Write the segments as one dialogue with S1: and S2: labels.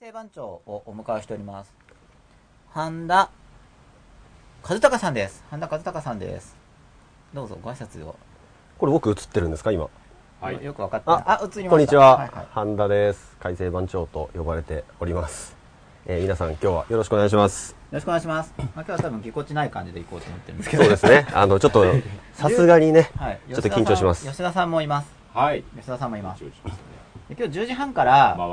S1: 正番長をお迎えしております。半田和孝さんです。半田和孝さんです。どうぞご挨拶を。
S2: これ僕映ってるんですか今
S3: はい、
S1: よく分かった。
S2: あ
S1: あ、映りました。
S2: こんにちは、
S1: いい
S2: 半田です改正番長と呼ばれております、えー皆さん今日はよろしくお願いします
S1: よろしくお願いします。まあ、今日は多分ぎこちない感じで行こうと思ってるんですけ
S2: そう
S1: ど。
S2: ですね あのちょっとさすがにね、
S1: はい。
S2: ちょっと緊張し
S1: 吉田さん
S2: ます
S1: 吉田さんもいます。
S3: はい、
S1: 吉田さんもいます。
S3: 緊張しますね
S1: で今日10時半か
S3: こんばん
S1: ら、あ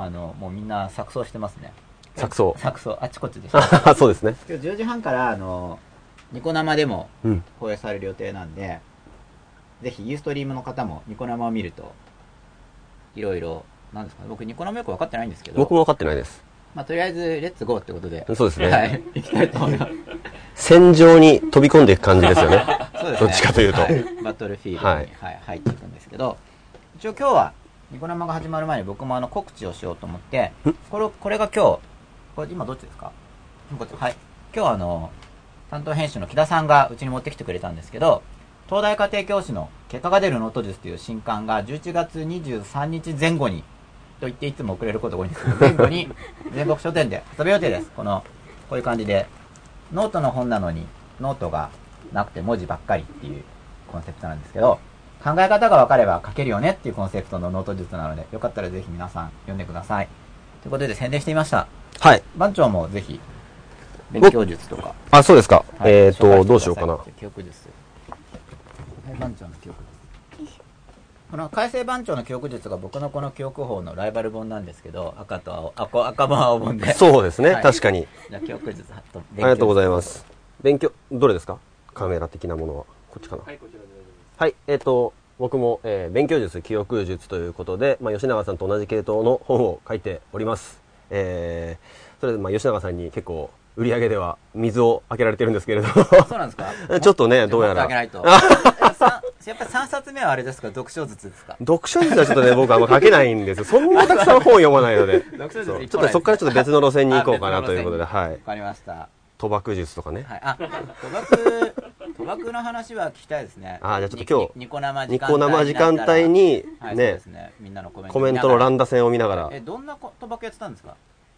S3: は。
S1: の、もうみんな錯綜してますね。
S2: 錯綜
S1: 錯綜、あっちこっち でした。
S2: あ そうですね
S1: 今日10時半から、あの、ニコ生でも
S2: うん
S1: 放映される予定なんで、ぜひユーストリームの方もニコ生を見ると、いろいろ、なんですかね、僕ニコ生よく分かってないんですけ
S2: 僕
S1: ど、
S2: も分かってないです
S1: まあ、とりあえず、レッツゴーってことで、
S2: そうですね、
S1: はい、行きたいと思います。
S2: 戦場に飛び込んでいく感じですよね
S1: そうですね。
S2: どっちかというと
S1: はいバトルフィールドに、は
S2: はいい
S1: 入っていくんですけど、一応今日は、ニコ生が始まる前に僕もあの告知をしようと思って、これ、これが今日、これ今どっちですかこっちはい。今日はあの、担当編集の木田さんがうちに持ってきてくれたんですけど、東大家庭教師の結果が出るノート術という新刊が11月23日前後に、と言っていつも遅れることが多いんですけど、前後 に全国書店で発売予定です。この、こういう感じで、ノートの本なのに、ノートがなくて文字ばっかりっていうコンセプトなんですけど、考え方が分かれば書けるよねっていうコンセプトのノート術なので、よかったらぜひ皆さん読んでください。ということで宣伝してみました。
S2: はい
S1: 番長もぜひ、勉強術とか。
S2: あそうですか、
S1: はい
S2: え
S1: 紹介
S2: っ、と
S1: してください
S2: どうしようかな。
S1: 記憶術。はい、番長の記憶術。この改正番長の記憶術が僕のこの記憶法のライバル本なんですけど、赤と青、あこ赤も青本で。う。
S2: そうですね、
S1: はい
S2: 確かに
S1: じゃあ記憶術、あと
S2: ありがとうござい
S1: ま
S2: ます勉強どれですかカメラ的なものはこっちかな
S3: はい、こちらで大丈夫で
S2: はい、えっ、と、僕も、えー勉強術、記憶術ということで、まあ、吉永さんと同じ系統の本を書いております。えーそれで、まあ、吉永さんに結構、売り上げでは水を開けられてるんですけ れども、
S1: す。そうなんですか
S2: ちょっとねどうや
S1: もっ
S2: ら
S1: とあげないと。 えさんやっぱり3冊目はあれですか読書術ですか
S2: 読書術はちょっとね、僕あんま書けないんですよそんなたくさん本読まないので。
S1: 読書
S2: そ
S1: 術
S2: う
S1: 一
S2: ちょ
S1: 個
S2: っとそこからちょっと別の路線に行こうか
S1: あ
S2: な
S1: 別
S2: と
S1: の路線
S2: いうことで、は
S1: わ
S2: い。
S1: かりました。
S2: 賭博術とかね。
S1: はい、あ、賭博、賭博の話は聞きたいですね。
S2: あじゃあちょっと今日
S1: にニコ生
S2: ニ
S1: 時間
S2: コ
S1: 帯
S2: 生時間帯に
S1: になったら、はい、そうで
S2: ね
S1: す、ね、みんなのコメント
S2: コメントの
S1: ン
S2: 乱打戦を見ながら
S1: え、、どんなこ賭博やってたんですか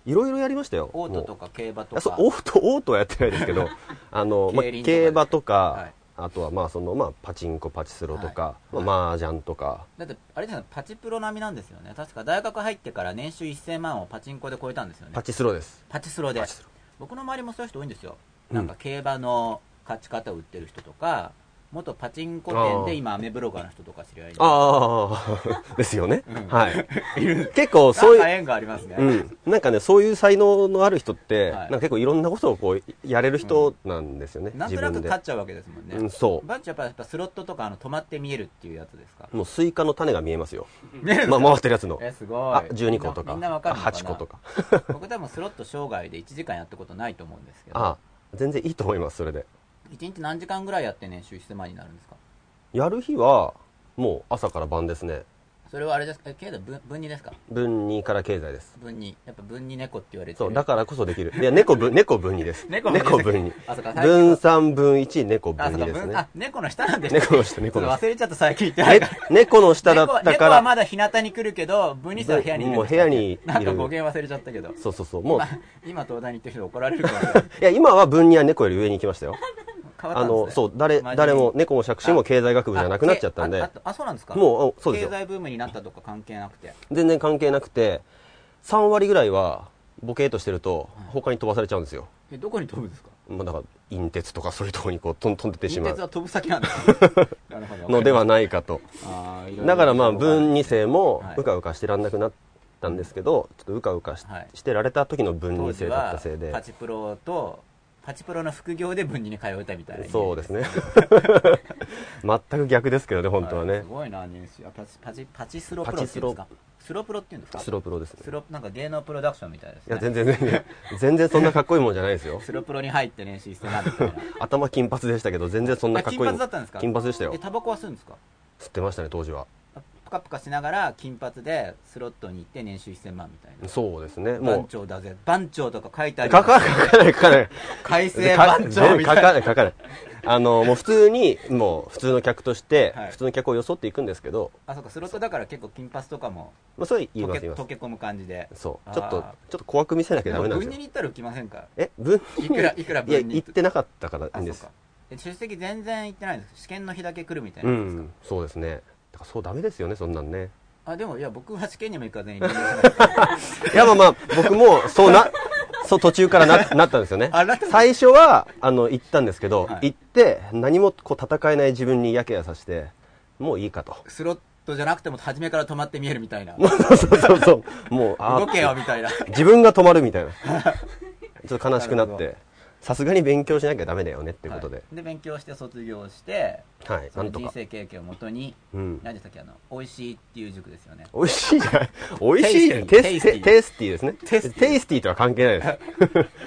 S2: いろいろやりましたよ。
S1: オート
S2: もう
S1: とか競馬と
S2: あ
S1: か。
S2: そうオートオートはやってないです けどあの、まあ
S1: 競輪とか
S2: 競馬とか、
S1: はい
S2: あとはまあその、まあ、パチンコパチスロとか、
S1: はい
S2: まあ、麻雀とか
S1: だって、あれですよね、パチプロ並みなんですよね。確か大学入ってから年収1000万をパチンコで超えたんですよね。
S2: パチスロです
S1: パチスロで
S2: パチスロ
S1: 僕の周りもそういう人多いんですよ
S2: うん
S1: なんか競馬の勝ち方を売ってる人とか元パチンコ店
S2: あ
S1: で
S2: ー
S1: 今アメブロガーの人とか知り合いで
S2: ああ ですよね、
S1: うん
S2: はい
S1: いる
S2: 結構
S1: そ
S2: そう
S1: い
S2: う
S1: う
S2: いう
S1: 縁がありますね、
S2: うん、なんかねそういう才能のある人っ
S1: は
S2: て、
S1: い
S2: なんか結構いろんなことをこうやれる人なんですよね、
S1: なん
S2: 自
S1: となく
S2: 分で
S1: 勝っちゃうわけですもんね、
S2: うん、そ
S1: バンチはやっぱやっぱスロットとかあの止まって見えるっていうやつですか
S2: うもうスイカの種が見えますよ、
S1: 見えるんで
S2: ますあ、
S1: か
S2: 回ってるやつの
S1: えすごい
S2: あ12個
S1: み
S2: とか
S1: んなみんなわかるのかな
S2: 8個とか
S1: 僕多分スロット生涯で1時間やったことないと思うんですけど
S2: ああ全然いいと思いますそれで
S1: 1日何時間ぐらいやって年収1000万になるんですか
S2: やる日はもう朝から晩ですね
S1: それはあれですかえ経済分分二ですか
S2: 分2から経済です
S1: 分二やっぱ分二猫って言われてる
S2: そうだからこそできるいや猫分 猫分2です
S1: 猫分二
S2: 分2
S1: あそうか最近
S2: 分3分1猫分
S1: あ、そうか、
S2: 2です
S1: 分、
S2: ね
S1: あ、猫の下なんですね。
S2: 猫の下
S1: そ
S2: 猫
S1: れ
S2: の下
S1: 忘れちゃった、最近言ってない
S2: ね
S1: から。
S2: 猫の下だった
S1: 猫
S2: か
S1: は猫は
S2: ら
S1: まだ日向に来るけど、分離室は部屋にいるん
S2: もう
S1: です
S2: 部
S1: よ
S2: 屋
S1: ね
S2: にいる
S1: なんか語源忘れちゃったけど。
S2: そうそうそうもう
S1: まあ今、東大に行ってる人怒られるから、
S2: いや今は分2は猫より上に行き ましたよ
S1: 変わったんで
S2: あ
S1: す、ね、
S2: のそう誰誰も猫も借子も経済学部じゃなくなっちゃったん
S1: あ
S2: で
S1: あああそうなんですか
S2: もうあそうですよ
S1: 経済ブームになったとか関係なくて。
S2: 全然関係なくて3割ぐらいはボケーとしてると他に飛ばされちゃうんですよ
S1: え、どこに飛ぶんですか
S2: まあだから隕鉄とかそういうところにこう飛ん飛んでってし
S1: 近
S2: ま
S1: 鉄
S2: う
S1: は飛ぶ先 なんですねなるほど
S2: のではないかと
S1: あーいろいろ
S2: だからまあ分2世も
S1: はいう
S2: かうかしてらんなくなったんですけど、ちょっとうかうかし,、
S1: はい
S2: てられた時の分
S1: 当
S2: 2
S1: 時
S2: 世だった
S1: は
S2: せいで
S1: パチプロと、パチプロの副業で分離に通えたみたいな。
S2: そうで すね全く逆ですけどね本当は
S1: あ
S2: ね
S1: すごいな年収あパチパチパチスロプ
S2: パ
S1: ロっ
S2: チ
S1: て
S2: ス
S1: いうんです
S2: ロ
S1: かスロプロっていうんですか
S2: スロプロですね
S1: スロなんか芸能プロダクションみたいです
S2: いや
S1: ね
S2: 全然全然全然そんなかっこいいもんじゃないですよ
S1: スロプロに入って練習してなみたい な
S2: 頭金髪でしたけど全然そんなかっこいい
S1: あ金髪だったんですか
S2: 金髪でしたよ
S1: えタバコは吸うんですか
S2: 吸ってましたね当時は
S1: プカプカしながら金髪でスロットに行って年収1000万みたいな
S2: そうですね
S1: 番
S2: も
S1: 長だぜ番長とか書いてあ
S2: う
S1: る
S2: 書かない書かない書かない
S1: 改正番長みたい
S2: 書か
S1: な
S2: ない書かないあの、もう普通に、もう普通の客として
S1: はい、
S2: 普通の客を装っていくんですけど、
S1: あそうかスロットだから結構金髪とかも
S2: まあ、それは言い
S1: 溶
S2: ま
S1: け
S2: す、言いま
S1: 溶け込む感じで
S2: す。そ
S1: あー
S2: う。ちょっと、ちょっと怖く見せなきゃダメなん
S1: 分
S2: です
S1: に
S2: よ。
S1: 行ったら来ませんか
S2: え分
S1: い くらいくら
S2: いや、
S1: 分に
S2: 行ってなかったからいい
S1: あ
S2: ん
S1: そ
S2: で
S1: う
S2: す
S1: か。え出席全然行ってないんです試験の日だけ来るみたいうな、んですか
S2: ん、そうですね。だからそうダメですよね、そんなんね。
S1: あでもいや僕は試験にも行かず に留年しました
S2: いや、まあまあ、僕も、そうな、 そう途中からな、なったんですよね
S1: あなった。
S2: 最初は、あの、行ったんですけど、
S1: はい
S2: 行って、何もこう戦えない自分にやけやさして、もういいかと。
S1: スロットじゃなくても初めから止まって見えるみたいな
S2: もうそうそうそうそう。もう、あ
S1: 動けよ
S2: ー
S1: みたい な
S2: 自分が止まるみたい な。ちょっと悲しくなっ
S1: なる
S2: て、さすがに勉強しなきゃダメだよねっていうことで
S1: は。いで勉強して卒業して
S2: はい、
S1: そ
S2: な
S1: の
S2: んと
S1: 人
S2: か。
S1: 生経験をもとに
S2: うん。
S1: 何でしたっけあの美味しいっていう塾ですよね
S2: 美味しいじゃない美味しいじゃない
S1: テ
S2: テ
S1: イ
S2: イ
S1: ステ
S2: ス
S1: ィー
S2: ティテイスティーですね。
S1: テイスティー
S2: テイスティーとは関係ないです。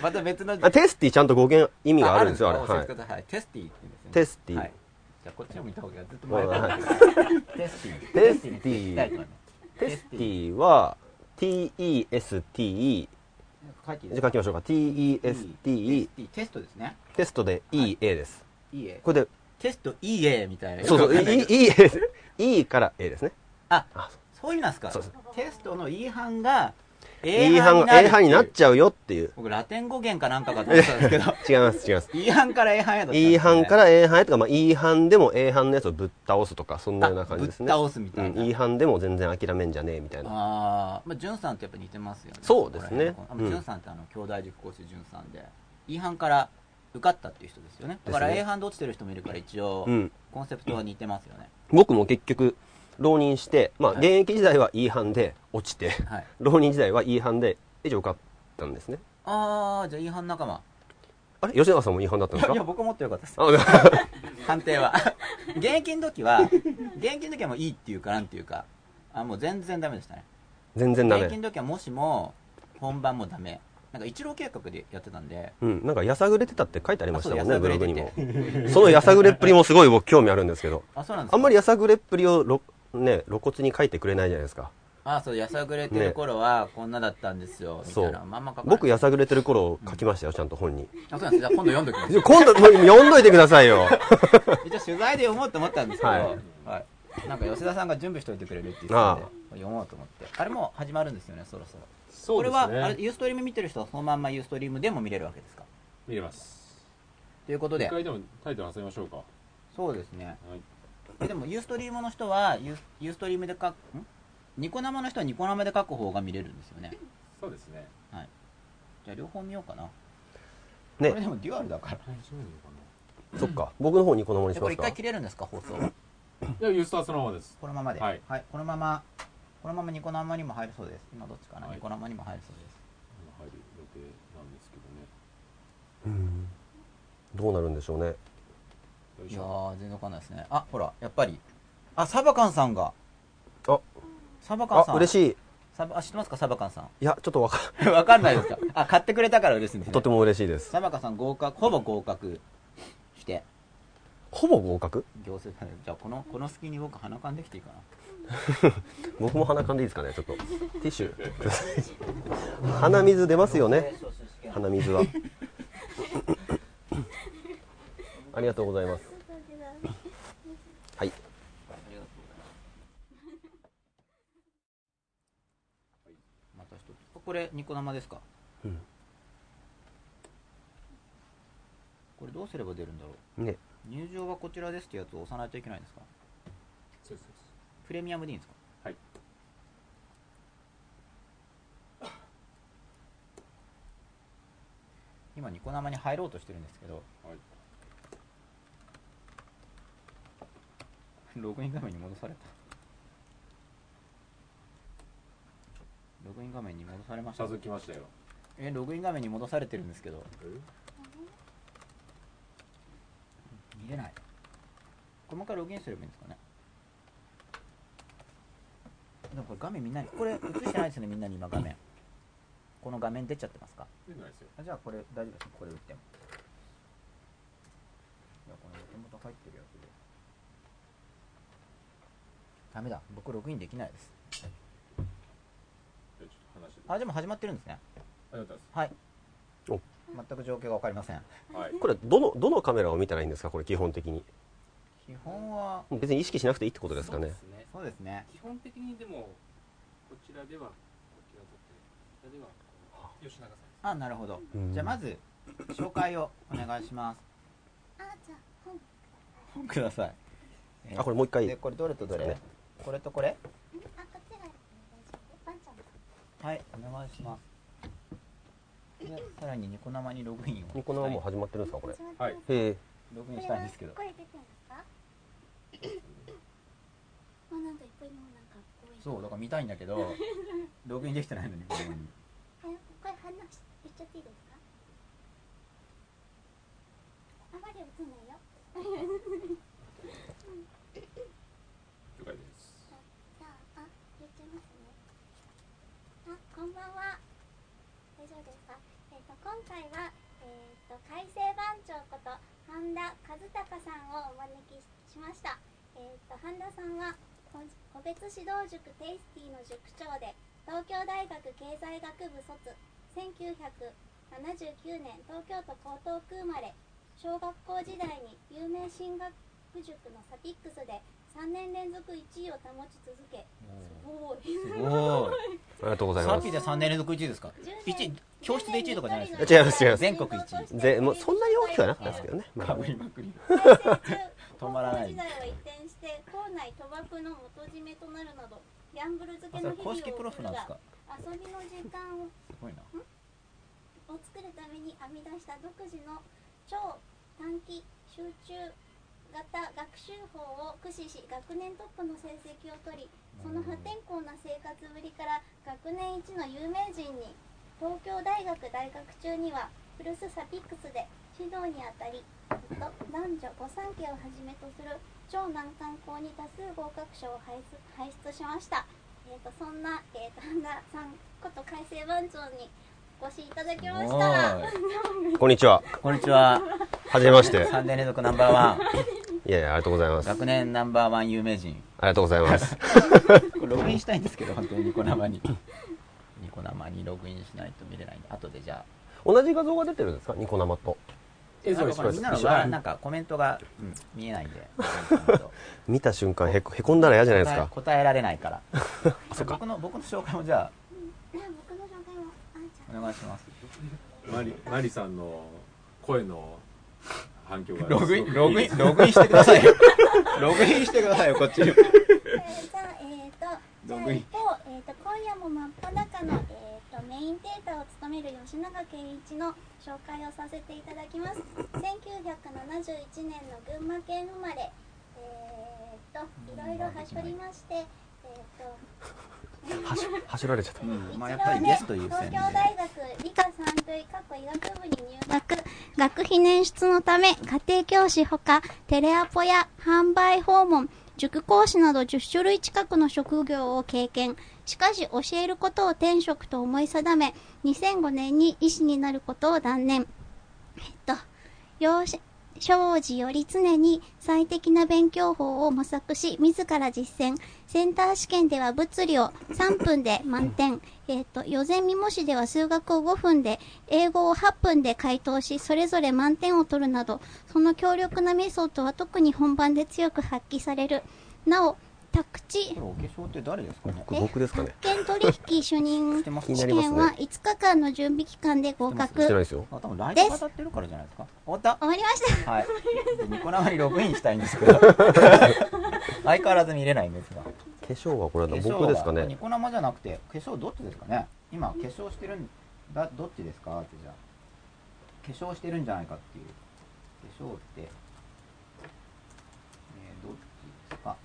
S1: また別の
S2: あテイスティーちゃんと語源意味があるんですよ、あれ。
S1: 教え
S2: は
S1: てく。
S2: い
S1: ださい、テスティって言うんですよね
S2: テスティ
S1: はい、じゃあこっちを見た方がずっと前から
S2: はい
S1: テスティ
S2: テスティ
S1: 聞きたいと思います
S2: テスティは TESTE
S1: 書いていい
S2: じ
S1: です
S2: ゃあ
S1: か
S2: 書きましょうか TESTE
S1: テテストですね
S2: テストで EA です
S1: いいえ
S2: これで
S1: テストいいえみたいな
S2: そうそう
S1: よくわかんないけど
S2: EA E から A ですね
S1: あ
S2: あ
S1: そういうなんすか
S2: そうです
S1: テストの E 班が
S2: E 班が A 班になっちゃうよっていう
S1: 僕ラテン語源かなんかかと思ったんですけ ど
S2: 違います違います
S1: E 班から A 班やだったんですね
S2: E 班から A 班へとか、まあ、E 班でも A 班のやつをぶっ倒すとかそんなような感じですね
S1: あぶっ倒すみたいな
S2: うん E 班でも全然諦めんじゃねえみたいな
S1: ああまあ潤さんとやっぱ似てますよね
S2: そうですね
S1: ここら辺の
S2: うん
S1: あ潤さんってあの兄弟塾講師潤さんで E 班から受かったっていう人ですよねだから
S2: です
S1: A
S2: ね
S1: 班で落ちてる人もいるから一応
S2: うん
S1: コンセプトは似てますよね
S2: 僕も結局浪人して、まあ、
S1: はい
S2: 現役時代は E 班で落ちて
S1: はい
S2: 浪人時代は E 班で一応受かったんですね
S1: ああじゃあ E 班仲間
S2: あれ吉永さんも違反だったんです
S1: いや
S2: か
S1: 僕もっとよかった です
S2: あ
S1: 判定は現役の時は現役の時はもういいっていうかなんていうかあもう全然ダメでしたね
S2: 全然ダ
S1: 現役
S2: メ。
S1: の時はもしも本番もダメなんか一郎計画でやってたんで
S2: うん、なんかやさぐれてたって書いてありましたもん
S1: あ
S2: ね、
S1: そう
S2: ブ
S1: やさ
S2: ログ
S1: ぐれ
S2: に
S1: て
S2: も。そのやさぐれっぷりもすごい僕興味あるんですけど、
S1: あそうなんですか
S2: あんまりやさぐれっぷりをろ、ね、露骨に書いてくれないじゃないですか。
S1: あそうやさぐれてる頃はこんなだったんですよ、みたいな
S2: そう
S1: まんま書かれて
S2: 僕やさぐれてる頃を書きましたよ、ちゃんと本に。
S1: あそうなんですじゃあ今度読んどきます
S2: じゃ今度、もう読んどいてください よ。
S1: 一応取材で読もうと思ったんですけど、は
S2: はいい
S1: なんか吉田さんが準備しておいてくれるって言って
S2: あ
S1: た
S2: あ
S1: んで読もうと思ってあれもう始まるんですよねそろそろ
S3: そうですね。
S1: これはあれユーストリーム見てる人はそのまんまユーストリームでも見れるわけですか
S3: 見れます。
S1: ということ
S3: 一
S1: で
S3: 回でもタイトル挟みましょうか。は
S1: そうですね
S3: い。
S1: でもユーストリームの人はユーユーストリームで書くんニコ生の人はニコ生で書く方が見れるんですよね
S3: そうですね。
S1: じゃあ両方見ようかなこれ
S2: ね、
S1: でもデュアルだから
S3: 大丈夫
S2: そっか。僕の方にこのままに
S1: え
S2: し
S1: こ
S2: ま
S1: れ
S2: す
S1: 一回
S2: か
S1: 切。れるんですか放送は
S3: かな。いや、ユースターそのままです。
S1: このままでは
S3: はいい、
S1: このままこのままニコ生にも入るそうです今どっちかな、
S3: はい
S1: ニコ生にも入るそうです
S3: 今入る予定なんですけど
S2: う
S3: ね。
S2: んどうなるんでしょうね。
S3: よい
S1: い
S3: し
S1: や
S3: ょ。
S1: ー全然わかんないですねあほらやっぱりあサバカンさんが
S2: あ、
S1: サバカンさ
S2: あ、
S1: ん
S2: 嬉し
S1: い
S2: い。
S1: サバあ知ってますかサバカンさ
S2: いや、ちょっとわか、
S1: ん わかんないですかあ買ってくれたから嬉しいんです、ね、
S2: とても嬉しいです。
S1: サバカンさん合格ほぼ合格して
S2: ほぼ合格
S1: 行政さんじゃあこのこの隙に僕鼻かんできていいかな
S2: 僕も鼻かんでいいですかねちょっとティッシュください 鼻水出ますよね鼻水は ありがとうございますはい
S1: また一つこれニコ生ですか
S2: うん
S1: これどうすれば出るんだろう
S2: ね
S1: 入場はこちらですってやつを押さないといけないんですか
S3: そうそうそう
S1: プレミアムでいいんですか
S3: はい
S1: 今ニコ生に入ろうとしてるんですけど
S3: はい
S1: ログイン画面に戻されたログイン画面に戻されました
S3: 早速来ましたよ。
S1: えログイン画面に戻されてるんですけど見れないこれもう一回ログインすればいいんですかねでもこれ画面みんなにこれ映してないですねみんなに今画面この画面出ちゃってますか
S3: 出てないですよ。
S1: あじゃあこれ大丈夫ですこれ打ってもいやこのもともと入ってるやつでダメだ僕ログインできないです
S3: じゃあちょっと話して。
S1: あでも始まってるんですね
S3: ありがとうございます。
S1: はい
S2: お
S1: 全く状況が分かりません
S3: はい
S2: これどのどのカメラを見たらいいんですかこれ基本的に
S1: 基本は
S2: 別に意識しなくていいってことですかね
S4: そうですね
S1: そうですね
S4: 基本的にでもこちらではこちらとってこちらではこう吉永さん
S1: あなるほど、
S2: うん
S1: じゃあまず紹介をお願いします
S5: あじゃあ本
S1: 本くださいえ
S2: あこれもう一回
S1: でこれどれとどれ、
S2: そうね
S1: これとこれ
S5: あこっちが大丈夫ワンちゃん
S1: はいお願いしますでさらにニコ生にログインを
S2: ニコ生はもう
S1: はい
S2: 始まってるんですかこれ
S5: 始まって
S3: はい
S5: ます
S2: へえ
S1: ログイン
S5: これ
S1: したいん
S5: は
S1: ですけど
S5: 声出てますかもうなんかいっぱいもうなんか多い
S1: そうだから見たいんだけ どログインできてないのにここに
S5: はい声反応し言っちゃっていいですかあまり映んないよ
S3: 了解です
S5: じゃああ言っちゃいますねあこんばんは大丈夫ですかえっ、と今回はえっ、と改正番長こと半田和孝さんをお招きしましたえっ、と半田さんは個個別指導塾テイスティの塾長で東京大学経済学部卒1979年東京都江東区生まれ小学校時代に有名進学塾のサティックスで3年連続1位を保ち続けすごい
S1: すごい
S2: ありがとうござい
S1: サ
S2: ま
S1: ーピーで
S2: す
S1: 3年連続1位ですか
S5: 10年
S1: 一位教室で1位とかじゃないです
S2: いや違
S1: か
S2: います違います
S1: 全国一位
S2: でもうそんなに大きくはなかったですけどね、ま
S1: か
S2: あ
S1: ぶ
S2: ね
S1: りまくり
S5: 止
S1: まらない
S5: 時代は一転して校内賭博の元締めとなるなどギャンブル漬
S1: あ
S5: け
S1: そ
S5: の
S1: れ
S5: 日
S1: 公式
S5: 々
S1: プ
S5: を
S1: ロ
S5: 送
S1: フな
S5: る
S1: んです
S5: が
S1: か
S5: 遊びの時間を
S1: すごいな
S5: を作るために編み出した独自の超短期集中型学習法を駆使し学年トップの成績を取りその破天荒な生活ぶりから学年一の有名人に東京大学大学中には古巣サピックスで指導にあたり男女御三家をはじめとする超難関校に多数合格者を輩出輩出しました、えー、とそんな、えー、と半田さんこと改正番長にお越しいただきました
S1: おー
S2: こんにちは
S1: こんにちは
S2: はじめま して
S1: 3年連続ナンバーワン
S2: いやいやありがとうございますあ
S1: 学年ナンバーワン有名人
S2: りがとうございます
S1: これログインしたいんですけど本当にニコ生にニコ生にログインしないと見れないんで後でじゃ
S2: 同じ画像が出てるんですかニコ生と
S1: あ
S3: え
S1: なんかこれみんなのがなんかコメントが、うん見えないんで
S2: 見た瞬間へこへこんだら嫌じゃないです
S1: 答え
S2: か
S1: 答えられない から僕の僕の紹介もじゃ
S5: ね僕の紹介もあんちゃん
S1: あお願いします
S3: マリマリさんの声の反響が
S1: ログイン
S3: す
S1: ロ
S3: ご
S1: グ
S3: くい
S1: イ
S3: い
S1: ンログインしてください よログインしてくださいよこっちに
S5: えーじゃあ、えっ、と、じゃあ一方、えっ、と、今夜も真っ裸の、えっ、と、メインデータを務める吉永健一の紹介をさせていただきます。1971年の群馬県生まれ、えっ、と、いろいろはしょりまして、えっ、と、
S2: はし走られちゃった
S1: うんまあやっ
S5: 一
S1: ぱ
S5: 浪
S1: り
S5: で
S1: ゲスト優先
S5: 東
S1: で
S5: 京大学理科三類科医学部に入学学費捻出のため家庭教師ほかテレアポや販売訪問塾講師など10種類近くの職業を経験しかし教えることを転職と思い定め2005年に医師になることを断念えっと幼少幼児より常に最適な勉強法を模索し、自ら実践。センター試験では物理を3分で満点。えっ、と、予前見模試では数学を5分で、英語を8分で回答し、それぞれ満点を取るなど、その強力なメソッドは特に本番で強く発揮される。なお、宅
S1: こ
S5: 地、
S1: れお化粧って誰ですかね
S2: これ僕ですかね
S5: 宅建取引主任
S1: してます
S2: 気にな
S5: 試
S2: りますね
S5: 験は5日間の準備期間で
S2: し
S5: 合
S2: てない
S5: 格。
S2: ですよ
S1: あ多分ライブが当たってるからじゃないですか終わった
S5: 終わりました。
S1: はい。でニコ生にログインしたいんですけど。相変わらず見れないんですが。
S2: 化粧はこれ
S1: 化
S2: は
S1: 粧は
S2: 僕ですかね
S1: ニコ生じゃなくて、化粧どっちですかね今、化粧してるんだ、どっちですかってじゃあ。化粧してるんじゃないかっていう。化粧って、えーどっちですか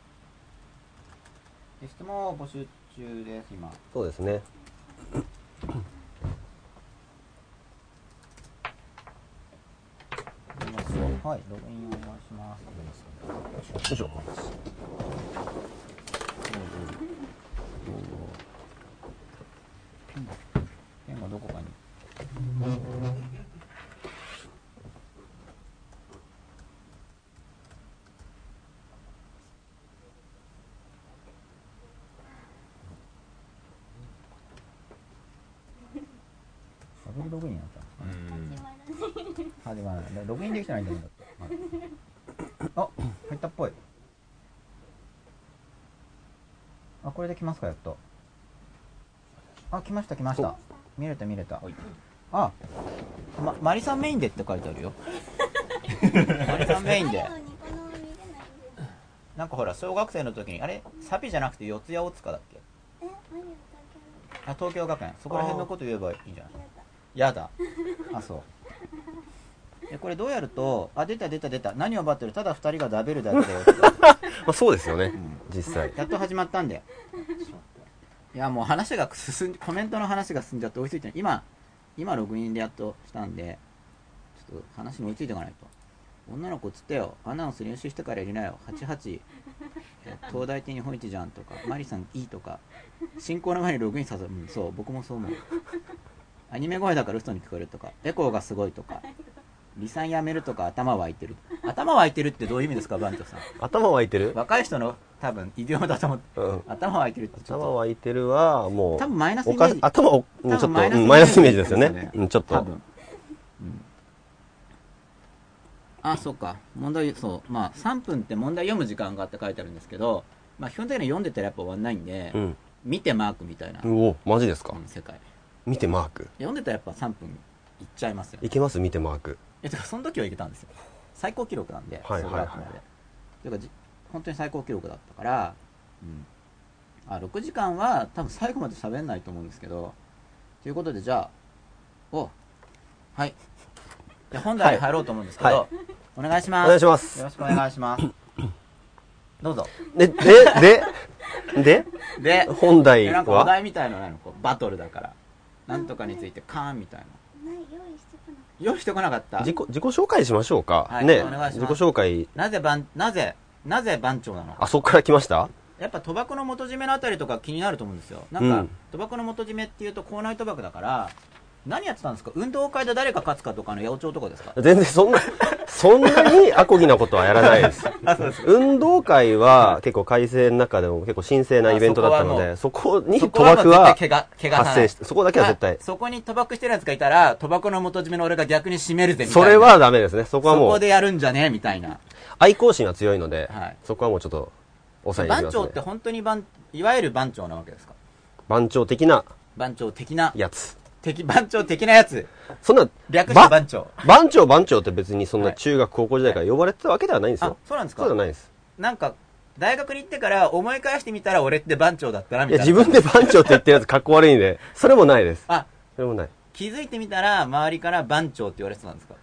S1: で質問を募集中です、今。
S2: そうですね
S1: はい、ログインお願いします。
S2: よいしょ
S1: ペンがどこかに。ダブルログインやったんですかね
S5: 始まらない
S1: 始まらない。ログインできてないんだもんだって。はいあ、入ったっぽい。あ、これで来ますか、やっと。あ、来ました、来ました。見れた、見れた。あ、ま、マリさんメインでって書いてあるよ。マリさんメインで。
S5: のニコ生見れないんだよ。
S1: なんかほら、小学生の時に、あれ、サピじゃなくて四谷大塚だっけ
S5: え、マリオ
S1: あ、東京学園。そこら辺のこと言えばいいんじゃない
S5: だけだ。
S1: やだ。あ、そう。でこれどうやると、あ、出た出た出た。何をバってるただ二人がダベるだけだよ。
S2: まあ、そうですよね、実際。
S1: やっと始まったんで。いや、もう話が進んコメントの話が進んじゃって追いついてない。今、今ログインでやっとしたんで、ちょっと話に追いついていかないと。女の子つってよ。アナウンス練習してからやりなよ。88。え東大って日本一じゃんとか、マリさんいいとか、進行の前にログインさせる。うん、そう、僕もそう思う。アニメ声だから嘘に聞こえるとか、エコーがすごいとか、離散やめるとか、頭湧いてる。頭湧いてるってどういう意味ですか、番長さん。
S2: 頭湧いてる
S1: 若い人の多分異常だと思って、
S2: うん
S1: 頭湧いてるってちょっ
S2: 頭
S1: と
S2: 湧いてるは、もう。
S1: 多分マイナスイ
S2: お
S1: メー
S2: か
S1: ジ
S2: し頭を、うんちょ
S1: 多
S2: っと、う
S1: 分
S2: ん
S1: マイナスイメージ
S2: マイナスイメージですよ
S1: ですよね
S2: ね。うんちょっ
S1: 多
S2: と
S1: 分、。うんあそうか問題そうまあ3分って問題読む時間があって書いてあるんですけど、まあ、基本的に読んでたらやっぱ終わんないんで、
S2: うん。
S1: 見てマークみたいな、
S2: うお、マジですか
S1: う。ん世界
S2: 見てマーク。
S1: 読んでたらやっぱ3分いっちゃいますよ
S2: いけます見てマーク。
S1: えてかその時はいけたんですよ最高記録なんで
S2: はいはいはい
S1: 総額までてかじ本当に最高記録だったから、うん、あ6時間は多分最後まで喋んないと思うんですけどということでじゃあおはいじゃあ本題に入ろうと思うんですけど、
S2: は
S1: お願いし
S2: お
S1: ます
S2: 願いします
S1: よ。ろしくお願いします どうぞ
S2: で、で、で、で、
S1: で
S2: 本題
S1: えなんかお
S2: は
S1: 題みたいのないのこうバトルだからなんとかについてカーンみたいな
S5: ない、用意してこなか
S1: 用意してこなかった
S2: 自己、自己紹介しましょうか
S1: は。い
S2: ね
S1: お願いしま。す
S2: 自己紹介。
S1: なぜ番なぜなぜ番長なのか
S2: あ、そっから来ました
S1: やっぱ賭博の元締めのあたりとか気になると思うんですよなんか、
S2: うん
S1: 賭博の元締めっていうと校内賭博だから何やってたんですか運動会で誰が勝つかとかの八百長とかですか
S2: 全然そんな、 そんなにアコギなことはやらな いです。運動会は結構改正の中でも結構神聖なイベントだったので、そこに賭
S1: そこは
S2: 博は
S1: 絶対怪我怪我さない
S2: 発生して、そこだけは絶対
S1: あ。そこに賭博してるやつがいたら賭博の元締めの俺が逆に締めるぜみたい
S2: そ
S1: な
S2: れはダメですね。そこは
S1: そ
S2: も
S1: こ
S2: う
S1: で、やるんじゃねえみたいな
S2: 愛好心が強いので
S1: はい、
S2: そこはもうちょっと抑えて
S1: 番
S2: くだ
S1: 長
S2: さ
S1: って
S2: い。
S1: 本当に番いわゆる番長なわけですか
S2: 番長的な
S1: 番長的な
S2: やつ。
S1: 敵番長的なやつ
S2: そんな、
S1: 略して
S2: ば
S1: 番長
S2: 番長番長って別にそん
S1: は
S2: ない中学高校時代から呼ばれてたわけではないんです
S1: あ
S2: よ。
S1: そうなんですか
S2: そうじゃないです。
S1: なんか大学に行ってから思い返してみたら俺って番長だったなみ
S2: い
S1: たい
S2: や、
S1: な
S2: 自分で番長って言ってるやつ かっこ悪いんで、それもないです。
S1: あ
S2: それもない。
S1: 気づいてみたら周りから番長って言われてたんですか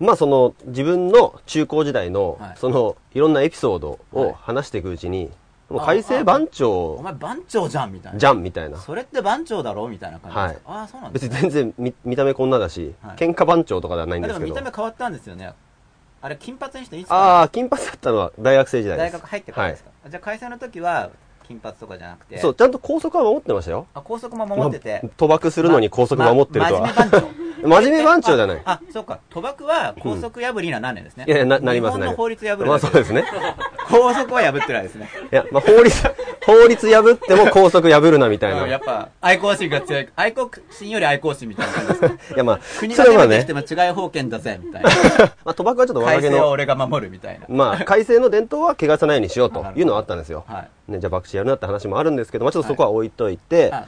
S2: まあその自分の中高時代の
S1: はい
S2: そのいろんなエピソード
S1: はい
S2: を話していくうちに、も
S1: あ
S2: う改正番
S1: お
S2: 長
S1: 前番長じゃんみたいな
S2: じゃんみたいな。
S1: それって番長だろみたいな感じですか、ああそうなんで
S2: 別
S1: す
S2: に
S1: ね
S2: 全然見見た目こんなだし、
S1: はい
S2: 喧嘩番長とかではないん
S1: あ
S2: で
S1: ですも見
S2: けど
S1: た。目変わったんですよねあれ金髪にしていつ
S2: あ
S1: か
S2: あ、金髪だったのは大学生時代で
S1: 大
S2: す。
S1: 学入ってからですか、じゃあ会社の時は金髪とかじゃなく
S2: は
S1: て
S2: い、そう、ちゃんと校則は守ってましたよ。
S1: あ校則も守ってて、
S2: まあ賭博するのに校則守ってるとは。
S1: ま真面目番
S2: 真面目 番長じゃない。
S1: あそうか賭博は校則破りにはなんないですね、
S2: いやいや、な、なります
S1: 日
S2: ね。
S1: 本の法律破る
S2: まあそうですすね。
S1: 校則は破ってないですね
S2: いや、まあ法律、法律破っても校則破る なみたい な。
S1: うんやっぱ愛好心が強い愛好心より愛好心みたいな感じですね
S2: いや、まあ、
S1: 国
S2: そ
S1: が
S2: れは
S1: 攻めてき
S2: ね
S1: て、も違い保険だぜみたいな
S2: まあ賭 博はちょっと
S1: 改
S2: 若気
S1: 正は
S2: の
S1: 俺が守るみたいな
S2: まあ、改正の伝統は汚さないようにしようというのはあったんですよ。
S1: はい
S2: ね、じゃあ、博打やるなって話もあるんですけど、まあ、ちょっとそこは置いといて、
S1: あ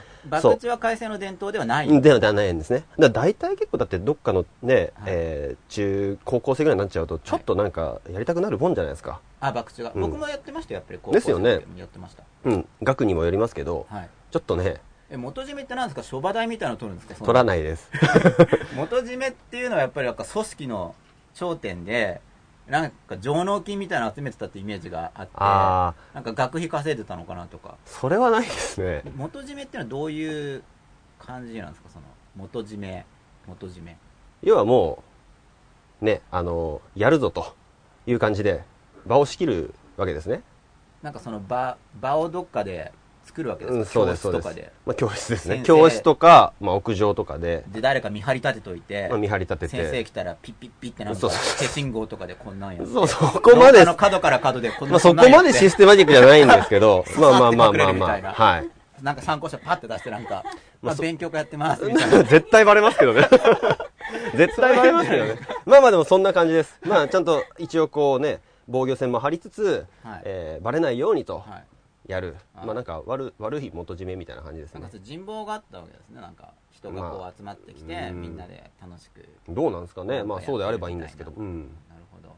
S1: 博
S2: そう
S1: 打は改正の伝統ではない
S2: ではではないんですね。だから大体結構だってどっかのね、
S1: はい
S2: えー中、高校生ぐらいになっちゃうと、ちょっとなんかやりたくなるもんじゃないですか。
S1: あ博打が
S2: うん
S1: 僕もやってましたよやっぱり高校
S2: ですよね
S1: 生の時にやってました
S2: うん、額にもよりますけど、
S1: はい
S2: ちょっとね、
S1: え元締めって何ですか諸場代みたいなの取るんですか
S2: 取ら
S1: い
S2: ないです。
S1: 元締めっていうのはやっぱりなんか組織の頂点でなんか上納金みたいなの集めてたってイメージがあって
S2: あー
S1: なんか学費稼いでたのかなとか
S2: それはないですね。
S1: 元締めっていうのはどういう感じなんですかその元締め元締め
S2: 要はもう、ね、あの、やるぞという感じで、場を仕切るわけですね。
S1: なんかその場場をどっかで作るわけです
S2: う
S1: か、
S2: ん、そうです、そ
S1: 教
S2: う
S1: 室
S2: で
S1: とかで。
S2: すまあ、教室ですね
S1: 先。生
S2: 教室とか、まあ、屋上とかで、
S1: で誰か見張り立てといて,、
S2: まあ、見張り立てて。
S1: 先生来たらピッピッピッってなんか
S2: そう
S1: 手
S2: そうそ
S1: 信号とかでこんなんやって
S2: そう、そこま
S1: 廊
S2: で
S1: 下、の角から角でこん
S2: ま
S1: な
S2: あ、そ
S1: ん
S2: こ
S1: なんや
S2: ま
S1: って、
S2: でシステマティックじゃないんですけど まあまあまあまあ
S1: 刺さって隠れるみたい
S2: ま
S1: な
S2: あ、はい。
S1: なんか参考書パッて出してなんか、まあ、
S2: そ
S1: 勉強会やってますみたいな
S2: 絶対バレますけどね。絶対バレますよね。まあまあでもそんな感じです。まあちゃんと一応こうね、防御線も張りつつ、
S1: はい
S2: えーバレないようにと
S1: はい。
S2: やる。
S1: はい
S2: まあなんか悪悪い元締めみたいな感じです
S1: なん
S2: ね
S1: か。そう人望があったわけですね。なんか人が
S2: ま
S1: こ
S2: あ
S1: う集まってきて、
S2: うん
S1: みんなで楽しく。
S2: どうなんですかね。
S1: なんか
S2: まあそうであればいいんですけど。
S1: やっ
S2: う
S1: て
S2: ん。
S1: なるほど。っ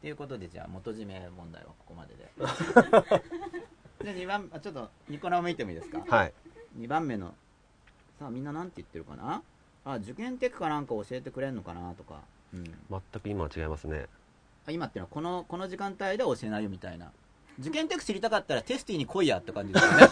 S1: ていうことでじゃあ元締め問題はここま でで。じゃあ二番あちょっとニコ生見てもいいですか。
S2: はい。
S1: 2番目のさあみんななんて言ってるかなあ受験テクかなんか教えてくれんのかなとか、うん、
S2: 全く今は違いますね。
S1: あ今っていうのはこのこの時間帯では教えないよみたいな受験テク知りたかったらテスティに来いやって感じですよね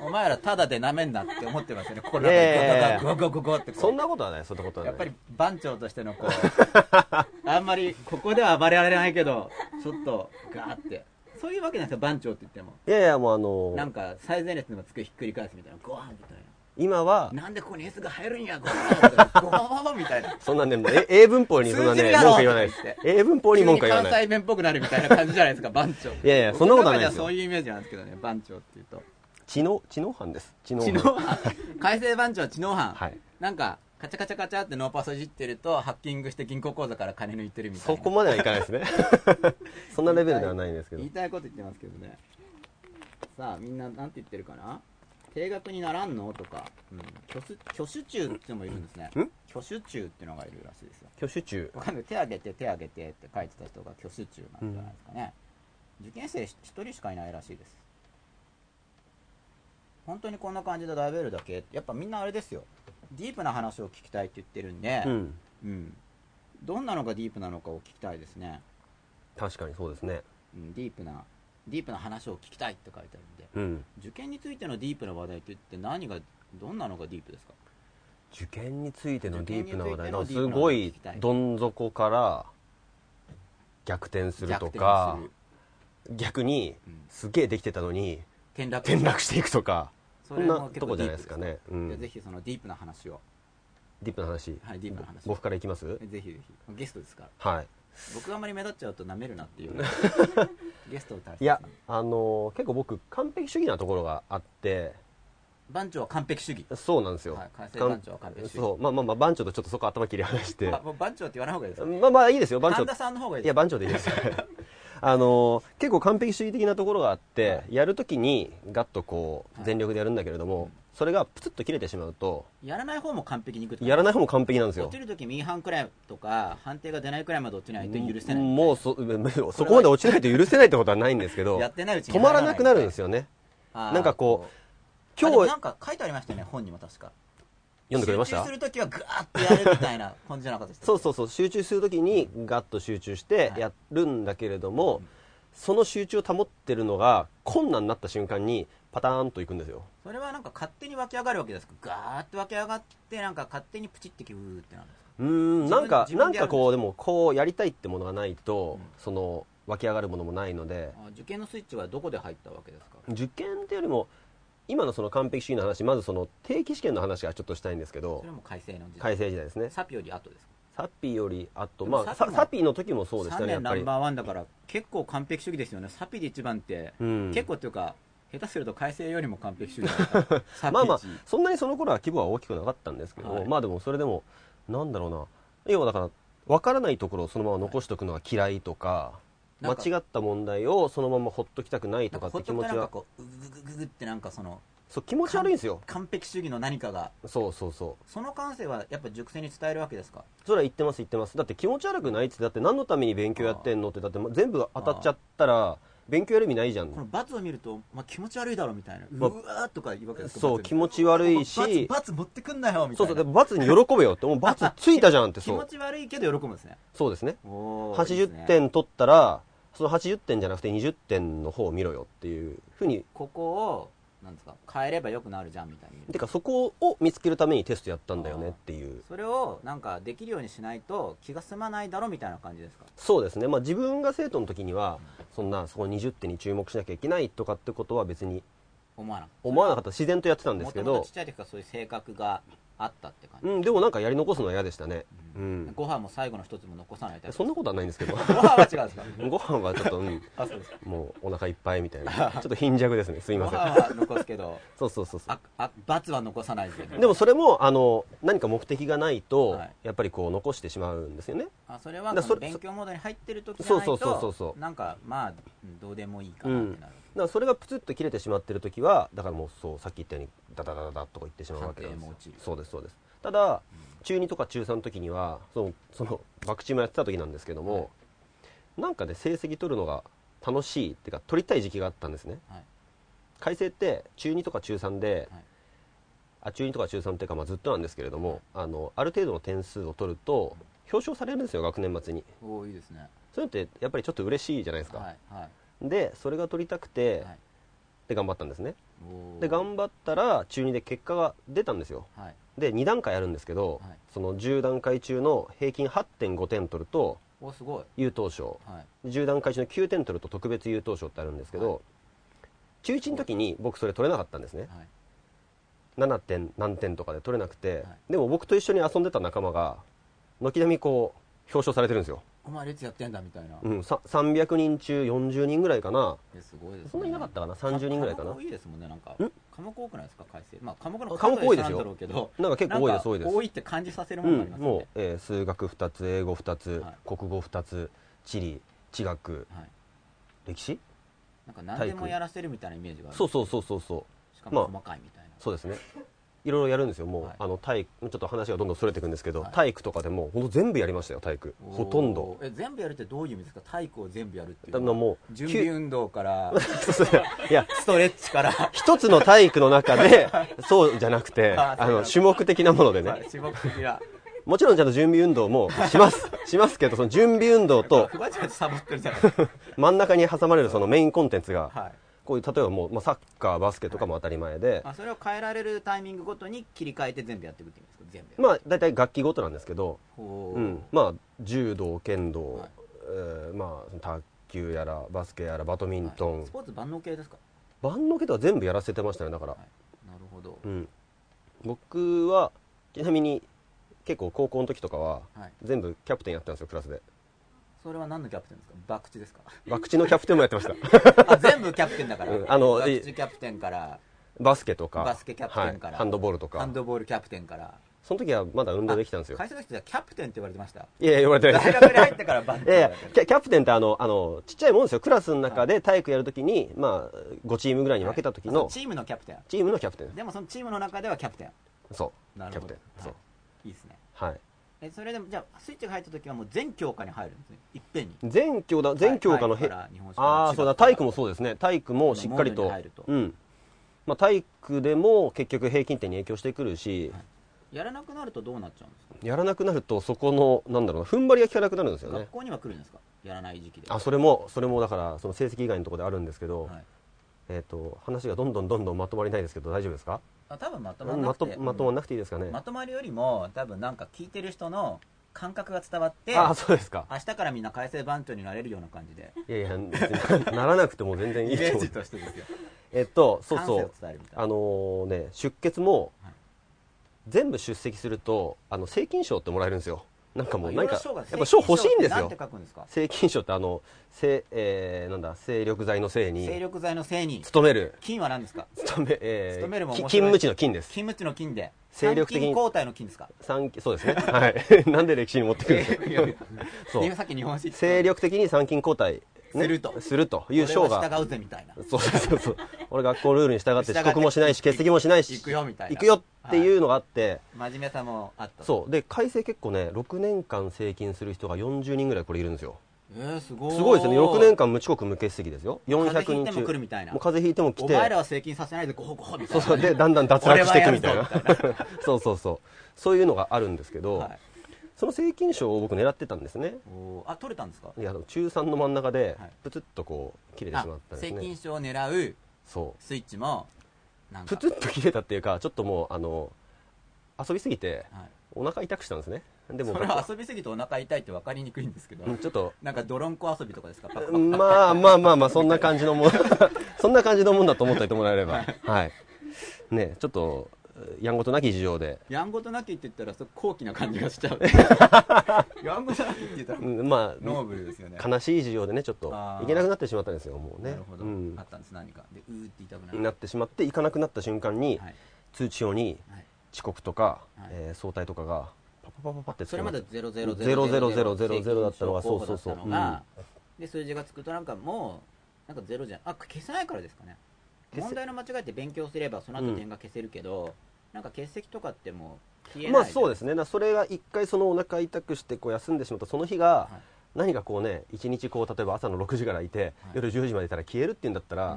S1: お前らただでなめんなって思ってますよねここ
S2: いやいやい
S1: ら
S2: や
S1: ゴゴゴゴゴゴってこう
S2: そんなことはない、そんなことはな
S1: や
S2: い。
S1: っぱり番長としてのこうあんまりここでは暴れられないけどちょっとガーってそういうわけじゃないですよ番長って言っても
S2: いやいや、もうあの
S1: なんか最前列の机ひっくり返すみたいなゴーンみたいな
S2: 今は、
S1: なんでここに S が入るんや、 ゴーゴーみたいな。
S2: そんなね、もうえ英文法にそんな
S1: 通じ
S2: ね、
S1: るや
S2: 文
S1: ろ
S2: 句言わないです。英文法に文句は言わ
S1: 急に
S2: な
S1: 関
S2: い。
S1: 西弁っぽくなるみたいな感じじゃないです か、番長。い
S2: いやいやそんなことはないですよ
S1: そういうイメージなんですけどね、番長っていう と。
S2: 知能、知能犯です。知能
S1: 知
S2: 犯。
S1: 能犯。改正番長、知能犯。
S2: はい。
S1: なんか、カチャカチャカチャってノーパスいじってると、ハッキングして銀行口座から金抜いてるみたい
S2: そ
S1: な。
S2: こまではいかない ですね。そんなレベルではないんですけど
S1: 言い。たいこと言ってますけどね。さあ、みんな、なんて言ってるかな定額にならんのとか、うん、挙手、挙手中っていうのもいるんですね。
S2: ん
S1: 挙手中っていうのがいるらしいですよ。
S2: 挙手中。
S1: わかんない手挙げて手挙げてって書いてた人が挙手中なんじゃないですかね、受験生一人しかいないらしいです本当にこんな感じでダイベルだけやっぱみんなあれですよディープな話を聞きたいって言ってるんで、
S2: うん。
S1: うんどんなのがディープなのかを聞きたいですね、
S2: 確かにそうですね。
S1: うん、ディープなディープな話を聞きたいって書いてあるんで
S2: うん。
S1: 受験についてのディープな話題って言って何がどんなのがディープですか
S2: 受験についてのディープな話題
S1: 受験について
S2: す
S1: のディープな話
S2: ごい
S1: 聞きたい
S2: どん底から逆転するとか
S1: 逆転する
S2: 逆に
S1: うん
S2: すげえできてたのに
S1: 転落
S2: 転落していくとか
S1: そ
S2: そん
S1: れ
S2: な
S1: も結
S2: と
S1: 構
S2: こじ
S1: ディー
S2: ゃない
S1: プ
S2: ですかね、う
S1: じゃあぜ
S2: ん、デ
S1: ひそのディープな話を
S2: ィープな話
S1: はいディープな話
S2: 僕からいきます
S1: ぜひぜひゲストですから
S2: はい
S1: 僕があまり目立っちゃうと舐めるなっていう ゲストを大切
S2: い
S1: に
S2: やあのー結構僕完璧主義なところがあって
S1: 番長は完璧主義
S2: そうなんですよ、
S1: はい完成番長は完璧主義
S2: そうまあまあまあ番長とちょっとそこ頭切り離して
S1: あもう番長って言わない方がいいですよ
S2: まあまあいいですよ番長
S1: 神田さんの方がいい
S2: い
S1: で
S2: や、
S1: すよ
S2: 番長でいいです。 あのー結構完璧主義的なところがあって、
S1: は
S2: やるときにガッとこう
S1: はい
S2: 全力でやるんだけれども、それがプツッと切れてしまうと
S1: やらない方も完璧にいくって
S2: やらない
S1: 方
S2: 方も完璧なんです
S1: 落
S2: よ
S1: ちるときミーハンくらいとか判定が出ないくらいまで落ちないと許せない
S2: もうそ そこまで落ちないと許せないってことはないんですけど
S1: やってないうちに
S2: 止まらなくなるんです
S1: よ
S2: よね
S1: な
S2: なんかこ
S1: 今
S2: 今
S1: 日
S2: 日
S1: なんか書いてありましたよね本にも確か
S2: 読んでくれまし
S1: 集中
S2: た
S1: するときはグーってやるみたいな感じじゃなかったです
S2: そうそうそう集中するときにガッと集中して
S1: はい
S2: やるんだけれども、
S1: うん
S2: その集中を保ってるのが困難になった瞬間にパターンといくんですよ
S1: それはなんか勝手に湧き上がるわけですかガーって湧き上がってなんか勝手にプチってきうーってなるんですか
S2: うーんなんか
S1: 自分
S2: な
S1: 自分
S2: ん
S1: でやる
S2: かこうでもこうやりたいってものがないと、
S1: うん
S2: その湧き上がるものもないので
S1: あ受験のスイッチはどこで入ったわけですか
S2: 受験っていうよりも今のその完璧主義の話まずその定期試験の話がちょっとしたいんですけ
S1: そ
S2: ど
S1: れも改正の時代
S2: 改正時代ですね
S1: サピより後ですか
S2: サッピーよりあと
S1: でも
S2: ま
S1: サ
S2: あサ
S1: ピも
S2: サピーの時もそうでしたねや
S1: 3年
S2: っ
S1: ナ
S2: ぱ
S1: ン
S2: り
S1: バーワンだから結構完璧主義ですよねサピで一番って、
S2: うん
S1: 結構というか下手すると改正よりも完璧主義だから サピ
S2: まあまあ
S1: 一
S2: そんなにその頃は規模は大きくなかったんですけど、
S1: はい
S2: まあでもそれでもなんだろうな要はだから分からないところをそのまま残しておくのが嫌いとか、
S1: なんか
S2: 間違った問題をそのままほっときたくない
S1: な
S2: と
S1: んか
S2: かっ
S1: ほっ
S2: て気
S1: とくと
S2: 持ち
S1: なんか
S2: は
S1: こうグググググってなんかその
S2: そう気持ち悪いんですよ
S1: 完璧主義の何かが
S2: そうそうそう
S1: その感性はやっぱ熟成に伝えるわけですか
S2: それは言ってます言ってますだって気持ち悪くないっつってだって何のために勉強やってんのってだってま全部当たっちゃったら勉強やる意味ないじゃ
S1: この
S2: ん
S1: 罰を見ると、まあ、気持ち悪いだろみたいな、
S2: まあ
S1: うわーとか言うわけですか
S2: そう
S1: 罰
S2: 気持ち悪い
S1: 罰
S2: し
S1: 罰持ってくんなよみた
S2: そ
S1: いうな
S2: そうで罰に喜べよってもう罰ついたじゃん って
S1: 気
S2: そ
S1: 持
S2: う
S1: ち悪いけど喜ぶんですね
S2: そうですね
S1: おーいいですね
S2: 80点取ったらその80点じゃなくて20点の方を見ろよっていうふうに
S1: ここをなんですか変えればよくなるじゃんみたいに
S2: てかそこを見つけるためにテストやったんだよねっていう
S1: それをなんかできるようにしないと気が済まないだろみたいな感じですか
S2: そうですね、まあ、自分が生徒の時にはそんなそこ20点に注目しなきゃいけないとかってことは別に
S1: 思わなかった
S2: 思わなかった自然とやってたんです
S1: も
S2: け
S1: ともと
S2: ど
S1: ちっちゃい時からそういう性格があったって感じ、
S2: うんでもなんかやり残すのは嫌でしたねう
S1: うん
S2: ん
S1: ご飯も最後の一つも残さないタイプ
S2: そんなことはないんです けど
S1: ご飯は違うんです か
S2: ご飯はちょっと、うん、
S1: あそうですか
S2: もうお腹いっぱいみた いなちょっと貧弱ですねすい
S1: ご飯
S2: ません
S1: は残すけど
S2: そうそうそうそう
S1: ああ罰は残さないですよね
S2: でもそれもあの何か目的がないと、
S1: はい
S2: やっぱりこう残してしまうんですよね
S1: あそれは
S2: だ
S1: こ
S2: そ
S1: の
S2: れ
S1: 勉強モードに入ってる時じゃない
S2: そうそうそうそう
S1: と
S2: そう
S1: なんかまあうんどうでもいいかなってなる、
S2: だからそれがプツッと切れてしまってる時はだからもうそうさっき言ったようにダダダダダッとか言ってしまうわけなんで
S1: 判
S2: すよ
S1: 定も落ちる
S2: そうですそうですただ中2とか中3の時にはそのそのバクチもやってた時なんですけども、なんかね成績取るのが楽しいっていうか取りたい時期があったんですね
S1: はい
S2: 改正って中2とか中3で、
S1: はい
S2: あ中2とか中3っていうか、まあ、ずっとなんですけれどもあのある程度の点数を取ると表彰されるんですよ学年末に
S1: おおいいですね
S2: そういうのってやっぱりちょっと嬉しいじゃないですか、
S1: はいはい
S2: でそれが取りたくて、
S1: はい
S2: で頑張ったんですね
S1: おー
S2: で頑張ったら中2で結果が出たんですよ
S1: はい
S2: で2段階あるんですけど、
S1: はい
S2: その10段階中の平均8.5点取ると
S1: おすごい
S2: 優等賞
S1: はい
S2: 10段階中の9点取ると特別優等賞ってあるんですけど、中1の時に僕それ取れなかったんですね
S1: はい
S2: 7点何点とかで取れなくて、
S1: はい
S2: でも僕と一緒に遊んでた仲間が軒並みこう表彰されてるんですよ、
S1: お前列やってんだみたいな、
S2: うん、さ300人中40人ぐらいかな
S1: えすごいです、ね、
S2: そんなにいなかったかな30人ぐらいかな
S1: 科目多いですもんねなんか
S2: ん
S1: 科目多くないですか改正まあ科目の
S2: 科目多いです
S1: 数は一緒なんだ
S2: よ
S1: ろうけど
S2: なんか結構多いです多
S1: なん
S2: いで
S1: か
S2: す
S1: 多いって感じさせるも
S2: う
S1: のがあり
S2: ん、
S1: ますよ
S2: も
S1: ね、
S2: う、えー数学2つ英語2つ、
S1: は
S2: 国語2つ地理地学
S1: はい
S2: 歴史
S1: なんか何でもやらせるみたいなイメージがある
S2: そうそうそうそうそう
S1: しかも細
S2: ま
S1: かいみたいな、
S2: そうですねいろいろやるんですよもう、
S1: はい
S2: あの体育ちょっと話がどんどんそれていくんですけど、
S1: はい
S2: 体育とかでもうほんと全部やりましたよ体育
S1: おー
S2: ほとんど
S1: え全部やるってどういう意味ですか体育を全部やるってい
S2: だ
S1: う
S2: から
S1: のは
S2: もう
S1: 準備運動から
S2: そうそういや
S1: ストレッチから
S2: 一つの体育の中でそうじゃなくて
S1: あー
S2: あ
S1: そうなん
S2: の
S1: だ
S2: 種目的なものでね、
S1: はい種目的な
S2: もちろんちゃんと準備運動もしますしますけどその準備運動と
S1: ふわちゃんとサボってるじゃないですか
S2: 真ん中に挟まれるそのメインコンテンツが、
S1: はい
S2: こういう例えばもう、まあ、サッカーバスケとかも当たり前で、
S1: あそれを変えられるタイミングごとに切り替えて全部やっていくって意味ですか全部やる
S2: まあ大体楽器ごとなんですけど、
S1: ほう
S2: うん、まあ柔道剣道、
S1: はい
S2: えーまあ卓球やらバスケやらバドミントン、
S1: はいスポーツ万能系ですか
S2: 万能系とは全部やらせてましたねだから、
S1: はいなるほど、
S2: うん、僕はちなみに結構高校の時とかは
S1: はい、
S2: 全部キャプテンやってたんですよクラスで
S1: それは何のキャプテンですか博打ですか
S2: 博打のキャプテンもやってまし た
S1: あ全部キャプテンだから、
S2: うんあの
S1: 博
S2: いい
S1: 打キャプテンから
S2: バスケとか
S1: バスケキャプテンから
S2: はい、ハンドボールと
S1: ハ
S2: か
S1: ンドボールキャプテンから
S2: その時はまだ運動できたんですよ
S1: 会社の人はキャプテンって言われてました
S2: いやいや言われてない
S1: 大学に入ってからバン
S2: い
S1: ド
S2: やいやキャキャプテンってあのあのちっちゃいもんですよクラスの中で体育やるときに、まあ、5チームぐらいに分けた時の
S1: チームのキャプテン
S2: チームのキャプテン
S1: でもそのチームの中ではキャプテン
S2: そう
S1: な
S2: キ
S1: る
S2: ャ
S1: ほ
S2: プ
S1: ど
S2: テンそう
S1: はい、いいですね
S2: はい
S1: えそれでもじゃあスイッチが入った時はもう全教科に入るんですねいっぺんに
S2: 全教だ全教科のへ、
S1: 体育から日本史から
S2: ああそうだ
S1: 地
S2: 体
S1: 学か
S2: 育
S1: ら
S2: もそうですね体育もしっかり
S1: モードに
S2: と
S1: 入ると
S2: うんまあ、体育でも結局平均点に影響してくるし、
S1: やらなくなるとどうなっちゃうんですか、
S2: やらなくなるとそこのなんだろうな踏ん張りが効かなくなるんですよね
S1: 学校には来るんですかやらない時期で
S2: あそれもそれもだからその成績以外のところであるんですけど、
S1: はい
S2: えっ、と話がどんどんどんどんまとまりないですけど大丈夫ですか
S1: あ多分まとまんな
S2: ま
S1: くて
S2: とまとまんなくていいですかね、
S1: まとまるよりも多分なんか聞いてる人の感覚が伝わって
S2: ああそうですか
S1: 明日からみんな改正番長になれるような感じで
S2: いやいや、別にならなくても全然い
S1: イ
S2: い
S1: メー
S2: と思う
S1: ジ。としてですよ
S2: えっと、そう
S1: 感性
S2: そ
S1: を
S2: う。
S1: 伝えるみたい
S2: あ
S1: な
S2: のーね、出血も
S1: はい、
S2: 全部出席すると、あの、正金賞ってもらえるんですよ。なんかもう、
S1: い
S2: な
S1: ろい
S2: ん
S1: ろ
S2: か、
S1: 賞が
S2: やっぱ賞欲しいんです
S1: なん
S2: よ
S1: て。書くんですか
S2: 正金賞ってあの、せえー、なんだ、精力剤のせい
S1: 精
S2: に、
S1: 力剤のせいに
S2: 勤める、
S1: 金は何ですか
S2: 勤め、えー、
S1: 勤めるも
S2: き
S1: 面白い
S2: 勤務地の金です。
S1: 金ムチの金で
S2: 精力的に
S1: 参勤交代の金です か
S2: 産そう ですね。はい。 なんで歴史に持ってくるんですか
S1: いやいや
S2: そ
S1: 今
S2: う。
S1: さっき日本史言ってた
S2: 精力的に参勤交代、ね
S1: すると
S2: するという賞
S1: 俺
S2: が
S1: は従うぜみたいな
S2: そうそうそうそう俺学校ルールに従っ
S1: 従
S2: て
S1: って
S2: 遅刻もしないし欠席もしないし
S1: 行くよみたいな
S2: 行くよっていうのがあって、
S1: 真面目さもあったう
S2: そうで改正結構ね6年間請勤する人が40人ぐらいこれいるんですよ
S1: えー、すごい
S2: すごいですね6年間無遅刻無欠席ですよ400
S1: 風邪ひい
S2: 人
S1: て
S2: 中
S1: も来るみたいな
S2: もう風邪ひいても来
S1: お
S2: て
S1: 前らは請金させないでごほごほみたい
S2: そう
S1: な
S2: そうでだんだん脱落していくみたいな
S1: 俺
S2: そうそうそうそういうのがあるんですけど、
S1: はい
S2: その請勤賞を僕狙ってたんですね
S1: おーあ取れたんですか
S2: いやあの中3の真ん中で
S1: はい
S2: プツッとこう切れてし
S1: あ
S2: まったんです
S1: 請
S2: ね
S1: 金賞を狙う
S2: そう
S1: スイッチもなんか
S2: プツッと切れたっていうかちょっともうあの遊びすぎて
S1: はい
S2: お腹痛くしたんですねでも
S1: それは遊びすぎてお腹痛いって分かりにくいんですけど
S2: うんちょっと
S1: なんかドロンコ遊びとかですかパクパク
S2: まあまあまあまあ、そんな感じのもん、 そんな感じのもんだと思っておいてもらえれば。はい。ねちょっと、やんごとなき事情で。
S1: やんごとなきって言ったらそ高貴な感じがしちゃう やんごとなきって言ったら
S2: うんま
S1: ノーブルですよね
S2: あ、悲しい事情でね、ちょっと
S1: あ、ー
S2: 行けなくなってしまったんですよ、もうね。
S1: なるほど、
S2: うん
S1: あ。ったんです何かでうーって言いたくなる
S2: なってしまって、行かなくなった瞬間に
S1: は、い
S2: 通知表に
S1: はい
S2: 遅刻とか
S1: はい、
S2: えー早退とかが、パパパパパってつ
S1: そ
S2: け
S1: れま
S2: ま
S1: で
S2: し
S1: 0 0 0
S2: 000だったのがそうそうそう
S1: で数字がつくとなんかもうなんか0じゃんあ消せないからですかね
S2: 消せ
S1: 問題の間違いって勉強すればその後点が消せるけど、なんか欠席とかってもう消え
S2: ま
S1: ない
S2: あそうですすね、なそれが一回そのお腹痛くしてこう休んでしまったその日が、
S1: はい
S2: 何かこうね、一日こう、例えば朝の6時からいて、
S1: はい
S2: 夜10時までいたら消えるっていうんだった
S1: う
S2: ら、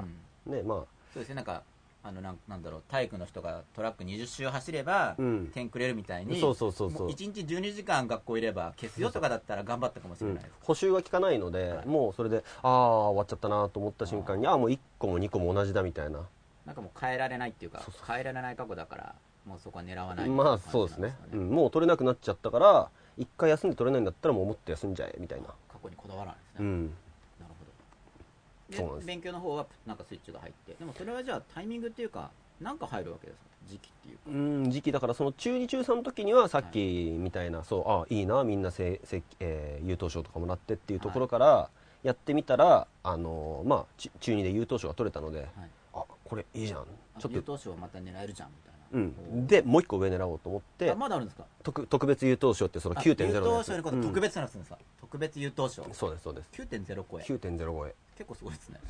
S1: ん
S2: ね、ま
S1: そうですねなんかあのなんなんだろう体育の人がトラック20周走れば、
S2: あ、うん。
S1: 点くれるみたいに
S2: そうそうそうそう
S1: も1日12時間学校いれば消すよとかだったら頑張ったかもし
S2: う
S1: れない
S2: ん
S1: です、
S2: 補修が効かないので、
S1: はい
S2: もうそれで、ああ、終わっちゃったなと思った瞬間に、ああー、もう1個も2個も同じだみたいな、
S1: なんかもう変えられないっていうか
S2: そうそう
S1: 変えられない過去だからもうそこは狙わない
S2: まあそうですね、うん、もう取れなくなっちゃったから、1回休んで取れないんだったら、もうもっと休んじゃえみたいな、
S1: 過去にこだわらないです
S2: う
S1: ね、な
S2: ん、
S1: るほどで
S2: そうなんです
S1: 勉強の方はなんかスイッチが入ってでもそれはじゃあタイミングっていうかなんか入るわけですか時期っていうか
S2: うん、時期だからその中2中3の時にはさっきみたいな、そうあいいなみんなせせ、えー優等賞とかもらってっていうところからやってみたら、あのーまあ、ち中2で優等賞が取れたので、あこれいいじゃん
S1: あ
S2: ちょっ
S1: 優
S2: と、
S1: 等賞はまた狙えるじゃんみたいな
S2: う
S1: おー
S2: ん、でもう一個上狙おうと思って、
S1: あまだあるんですか
S2: 特特別優等賞ってその9.0
S1: 優
S2: の
S1: 等
S2: やつ
S1: 賞のこと特別なやつですか、特別優等賞
S2: うんそうですそうです
S1: 9.0超え
S2: 9.0超え
S1: 結構すごいですね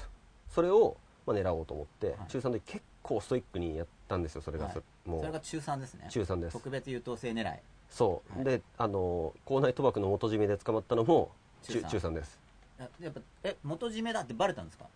S2: それを、まあ、狙おうと思って、
S1: い
S2: 中3の時結構ストイックにやったんですよそれが、
S1: はい
S2: そも
S1: それ
S2: う
S1: が中3ですね
S2: 中3です
S1: 特別優等生狙い
S2: そう、
S1: はい
S2: であの校内賭博の元締めで捕まったのも中
S1: 中
S2: 中3です
S1: あやっぱえ元締めだってバレたんですか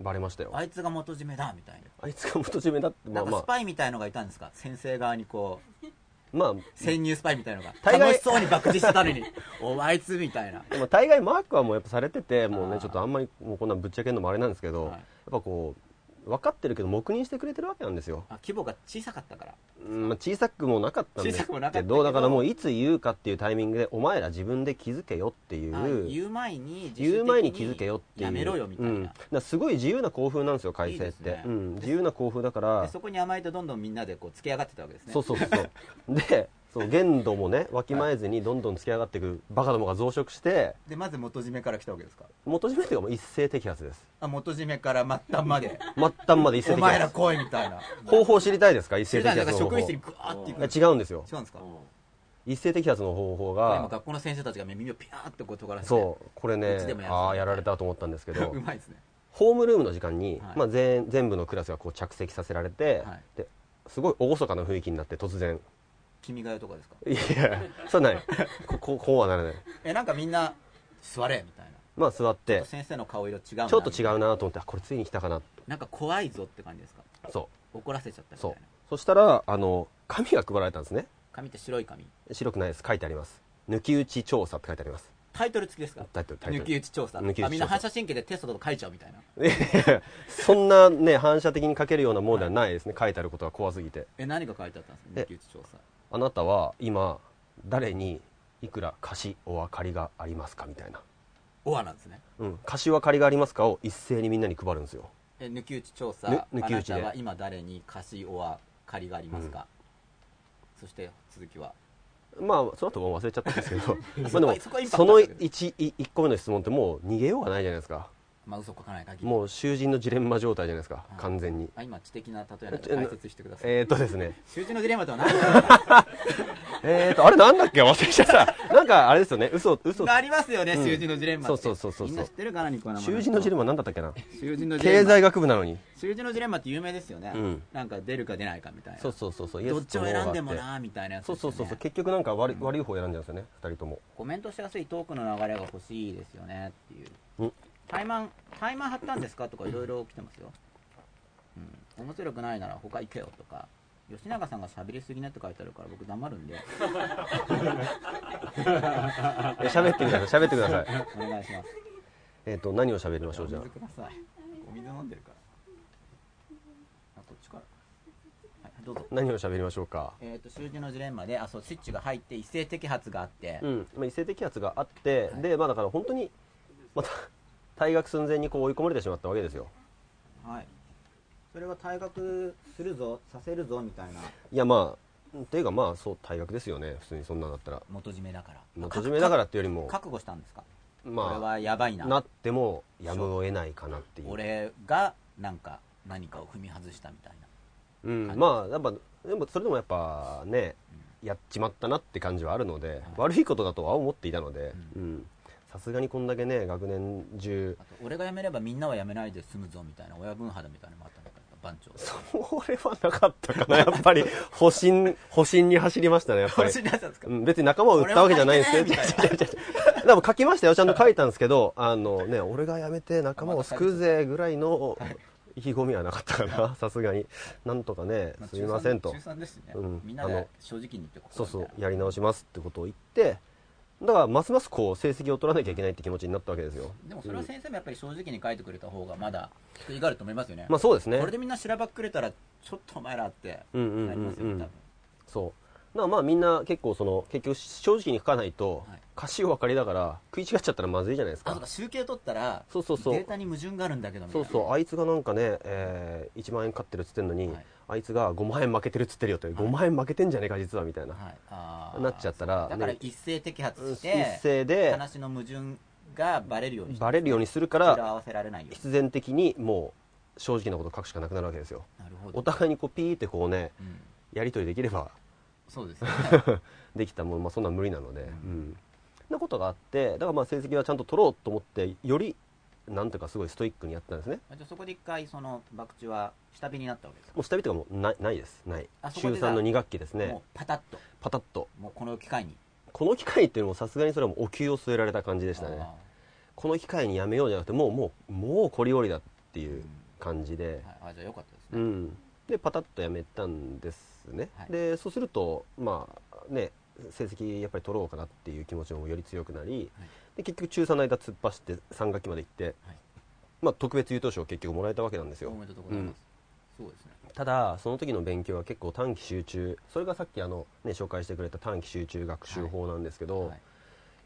S2: バレましたよ
S1: あいつが元締めだみたいな
S2: あいつが元締めだってま
S1: な
S2: あ
S1: んか
S2: ま
S1: スパイみたいのがいたんですか先生側にこう
S2: あまあ
S1: 潜入スパイみたいのが
S2: 大概
S1: 楽しそうに爆打してたの におあいつみたいな
S2: でも大概マークはもうやっぱされててもう
S1: あ
S2: ね
S1: ー
S2: ちょっとあんまりもうこんなんぶっちゃけるのもあれなんですけど、
S1: はい
S2: やっぱこう分かってるけど黙認してくれてるわけなんですよ、
S1: あ規模が小さかったから
S2: うんまあ、小さくもなかったんです
S1: 小さくもなかったけど
S2: どだからもういつ言うかっていうタイミングでお前ら自分で気づけよってい
S1: あ
S2: う
S1: 言う前に自主的
S2: 言う前に気づけよっていう
S1: やめろよみたい
S2: うんだ
S1: な
S2: か、らすごい自由な校風なんですよ改
S1: い
S2: 正
S1: いで
S2: っ
S1: す
S2: て
S1: ね
S2: うん、自由な校風だから
S1: でそこに甘えてどんどんみんなでこうつけ上がってたわけですね
S2: そうそうそう そうでそう限度もねわきまえずにどんどん突き上がっていくバカどもが増殖して
S1: でまず元締めから来たわけですか
S2: 元締めというかもう一斉摘発です
S1: あ元締めから末端ま で
S2: 末端まで一斉
S1: お
S2: 摘
S1: 前ら
S2: 発
S1: 来いみたいな
S2: 方法知りたいですか一
S1: そ
S2: 斉
S1: れ
S2: 摘
S1: なん
S2: 発
S1: か
S2: の
S1: 職
S2: 方法
S1: 員室にグワーっていくんです
S2: 違うんですよ
S1: 違うんですか
S2: 一斉摘発の方法
S1: 今
S2: が
S1: 学校の先生たちが耳をピャーってこう尖らせて
S2: そうこれ
S1: う
S2: ね
S1: ちでもやる
S2: ああやられたと思ったんですけど
S1: うまいですね
S2: ホームルームの時間に、
S1: はい
S2: まあ、全全部のクラスがこう着席させられて、
S1: はい
S2: ですごい厳かな雰囲気になって突然
S1: 君が代とかですか
S2: いやそれはないこここうはならない
S1: えなんかみんな座れみたいな
S2: まあ座って
S1: 先生の顔色違うな
S2: ちょっと違うなと思ってあこれついに来たかな
S1: なんか怖いぞって感じですか
S2: そう
S1: 怒らせちゃったみたい
S2: そう
S1: な
S2: そしたらあの紙が配られたんですね
S1: 紙って白い紙
S2: 白くないです書いてあります抜き打ち調査って書いてあります
S1: タイトル付きですか
S2: タイトルタイ
S1: 抜
S2: ト
S1: き
S2: ル
S1: 打ち調査
S2: 抜き打ち調査
S1: あみんな反射神経でテストとか書いちゃうみたいな
S2: そんなね反射的に書けるようなものではないですね書いてあることが怖すぎて
S1: え何が書いてあったんですか抜
S2: え
S1: き打ち調査
S2: あなたは今誰にいくら貸しお分かりがありますかみたいな、
S1: オアなんですね
S2: うん、貸し分かりがありますかを一斉にみんなに配るんですよ
S1: え抜き打ち調査、
S2: ね抜
S1: あ
S2: き
S1: な
S2: 打ちで
S1: たは今誰に貸しオア借りがありますか、そして続きは
S2: まあその後もう忘れちゃったんですけどまあでも
S1: そこはインパクト
S2: その
S1: あるけど
S2: 1, 一個目の質問ってもう逃げようがないじゃないですか
S1: まあ嘘書かない限り
S2: もう囚人のジレンマ状態じゃないですか
S1: い
S2: 完全に
S1: あ今知的な例えなので解説してください
S2: えー、っとですね
S1: 囚人のジレンマとは何です か
S2: えーと、あれなんだっけ忘れちゃった。なんかあれですよね、嘘、嘘。
S1: ありますよね囚人のジレンマって、
S2: そうそうそうそうそう
S1: みんな知ってるかなニコ生
S2: 囚人のジ
S1: ン
S2: レンマなんだったっけな。
S1: マ囚人のジレ
S2: 経
S1: ンマ
S2: 済学部なのに。
S1: 囚人のジレンマって有名ですよね、
S2: うん
S1: なんか出るか出ないかみたいな
S2: そうそうそうそう。
S1: どっちを選んでも
S2: イエスとノーがあっ
S1: なみたいなや
S2: て
S1: つ
S2: そ
S1: で
S2: う
S1: すよ
S2: そ
S1: ね
S2: うそうそう。結局なんか悪い悪い方選んじゃうんですよね、二人とも。
S1: コメントしやすいトークの流れが欲しいですよねってい
S2: ん
S1: うタイマンタイマン張ったんですかとかいろいろ来てますよ、うん、面白くないなら他行けよとか吉永さんが喋りすぎねって書いてあるから僕黙るんで
S2: え喋ってください、喋ってください。
S1: お願いし ます
S2: えっと、何を喋りましょう、じゃ
S1: お水くださいお水飲んでるからあこっちからはいどうぞ。
S2: 何を喋りましょうか。
S1: えっ、と、数字のジレンマで、あ、そう、スイッチが入って、一斉摘発があって、
S2: うん、まあ、異性的圧があって、で、まあだから本当に、また、退学寸前にこう追い込まれてしまったわけですよ。
S1: はい。それは退学するぞ、させるぞ、みたいない
S2: や、まあ、うんていうかまあ、そう、退学ですよね。普通にそんなんだったら。
S1: 元締めだから。
S2: 元締めだからっていうよりも、
S1: 覚悟したんですかこれ
S2: ま
S1: はやばい
S2: あ、
S1: な。
S2: なってもやむを得ないかなっていう。
S1: 俺が、なんか、何かを踏み外したみたいな。
S2: うん、まあ、やっぱ、でもそれでもやっぱね、やっちまったなって感じはあるので、悪いことだとは思っていたので、うん。さすがにこんだけね、学年中
S1: あ、と、俺が辞めればみんなは辞めないで済むぞ、みたいな、親分肌みたいなのもあったんだけど、番長。
S2: それはなかったかな、 やっぱり、保身、保身に走りましたね、やっぱり。
S1: 欲しいなったんですか
S2: うん、別に仲間を売ったわけじゃないんですよ。違う
S1: 俺も入
S2: 違
S1: って
S2: う違う。 でも書きましたよ、ちゃんと書いたんですけど、あのね、俺がやめて仲間を救うぜぐらいの意気込みはなかったかな、さすがに。なんとかね
S1: あ、
S2: すみませんと
S1: 中。3ですしね、
S2: うん
S1: みんな
S2: あ
S1: で
S2: の
S1: 正直に言ってこ
S2: そうそう
S1: みたい、な
S2: やり直しますってことを言って、だからますますこう、成績を取らなきゃいけないって気持ちになったわけですよ。
S1: でもそれは先生もやっぱり正直に書いてくれた方がまだ救いがあると思いますよね、
S2: まあそうですね。
S1: これでみんなしらばっくれたらちょっとお前らって
S2: うんうんうんうん
S1: なりますよね多分
S2: そう。だからまあみんな結構その、結局正直に書かないと
S1: はい、
S2: 歌詞を分かりだから食い違っちゃったらまずいじゃないです
S1: あそう
S2: か
S1: か。集計取ったら
S2: そうそうそう
S1: データに矛盾があるんだけどみたい
S2: そう
S1: な
S2: そう、あいつがなんかね、えー1万円勝ってるっつってんのに、
S1: はい
S2: あいつが5万円負けてるっつってるよって、5万円負けてんじゃねえか実はみたいな。
S1: はい、あー
S2: なっちゃった
S1: だ
S2: ら
S1: から
S2: ね
S1: 一斉摘
S2: うん
S1: 発
S2: 一
S1: して、
S2: 斉で
S1: 話の矛盾がバレるようにして
S2: バレるようにするか
S1: 口裏を
S2: ら、
S1: 合わせられないよう
S2: 必然的にもう正直なことを書くしかなくなるわけですよ。
S1: になるほど
S2: お互いにこうピーってこうね、
S1: うん、
S2: やり取りできれば
S1: そうですよね
S2: できたもん、まあ、そんなん無理なので、うん、なことがあってだからまあ成績はちゃんと取ろうと思ってよりなんていうかすごいストイックにやってたんですね
S1: あじゃあそこで一回その博打は下火になったわけですか
S2: もう下火とかもうないないですない
S1: あそこ
S2: 週
S1: でだ
S2: 3の2学期です
S1: も
S2: ね
S1: うパタッと
S2: パタッと
S1: もうこの機会に
S2: この機会っていうのもさすがにそれはもうお給を据えられた感じで
S1: で
S2: したねこの機会にやめようじゃなくてもうもうもうこりおりだっていう感じで、
S1: はい、あじゃあよかったです
S2: う
S1: ね、
S2: ん、でパタッとやめたんですね、
S1: はい
S2: でそうするとまあね成績やっぱり取ろうかなっていう気持ちもより強くなり、
S1: はい
S2: で結局中3の間突っ走って3学期まで行って、
S1: はい
S2: まあ、特別優等賞を結局もらえたわけなんですよ
S1: おめでとうございます、そうですね
S2: ただその時の勉強は結構短期集中それがさっきあの、ね、紹介してくれた短期集中学習法なんですけど、
S1: はい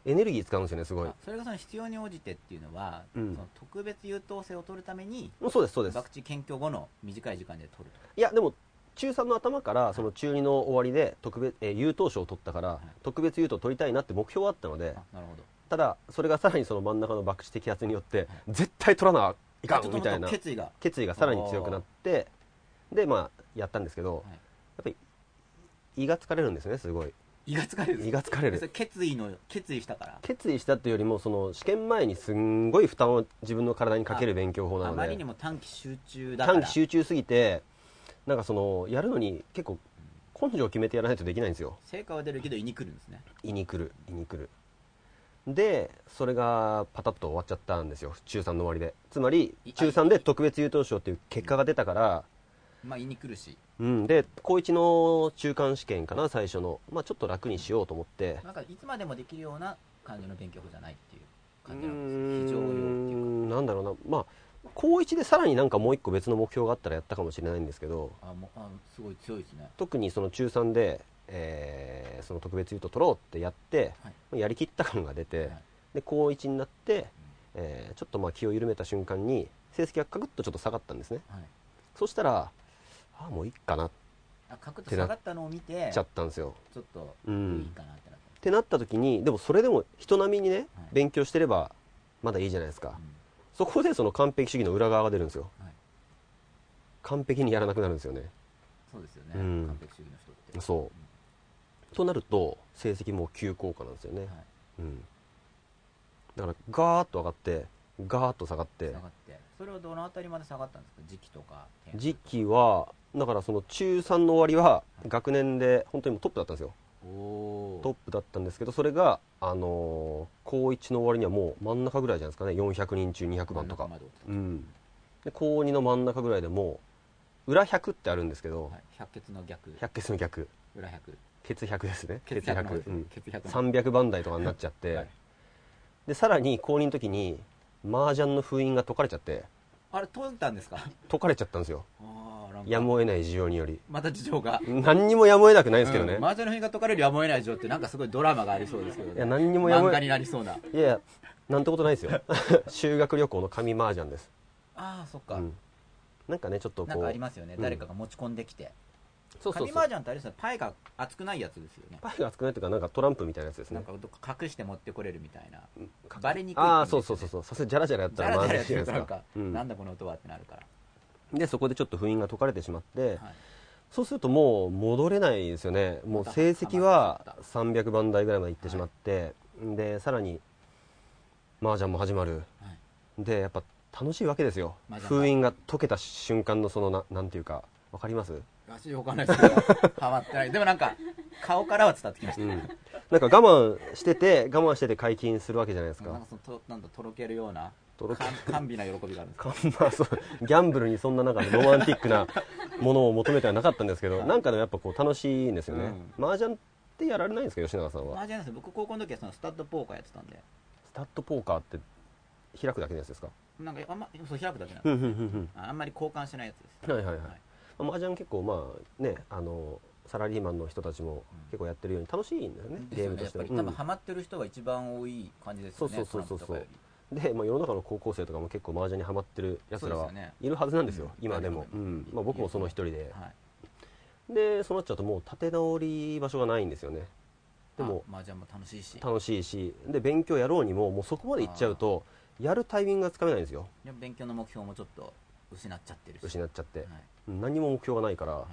S2: エネルギー使うんですよねすごい
S1: あそれがその必要に応じてっていうのは、
S2: うん
S1: その特別優等生を取るために
S2: そうですそうです
S1: 博打検挙後の短い時間で取ると
S2: いやでも中3の頭からその中2の終わりで特別、えー優等賞を取ったから、
S1: い
S2: 特別優等取りたいなって目標はあったので
S1: あなるほど
S2: ただそれがさらにその真ん中の爆死摘発によって、絶対取らないか
S1: ちょっ
S2: ん
S1: と
S2: みた
S1: も
S2: いな
S1: っと決意が
S2: 決意がさらに強くなってでまあやったんですけど、
S1: い
S2: やっぱり胃が疲れるんですよねすごい
S1: 胃が疲れる
S2: 胃が疲れ
S1: それ
S2: る
S1: 決意の決意したから
S2: 決意したっていうよりもその試験前にすんごい負担を自分の体にかける勉強法
S1: あ
S2: なので
S1: まりにも短期集中だから
S2: 短期集中すぎてなんかそのやるのに結構根性を決めてやらないとできないんですよ
S1: 成果は出るけど胃に来るんですね
S2: 胃に来る胃に来るでそれがパタッと終わっちゃったんですよ中3の終わりでつまり
S1: い
S2: 中3で特別優等賞っていう結果が出たから
S1: まあ胃に来るし
S2: うんで高1の中間試験かな最初のまあちょっと楽にしようと思って
S1: なんかいつまでもできるような感じの勉強法じゃないっていう
S2: うー
S1: 感じなんです非常用っていうか
S2: んなんだろうなまあ高1でさらになんかもう一個別の目標があったらやったかもしれないんですけど
S1: あもうあすごい強いですね
S2: 特にその中3で、えーその特別優等取ろうってやって、
S1: はい
S2: やりきった感が出て、
S1: はい
S2: で高1になって、えーちょっとまあ気を緩めた瞬間に成績がカクッとちょっと下がったんですね
S1: はい
S2: そしたらああもういいかなっ
S1: あ角度下がったのを見て
S2: ちゃったんですよ、
S1: ちょっとい
S2: うん
S1: いかなってなっ
S2: ってなった時にでもそれでも人並みにね、
S1: はい
S2: 勉強してればまだいいじゃないですか、
S1: た、うん
S2: そこでその完璧主義の裏側が出るんですよ、
S1: はい
S2: 完璧にやらなくなるんですよね
S1: そうですよね、
S2: うん
S1: 完璧主義の人って
S2: そう、となると成績も急降下なんですよね、
S1: はい
S2: うん、だからガーッと上がってガーッと下がって
S1: 下がってそれはどのあたりまで下がったんですか時期とか点数
S2: 時期はだからその中3の終わりは学年で本当にもうトップだったんですよ
S1: お
S2: トッ
S1: お
S2: プだったんですけどそれが、あのー高1の終わりにはもう真ん中ぐらいじゃないですかね400人中200番とか、うん、で高2の真ん中ぐらいでもう裏100ってあるんですけど、
S1: はい、百血の逆
S2: 百100血の逆
S1: 裏百
S2: 血100ですね
S1: 血100の
S2: うん
S1: 血100の
S2: 300番台とかになっちゃって、
S1: はい
S2: でさらに高2の時に麻雀の封印が解かれちゃって
S1: あれ解いたんですか
S2: 解かれちゃったんですよ
S1: ああラン
S2: やむを得ない需要により
S1: また事情が。
S2: 何にもやむを得なくないんですけどね、
S1: うん麻雀の日が解かれるやむを得ない情ってなんかすごいドラマがありそうですけどね。
S2: いや何にもやむ
S1: 漫画になりそうな。
S2: いやいやなんてことないです よ修学旅行の紙麻雀です、
S1: ああ、そっ
S2: う
S1: か。
S2: ん、なんかねちょっとこう
S1: なんかありますよね。
S2: うん
S1: 誰かが持ち込んできて。
S2: そうそう
S1: 紙
S2: そ
S1: 麻
S2: う
S1: 雀ってあれですよね。パイが厚くないやつですよね。
S2: パイが少ないというかなんかトランプみたいなやつです
S1: なん
S2: ね
S1: かどっか隠して持ってこれるみたいな。バレにくい。
S2: ああそうそうそう
S1: う。
S2: そうさすがにジャラジャラやった
S1: だ
S2: ら
S1: ら
S2: ま
S1: だ
S2: ず
S1: ら
S2: い
S1: や
S2: じ
S1: って
S2: ゃない
S1: ると
S2: です
S1: なんか、
S2: かうん
S1: なんだこの音はってなるから。
S2: でそこでちょっと封印が解かれてしまって、
S1: はい
S2: そうするともう戻れないですよねもう
S1: また
S2: 成績
S1: はま
S2: は
S1: っ
S2: 300番台ぐらいまで行ってしまって、でさらに麻雀も始まる、
S1: はい
S2: でやっぱ楽しいわけですよ
S1: 麻雀が
S2: 封印が解けた瞬間のそのななんていうかわかります、
S1: 私わかんないですけど、ハマってない。でもなんか、顔からは伝わってきまし
S2: う
S1: た。
S2: ん、なん か我慢してて我慢してて解禁するわけじゃないです
S1: なん
S2: か
S1: かそのと、なんだ、とろけるような、
S2: とろけ
S1: かん甘美な喜びがあるんですか
S2: かまあそうギャンブルにそんななんかロマンティックなものを求めてはなかったんですけどなんかでもやっぱこう楽しいんですよね、麻雀ってやられないんですか吉永さんは
S1: 麻雀です僕高校の時はそのスタッドポーカーやってたんで
S2: スタッドポーカーって開くだけのやつですか
S1: なんかあんまそう開くだけなん
S2: う
S1: で
S2: んうん
S1: ああんまり交換しないやつです
S2: うんはいはいはい、
S1: は
S2: 麻雀結構まあねあのサラリーマンの人たちも結構やってるように楽しいんだよね、
S1: です
S2: ゲー
S1: よ
S2: ム
S1: ね
S2: と
S1: や
S2: し
S1: ってぱ
S2: は、
S1: り多分ハマってる人が一番多い感じですよね
S2: そうそうそうそう
S1: トランプとかよ
S2: うんで、まあ、世の中の高校生とかも結構麻雀にハマってるやつら
S1: そう
S2: は
S1: ですよね
S2: いるはずなんですよ
S1: うん
S2: 今でも、
S1: う
S2: うんんまあ、僕もその一人で
S1: り、はい、
S2: でそうなっちゃうともう立て直り場所がないんですよねでも
S1: あ麻雀も楽しいし
S2: 楽しいしで勉強やろうにももうそこまで行っちゃうとやるタイミングがつかめないんですよ
S1: でも勉強の目標もちょっと失っちゃってるし
S2: 失っちゃって、
S1: はい
S2: 何も目標がないから、
S1: い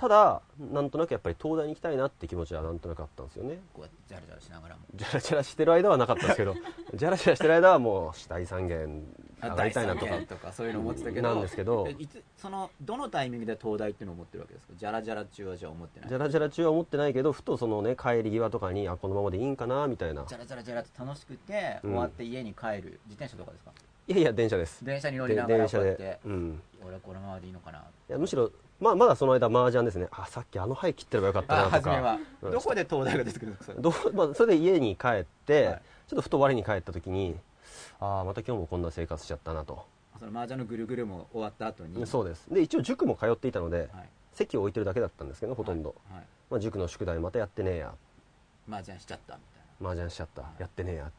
S2: ただなんとなくやっぱり東大に行きたいなって気持ちはなんとなくあったんですよね
S1: こうやってジャラジャラしながらも
S2: じゃらじゃらしてる間はなかったんです けどじゃらじゃらしてる間はもう大三元上がりたいな
S1: 大
S2: とか
S1: 三元とかそういうの思ってたけど
S2: なんですけど
S1: えいつそのどのタイミングで東大っていうのを思ってるわけですかジャラジャラ中はじゃあ思ってない
S2: じゃらじゃら中は思ってないけどふとそのね帰り際とかにあこのままでいいんかなみたいな
S1: ジャラジャラジャラって楽しくて、
S2: うん
S1: 終わって家に帰る自転車とかですか
S2: いやいや電車です
S1: 電車に乗り
S2: で
S1: ながら
S2: 電
S1: こ
S2: 車
S1: うやって
S2: で、うん、
S1: 俺このままでいいのかない
S2: やむしろ、まあ、まだその間麻雀ですねあさっきあの牌切ってればよかったな
S1: あ
S2: とか
S1: 初めは
S2: うん
S1: どこで東大が出てくるんですか
S2: どうまあ、それで家に帰って、
S1: はい
S2: ちょっとふと我に帰った時にああまた今日もこんな生活しちゃったなと、
S1: その麻雀のぐるぐるも終わった後に
S2: そうですで一応塾も通っていたので、
S1: はい
S2: 席を置いてるだけだったんですけどほとんど、
S1: はいはい
S2: まあ、塾の宿題またやってねえや
S1: 麻雀しちゃったみ
S2: 麻雀しちゃったやってねえや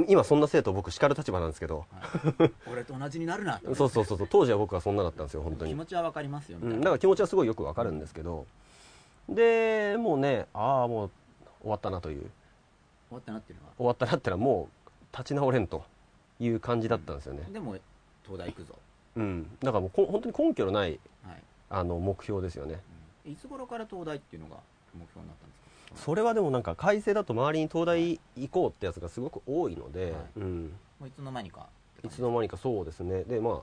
S2: い今そんな生徒を僕叱る立場なんですけど、
S1: たいな、は い、俺と同じになるなって
S2: そうそうそうそう当時は僕はそんなだったんですよ本当に
S1: 気持ちはわかりますよみ
S2: う
S1: たい
S2: ん、だ
S1: な、
S2: から気持ちはすごいよくわかるんですけど、でもうねああもう終わったなという
S1: 終わったなっていうのは
S2: 終わったなってのはもう立ち直れんという感じだったんですよね、
S1: でも東大行くぞ、
S2: うんだからもうこ本当に根拠のない
S1: はい
S2: あの目標ですよね
S1: うんいつ頃から東大っていうのが目標になったんですか
S2: それはでもなんか改正だと周りに東大行こうってやつがすごく多いので、
S1: はい
S2: うん、
S1: もういつの間にかって
S2: い
S1: 感じ
S2: つの間にかそうですねでまあ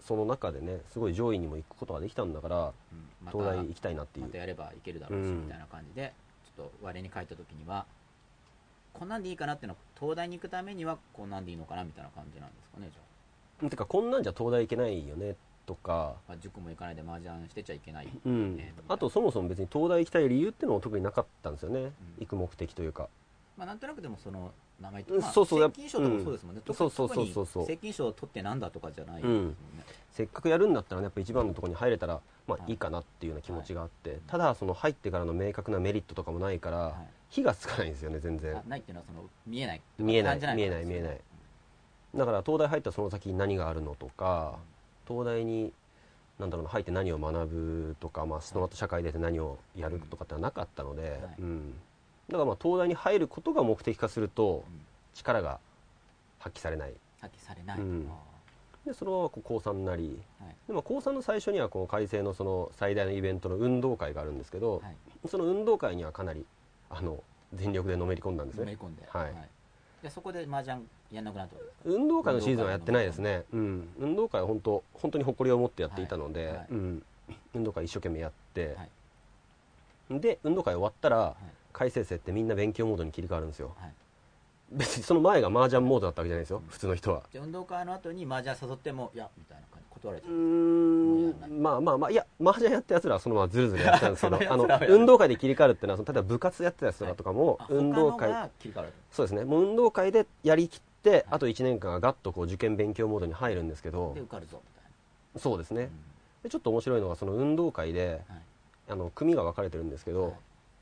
S2: その中でねすごい上位にも行くことができたんだから
S1: うんまた
S2: 東大行きたいなってい
S1: ま
S2: う
S1: たやればいけるだろうし、
S2: うん
S1: みたいな感じでちょっと我に返った時にはこんなんでいいかなっていうのは東大に行くためにはこんなんでいいのかなみたいな感じなんですかねじゃ
S2: てかこんなんじゃ東大行けないよねとか
S1: あ、まあ、塾も行かないで麻雀してちゃいけない、
S2: うん
S1: ね、
S2: あとそもそも別に東大行きたい理由ってのも特になかったんですよね、
S1: うん
S2: 行く目的というか
S1: まあ、なんとなくでもその名前
S2: うん
S1: まあ、
S2: そうそう
S1: 接近賞とかもそうですもんね、
S2: うん
S1: 特に
S2: そうそうそう
S1: 特
S2: そうそう
S1: に接近賞を取ってなんだとかじゃないですもんね、
S2: せっかくやるんだったらねやっぱ一番のところに入れたらまあ
S1: はい
S2: いいかなっていうような気持ちがあって、ただその入ってからの明確なメリットとかもないから、
S1: はい
S2: 火がつかないんですよね全然
S1: あないっていうのはその見えない
S2: 見えない
S1: 感じから
S2: 見えない見えないだから東大入ったその先に何があるのとか東大になんだろうな入って何を学ぶとか、まあ、その後社会出て何をやるとかってのはなかったので、うん、だからまあ東大に入ることが目的化すると
S1: うん
S2: 力が発揮されない
S1: 発揮されない、
S2: うん
S1: あ
S2: でそのままこう高3になり、
S1: はい
S2: でまあ高3の最初にはこの改正のその最大のイベントの運動会があるんですけど、
S1: ーはい
S2: その運動会にはかなりあの全力でのめり込んだんです
S1: のめ
S2: ね
S1: り込んで、
S2: はい
S1: でそこで麻雀やんなくなったわけですか
S2: 運動会のシーズンはやってないですね、うん、運動会は本当本当に誇りを持ってやっていたので、
S1: はいはい
S2: うん、運動会一生懸命やって、
S1: はい
S2: で運動会終わった
S1: い
S2: ら、改正生ってみんな勉強モードに切り替わるんですよ、
S1: はい
S2: 別にその前が麻雀モードだったわけじゃないですよ、普通の人は
S1: じゃあ運動会の後に麻雀誘ってもいやみたいな感じ断られちゃ
S2: うー
S1: うん
S2: まあまあまあいや麻雀やったやつらはそのままずるずるやってたんですけど
S1: その
S2: あ
S1: 奴
S2: の
S1: らはやる
S2: 運動会で切り替わるっていうのはその例えば部活やってたやつらとかも、
S1: あ
S2: 運動会
S1: 他のが切り替わる
S2: そうですねもう運動会でやりきって、あと1年間がガッとこう受験勉強モードに入るんですけど
S1: で受かるぞみたい
S2: そうですね、
S1: な、うん
S2: でちょっと面白いのがその運動会で、
S1: はい
S2: あの組が分かれてるんですけど、
S1: はい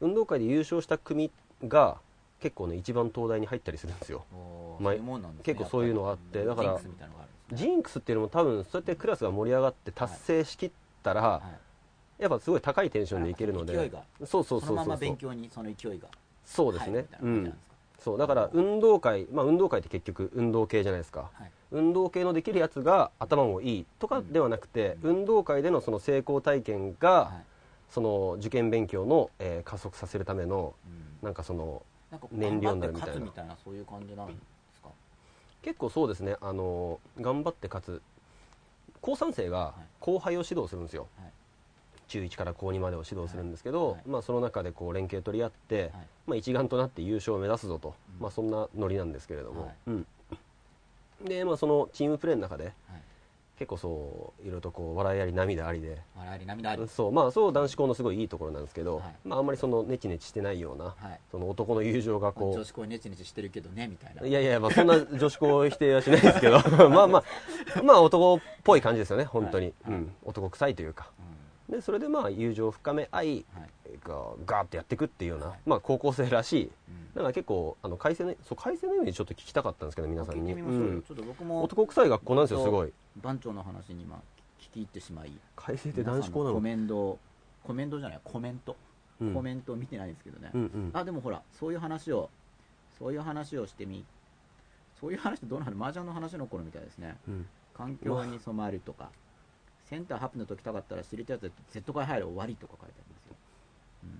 S2: 運動会で優勝した組が結構ね一番東大に入ったりするんですよ
S1: おー
S2: ま
S1: そ
S2: あ
S1: ういうもんなんですね
S2: 結構そういうのがあって
S1: やぱり
S2: だから
S1: ジンクスみたいなのがあるんですね
S2: ジンクスっていうのも多分そうやってクラスが盛り上がって達成しきったら、
S1: はい
S2: やっぱすごい高いテンションでいけるので
S1: 勢いが
S2: そうそう
S1: その
S2: そう
S1: ま
S2: そ
S1: ま
S2: う
S1: 勉強にその勢いが
S2: そうです
S1: 入
S2: ね
S1: るみたいうな感じなん
S2: ん
S1: ですか
S2: そうだから運動会まあ運動会って結局運動系じゃないですか
S1: はい
S2: 運動系のできるやつが頭もいいとかではなくて、
S1: うん
S2: 運動会でのその成功体験が、
S1: はい
S2: その受験勉強の、えー加速させるための
S1: うん
S2: なんかその
S1: なんか
S2: 燃
S1: 燃
S2: 料
S1: 料
S2: に
S1: に
S2: な
S1: な
S2: る
S1: る
S2: み
S1: み
S2: た
S1: た
S2: い
S1: い
S2: な
S1: なみたいなそういう感じなんですか
S2: 結構そうですねあの頑張って勝つ高3生が
S1: はい
S2: 後輩を指導するんですよ、
S1: はい
S2: 中1から高2までを指導するんですけど、
S1: はいはい
S2: まあ、その中でこう連携取り合って、
S1: はい
S2: まあ、一丸となって優勝を目指すぞと、
S1: うん
S2: まあ、そんなノリなんですけれども、
S1: はい
S2: うんで、まあ、そのチームプレーの中で
S1: はい
S2: 結構そういろいろとこう笑いあり涙ありで
S1: 笑いあり涙あり
S2: そうまあそう男子校のすごいいいところなんですけど、
S1: はい
S2: まああんまりそのネチネチしてないような
S1: はい
S2: その男の友情がこ
S1: 女
S2: う
S1: 子校ネチネチしてるけどねみたいない
S2: やいや、まあ、そんな女子校を否定はしないです けどまあまあまあ男っぽい感じですよね本当に、
S1: はい
S2: うん、男臭いというか
S1: うん
S2: でそれでまあ友情を深め合い
S1: はい
S2: がガーッてやっていくっていうような、
S1: はい
S2: まあ高校生らしい
S1: うん
S2: だから結構あの改正のそう改正の意味でちょっと聞きたかったんですけど皆さん
S1: 聞
S2: に、
S1: いてみましょう
S2: う
S1: よ
S2: ん
S1: ちょっと僕も
S2: 男臭い学校なんですよすごい
S1: 番長の話に今聞き入ってしまい
S2: 改正って
S1: 皆さん
S2: 男子校な
S1: コ
S2: の
S1: メントをコメントじゃないコメント
S2: うん
S1: コメントを見てないですけどね
S2: うんうん
S1: あでもほらそういう話をそういう話をしてみそういう話ってどうなる麻雀の話の頃みたいですね
S2: うん
S1: 環境に染まるとか、センターハプの時たかったら知りたいやつ Z 会入る終わりとか書いてありますよ、うん、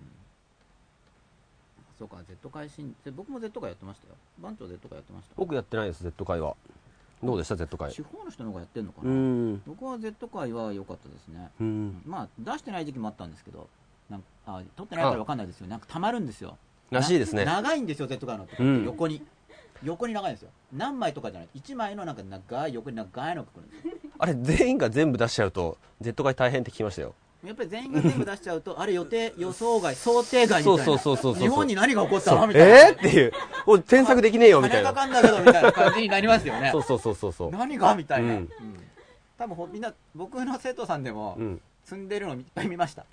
S1: そうか Z 会新僕も Z 会やってましたよ番長 Z 会やってました
S2: 僕やってないです Z 会はどうでした Z 会
S1: 地方の人の方がやってるのか
S2: う
S1: な、
S2: ん
S1: 僕は Z 会は良かったですね、
S2: うん
S1: まあ出してない時期もあったんですけどなんかあ取ってないから分かんないですよなんかたまるんですよ
S2: らしいですね
S1: な長いんですよ Z カーのって、
S2: うん
S1: 横に横に長いんですよ何枚とかじゃない1枚のなんか長い横に長いのが来るんですよ
S2: あれ全員が全部出しちゃうと Z 会大変って聞きましたよ
S1: やっぱり全員が全部出しちゃうとあれ予定予想外想定外みたいな
S2: そうそうそうそうそう
S1: 日本に何が起こった
S2: そ
S1: の
S2: う
S1: みたいな
S2: えー、っていうもう添削できねえよみたい
S1: 金か
S2: な
S1: かんだけどみたいな感じになりますよね
S2: そうそうそうそうそう
S1: 何がみたいな、
S2: うん
S1: うん多分ほみんな僕の生徒さんでも
S2: うん
S1: 積んでるのいっぱい見ました、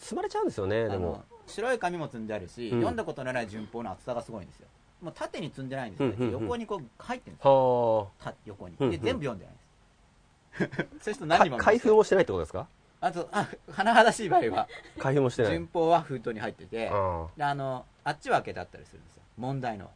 S2: 積まれちゃうんですよね
S1: あ
S2: で
S1: の
S2: も
S1: 白い紙も積んであるし、
S2: うん
S1: 読んだことのない順法の厚さがすごいんですよもう縦に積んでないんですよ、
S2: うんうんうん
S1: 横にこう入ってるんですよ
S2: は
S1: た横に
S2: うんうん
S1: で全部読んでないです そうすると
S2: あ
S1: 何も
S2: 開封もしてないってことですか
S1: あとあ甚だしい場合は
S2: 開封もしてない
S1: 順法は封筒に入ってて
S2: あ
S1: であのあっちは開けてあったりするんですよ問題の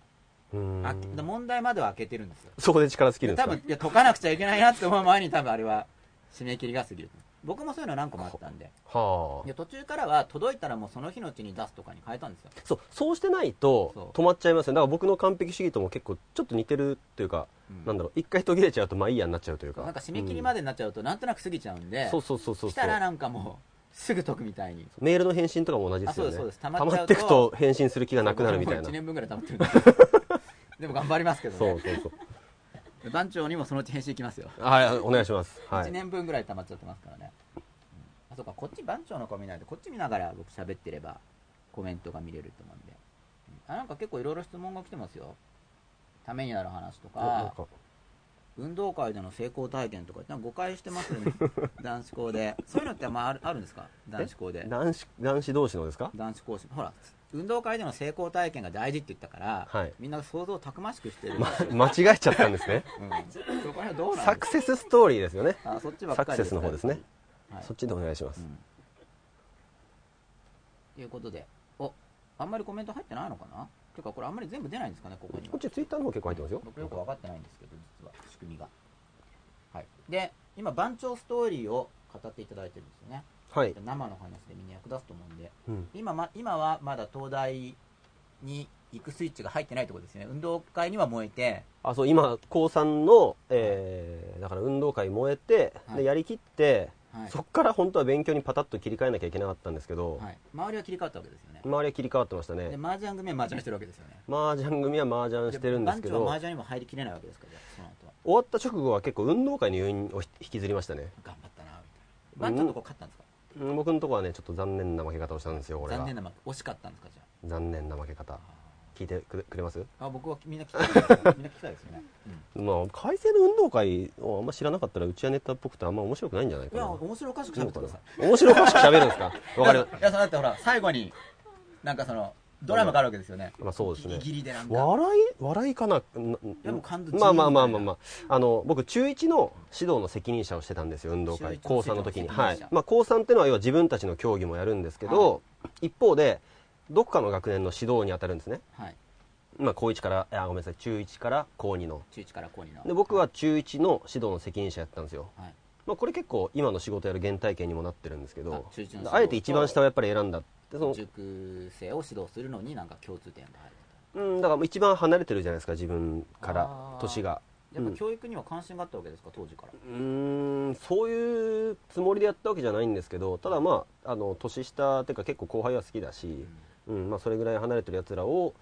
S2: ーう
S1: あ
S2: ん
S1: 問題までは開けてるんですよ
S2: そこで力尽きるんで
S1: 多
S2: すか
S1: 分いや解かなくちゃいけないなって思う前に多分あれは締め切りが過ぎる僕もそういうの何個もあったんで
S2: はあ
S1: で途中からは届いたらもうその日のうちに出すとかに変えたんですよ
S2: そうそうしてない
S1: そ
S2: と
S1: う
S2: 止まっちゃいますねだから僕の完璧主義とも結構ちょっと似てるというか、
S1: うん
S2: なんだろう一回途切れちゃうとまあいいやになっちゃうというか
S1: なんか締め切りま
S2: で、
S1: でになっちゃうとなんとなく過ぎちゃうん
S2: う
S1: で
S2: んそうそうそうそうそう
S1: 来たらなんかもうすぐ解くみたいに
S2: メールの返信とかも同じですよね
S1: あそうですそうです
S2: 溜
S1: 溜
S2: ま
S1: ま
S2: っ
S1: っててい
S2: いく
S1: く
S2: と
S1: と
S2: 返信する気がなくなるみたいな
S1: 1
S2: そう
S1: 年分ぐらい溜まってるん ですよでも頑張りますけどね
S2: そうそう
S1: 番長にもそのうち返信いきますよ、
S2: はいお願いしますは
S1: 1
S2: い
S1: 年分ぐらい溜まっちゃってますからね、うんあそうかこっち番長の顔見ないでこっち見ながら僕喋ってればコメントが見れると思うんで、うんあなんか結構いろいろ質問が来てますよためになる話と
S2: ななん
S1: か
S2: か
S1: 運動会での成功体験とかなんか誤解してますよ ね男子校でそういうのってまああるあるんですか男子校で
S2: 男子男子同士のですか
S1: 男子校ほら運動会での成功体験が大事って言ったから、
S2: はい
S1: みんな想像をたくましくしてる、
S2: ま 間違えちゃったんですね
S1: うん そこら辺どうなんです
S2: サ
S1: か
S2: クセスストーリーですよね
S1: あそっちばっか
S2: サ
S1: り
S2: クセスの方ですね、
S1: はい、
S2: そっちでお願いします、
S1: うんということでおあんまりコメント入ってないのかなていうかこれあんまり全部出ないんですかねここに
S2: こっちツイッターの方結構入ってますよ
S1: 僕よく分かってないんですけど実は仕組みがはいで今番長ストーリーを語っていただいてるんですよね
S2: はい、
S1: 生の話でみんな役立つと思うんで
S2: うん
S1: 今,、ま、今はまだ東大に行くスイッチが入ってないってことですよね運動会には燃えて
S2: あそう今高3の、えーだから運動会燃えて、
S1: はい
S2: でやりきって、
S1: はい
S2: そっから本当は勉強にパタッと切り替えなきゃいけなかったんですけど、
S1: はい、周りは切り替わったわけですよね
S2: 周りは切り替わってました
S1: で
S2: ね
S1: 麻雀組は麻雀してるわけですよね
S2: 麻雀組は麻雀してるんですけ
S1: 番長は
S2: ど
S1: 麻雀にも入りきれないわけですからその後は
S2: 終わった直後は結構運動会の余韻をひ引きずりましたね
S1: 頑張ったなみたいな番長のとこ勝ったんですか、
S2: うん僕のとこはねちょっと残念な負け方をしたんですよ俺は
S1: 残念な負け惜しかったんですかじゃ
S2: 残念な負け方
S1: あ
S2: 聞いてくれくれます
S1: あ僕はみんな聞きたいですねみんな聞きたいですよね、
S2: まあ改正の運動会をあんま知らなかったらうちはネタっぽくてあんま面白くないんじゃない
S1: うん、
S2: か
S1: いや
S2: な
S1: 面白おかしく喋ってください
S2: 面白おかしく喋るんですかわかりま
S1: いやそうだってほら最後になんかそのドラマがあるわけですよね
S2: まあそうですね
S1: ギリギリでなんか
S2: 笑い笑いかなな
S1: やもう感動
S2: まあまあまあまあまああの僕中1の指導の責任者をしてたんですよ運動会
S1: 中一の指
S2: 高
S1: 導
S2: 3の時に
S1: 責任者
S2: はい、まあ、高3っていうのは要は自分たちの競技もやるんですけど、一方でどっかの学年の指導に当たるんですね
S1: はい
S2: まあ高1からあごめんなさい中1から高2の
S1: 中1から高2の
S2: で僕は中1の指導の責任者やったんですよ、
S1: はい
S2: まあ、これ結構今の仕事やる原体験にもなってるんですけ
S1: あ
S2: ど
S1: 中一の指導
S2: あえて一番下をやっぱり選んだでその、
S1: 塾生を指導するのになんか共通点がある
S2: うん、だから一番離れてるじゃないですか自分から
S1: あー
S2: 年が
S1: やっ
S2: う
S1: ぱ
S2: ん
S1: 教育には関心があったわけですか当時から
S2: うーんそういうつもりでやったわけじゃないんですけどただまああの年下っていうか結構後輩は好きだし、うんまあ、それぐらい離れてるやつらを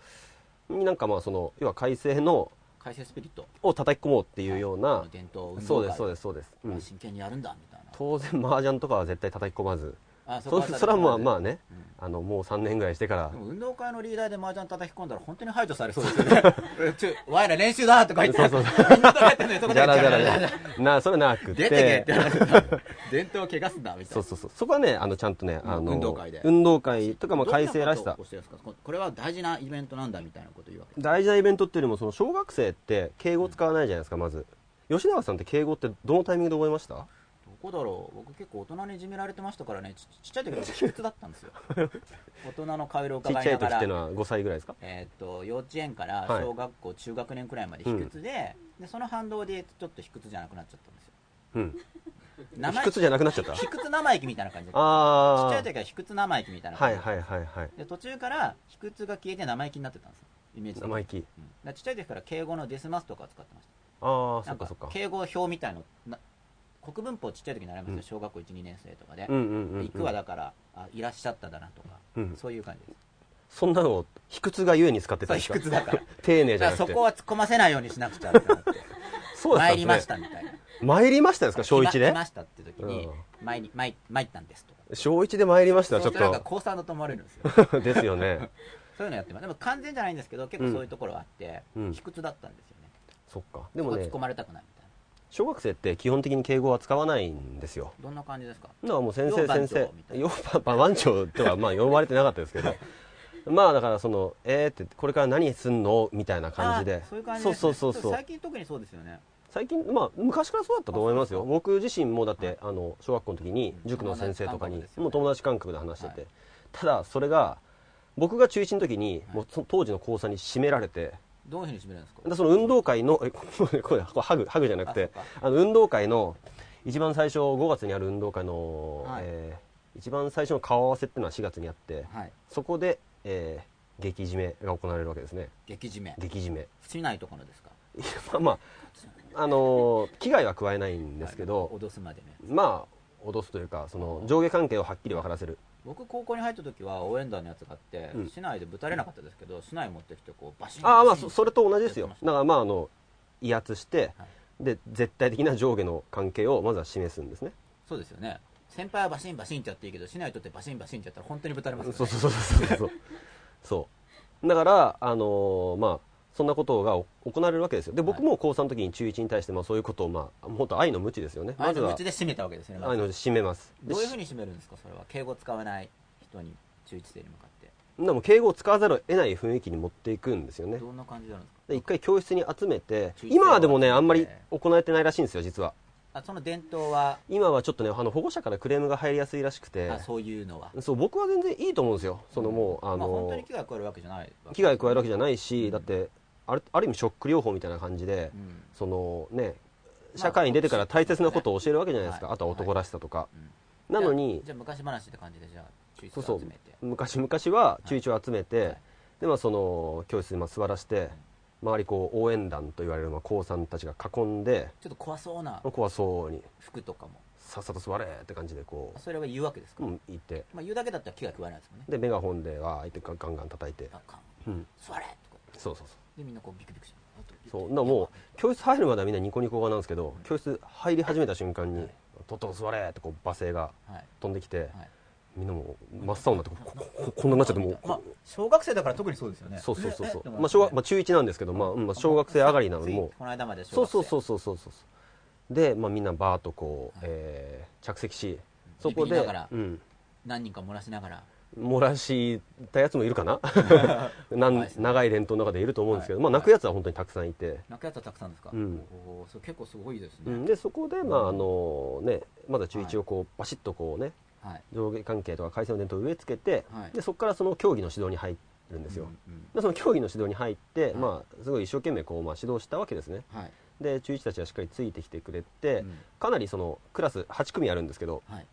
S2: になんかまあその要は改正の
S1: 改正スピリット
S2: を叩き込もうっていうような、
S1: の伝統運動会
S2: そうですそうですそうです、うん
S1: 真剣にやるんだみたいな
S2: 当然麻雀とかは絶対叩き込まず
S1: あ
S2: そそれはまあまあね、
S1: うん
S2: あのもう3年ぐらいしてから
S1: でも運動会のリーダーで麻雀叩き込んだら本当に排除されそうですよね えちょ「わいら練習だ!」とか言って
S2: そうそう
S1: 運動会やってんのにそこ
S2: じ
S1: で
S2: ゃらじゃらじゃらなそれなく
S1: 出てけって言われて伝統を汚すんだみたい
S2: そう
S1: な
S2: そうそうそこはねあのちゃんとね、
S1: うん
S2: あの
S1: 運動会で
S2: 運動会とかまあ改正らし
S1: どんなこ
S2: さ
S1: とをしてるんですかここれは大事なイベントなんだみたいなこと言うわけ
S2: 大事なイベントっていうよりもその小学生って敬語使わないじゃないですかまず吉永さんって敬語ってどのタイミングで覚えました
S1: どこだろう僕結構大人にいじめられてましたからねちちっちゃい時 は卑屈だったんですよ大人の顔色を
S2: ち
S1: 伺
S2: っ
S1: い
S2: ち
S1: な
S2: ゃ
S1: い
S2: 時
S1: が
S2: っ
S1: ら
S2: ていうのは5歳ぐらいですか
S1: えーっと幼稚園から
S2: はい
S1: 小学校、中学年くらいまで卑屈で,、でその反動でちょっと卑屈じゃなくなっちゃったんですよ
S2: うん
S1: 生
S2: 卑
S1: 意気
S2: 屈じゃなくなっちゃった
S1: 卑屈生意気みたいな感じでちっ
S2: ああ
S1: ちゃい時は卑屈生意気みたいな感
S2: は
S1: じ
S2: い
S1: で,、
S2: はいはいはい
S1: で途中から卑屈が消えて生意気になってたんですよイメージ的に
S2: 生意気
S1: うんだからちっちゃい時から敬語のデスマスとかを使ってました
S2: ああそ
S1: なん
S2: っかそっか
S1: 敬語表みたいのな国文法ちっちゃい時に習いますよ、小学校12年生とかで、
S2: うんうんうんうん
S1: 行くはだからあいらっしゃっただなとか、
S2: うん
S1: そういう感じです
S2: そんなのを卑屈がゆえに使ってた
S1: そ
S2: ん
S1: う
S2: です
S1: 卑屈
S2: か
S1: だから
S2: 丁寧じ
S1: だ
S2: ゃ
S1: か
S2: な
S1: らそ
S2: くて
S1: こは突っ込ませないようにしなくちゃってなって
S2: そうだった
S1: 参
S2: んですね
S1: りましたみたいな
S2: 参りましたですか小一
S1: 来ま来
S2: で
S1: ましたって時に
S2: うん
S1: 参り参参ったんですとか
S2: 小一で参りましたはち
S1: そ
S2: ょ
S1: う
S2: っ
S1: するとなんか
S2: と
S1: 高3だと思われるんで すよ
S2: です よね
S1: そういうのやってますでも完全じゃないんですけど結構そういうところがあって、
S2: うん
S1: 卑屈だったんですよね
S2: そっかでも
S1: そこ突
S2: ね
S1: っ込まれたくないみたい
S2: 小学生って基本的に敬語は使わないんですよ
S1: などんな感じですか
S2: だからもう先
S1: よ
S2: 生
S1: う番長
S2: 先生
S1: みたいな
S2: ようばば番 長とはまあ呼ばれてなかったですけどまあだからそのえーってこれから何すんのみたいな感じで
S1: あそういう感じ
S2: そ
S1: で
S2: う
S1: すね
S2: そうそう
S1: れ
S2: そう
S1: 最近特にそうですよね
S2: 最近まあ昔からそうだったと思いますよ
S1: あ
S2: 僕自身もだってあの小学校の時に
S1: うん
S2: 塾の先生とかに
S1: 友達感覚ですよね
S2: もう友達感覚で話して
S1: は
S2: てただそれが僕が中1の時に
S1: はい
S2: もうその当時の高3に締められて
S1: どういうふうに締めるんですか
S2: でその運動会のえ これこれこれハグハグじゃなくて
S1: あそっか
S2: あの運動会の一番最初5月にある運動会の、
S1: はい
S2: えー一番最初の顔合わせっていうのは4月にあって
S1: はい
S2: そこで、えー激締めが行われるわけですね
S1: 激締め
S2: 激締め
S1: 市内とかのですか
S2: まあまああのー危害は加えないんですけど、
S1: はい脅すまでね
S2: まあ脅すというかその上下関係をはっきり分からせる
S1: 僕高校に入った時は応援団のやつがあって、
S2: うん
S1: 市内でぶたれなかったですけど市内持ってきてこうバシン
S2: ああまあ
S1: バシン
S2: そそれと同じですよ
S1: やってました
S2: だからまああの威圧して、
S1: はい
S2: で絶対的な上下の関係をまずは示すんですね
S1: そうですよね先輩はバシンバシンってやっていいけど市内とってバシンバシンってやったら本当にぶたれますよね
S2: そうそうそうそうそうそうそうだからあのーまあそんなことがお行われるわけですよで僕も高3の時に中1に対して、まあ、そういうことを、まあ、もっと愛の無知ですよねま
S1: 相
S2: ず
S1: 手の
S2: は
S1: 口で締めたわけですよね、まず
S2: 愛の無知締めますで
S1: どういうふう
S2: し
S1: に締めるんですかそれは敬語使わない人に中一生に向かって
S2: でも敬語を使わざるを得ない雰囲気に持っていくんですよね
S1: どんな感じでやるんですか
S2: で一回教室に集めて
S1: 中一
S2: 今はでもね
S1: を集めて
S2: あんまり行えてないらしいんですよ実は
S1: あその伝統は、
S2: 今はちょっとねあの保護者からクレームが入りやすいらしくて
S1: あそういうのは
S2: そう僕は全然いいと思うんですよそのもう、あ
S1: まあ、本当
S2: の
S1: に危害を加えるわけじゃないわけ
S2: 危害加えるわけじゃないし、
S1: うん
S2: だってあるある意味ショック療法みたいな感じで、
S1: うん
S2: そのね
S1: あ
S2: 社会に出てから大切なことを教えるわけじゃないですか、
S1: はい
S2: あとは男らしさとか、
S1: うん
S2: なの
S1: じゃ
S2: に
S1: あじゃあ昔話って感じでじゃあ中一
S2: そ
S1: 生
S2: うそ
S1: 集
S2: う
S1: めて
S2: 昔々は中1を集めて、
S1: はい
S2: でまあその教室にまあ座らして、周りこう応援団と言われるまあ高さんたちが囲んで
S1: ちょっと怖そうな
S2: 怖そうに
S1: 服とかも
S2: さっさと座れって感じでこ
S1: それは言うわけです
S2: う、
S1: か、
S2: うん、言って
S1: まあ、言うだけだったら気が加えないですもんね
S2: でメガホンでわーいってガンガン叩いて
S1: あかん
S2: うん
S1: 座れとか
S2: そうそうそう
S1: でみんなこうビクビクしながら
S2: そうだからもう教室入るまではみんなニコニコ顔なんですけど教室入り始めた瞬間に「とっとと座れ!」ってこう罵声が
S1: はい
S2: 飛んできて
S1: はい
S2: みんなもう真っ青になってここここんなになっちゃってもう
S1: まあ、小学生だから特にそうですよね。
S2: そうそうそうそう、
S1: ね
S2: まあ小学まあ、中1なんですけど、まあうんまあ、小学生上がりなのにもう
S1: この間まで小
S2: そう
S1: 学生
S2: そうそうそうそうそうで、まあ、みんなバーッとこう、えー着席しそこ
S1: ビビり
S2: で
S1: ながら、
S2: うん、
S1: 何人か漏らしながら。
S2: 漏らしたやつもいる かななん
S1: はい
S2: 長い連投の中でいると思うんですけど、
S1: はい
S2: まあ、泣くやつは本当にたくさんいて、
S1: 泣くやつはたくさんですか、
S2: うん
S1: おーそれ結構すごいです
S2: う
S1: ね。
S2: ん、でそこで、まああのね、まだ中1をこう、バシッとこうね
S1: はい。
S2: 上下関係とか回線の伝統を植え付けて、
S1: はい
S2: でそこからその競技の指導に入るんですよ、
S1: うんうん
S2: でその競技の指導に入って、
S1: い
S2: まあ、すごい一生懸命こう、まあ、指導したわけですね
S1: はい。
S2: で中1たちはしっかりついてきてくれて、
S1: うん
S2: かなりそのクラス8組あるんですけど
S1: はい。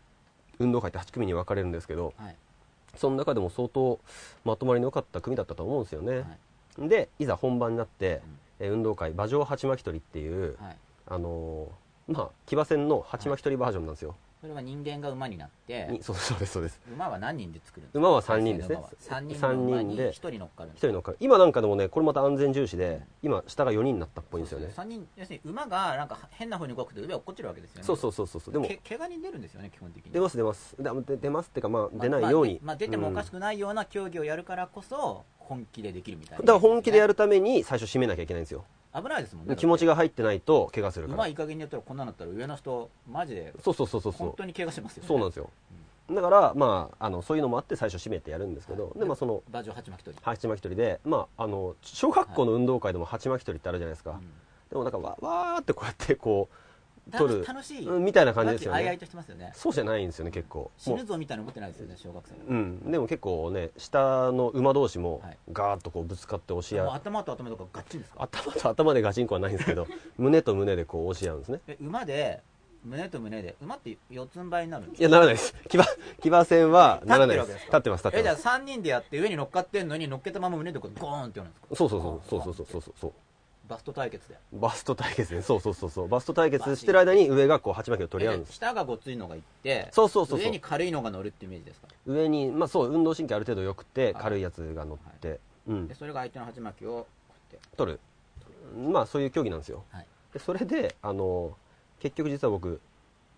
S2: 運動会って8組に分かれるんですけど
S1: はい。
S2: その中でも相当まとまりの良かった組だったと思うんですよね、
S1: はい。
S2: でいざ本番になって、えー運動会馬上鉢巻き取りっていう、
S1: はい。
S2: あのーまあ騎馬戦の鉢巻き取りバージョンなんですよ、
S1: それは人間が馬になって、
S2: にそうそうですそうです
S1: 馬は何人で作るんですか
S2: 馬は3人ですね
S1: 三人の
S2: 三
S1: 馬
S2: 人
S1: に
S2: で
S1: 1人乗っかるん
S2: 一
S1: です
S2: 人のか今なんかでもねこれまた安全重視で今下が4人になったっぽいんですよね
S1: 3人要するに馬がなんか変な風に動くと上落っこちるわけですよね
S2: そうそうそうそうそうでも
S1: け怪我に出るんですよね基本的に
S2: 出ます出ますだで出ますっていうかまあ
S1: ま
S2: 出ないように、
S1: まあまあ出てもおかし
S2: く
S1: くないような競技をやるからこそ本気でできるみたいな、
S2: だから本気でや
S1: る
S2: るために最初締めなきゃいけないんですよ
S1: 危ないですもんね
S2: 気持ちが入ってないと怪我するから
S1: 馬いい加減にやったらこんなのだったら上の人マジで
S2: そうそうそうそうそ
S1: 本
S2: う
S1: 当に怪我しますよ、ね、
S2: そうなんですよ、だからまああのそういうのもあって最初締めてやるんですけど、でまあその
S1: 馬上鉢巻き取り、
S2: 鉢巻き取りで、まあ、あの小学校の運動会でも鉢巻き取りってあるじゃないですか、
S1: うん
S2: でもなんかわわーってこうやってこ取る、
S1: 楽しいう
S2: うんみたいな感じですよ
S1: 和気あいあい
S2: ね
S1: としてますよね
S2: そうじゃないんですよね結構
S1: 死
S2: も
S1: ぬぞみたいな思ってないですよね小学生
S2: う、うん、でも結構ね下の馬同士も
S1: はい
S2: ガーッとこうぶつかって押し合う、
S1: もう頭と頭とかガッチンですか
S2: 頭と頭でガチンコはないんです けど胸と胸でこう押し合うんですね
S1: え馬で胸と胸で馬って四つん這いになるんです
S2: いやならないです騎馬騎馬戦はならないで
S1: 立ってるわけですすか
S2: 立ってます立っ
S1: え
S2: て
S1: じゃ
S2: ま
S1: あ
S2: す
S1: 3人でやって上に乗っかってんのに乗っけたまま胸とかゴーンってやるんですか
S2: そうそうそうそうそうそうそうそう
S1: バスト対決で
S2: バスト対決ねそうそうそうそうバスト対決してる間に上がこう鉢巻きを取り合う
S1: え
S2: んです
S1: 下がごついのがいって
S2: そうそうそうそう
S1: 上に軽いのが乗るってイメージですか
S2: 上にまあそう運動神経ある程度良くて
S1: はい
S2: 軽いやつが乗って、うん
S1: でそれが相手の鉢巻きをこうやって
S2: 取るまあそういう競技なんですよ、
S1: はい
S2: でそれであの結局実は僕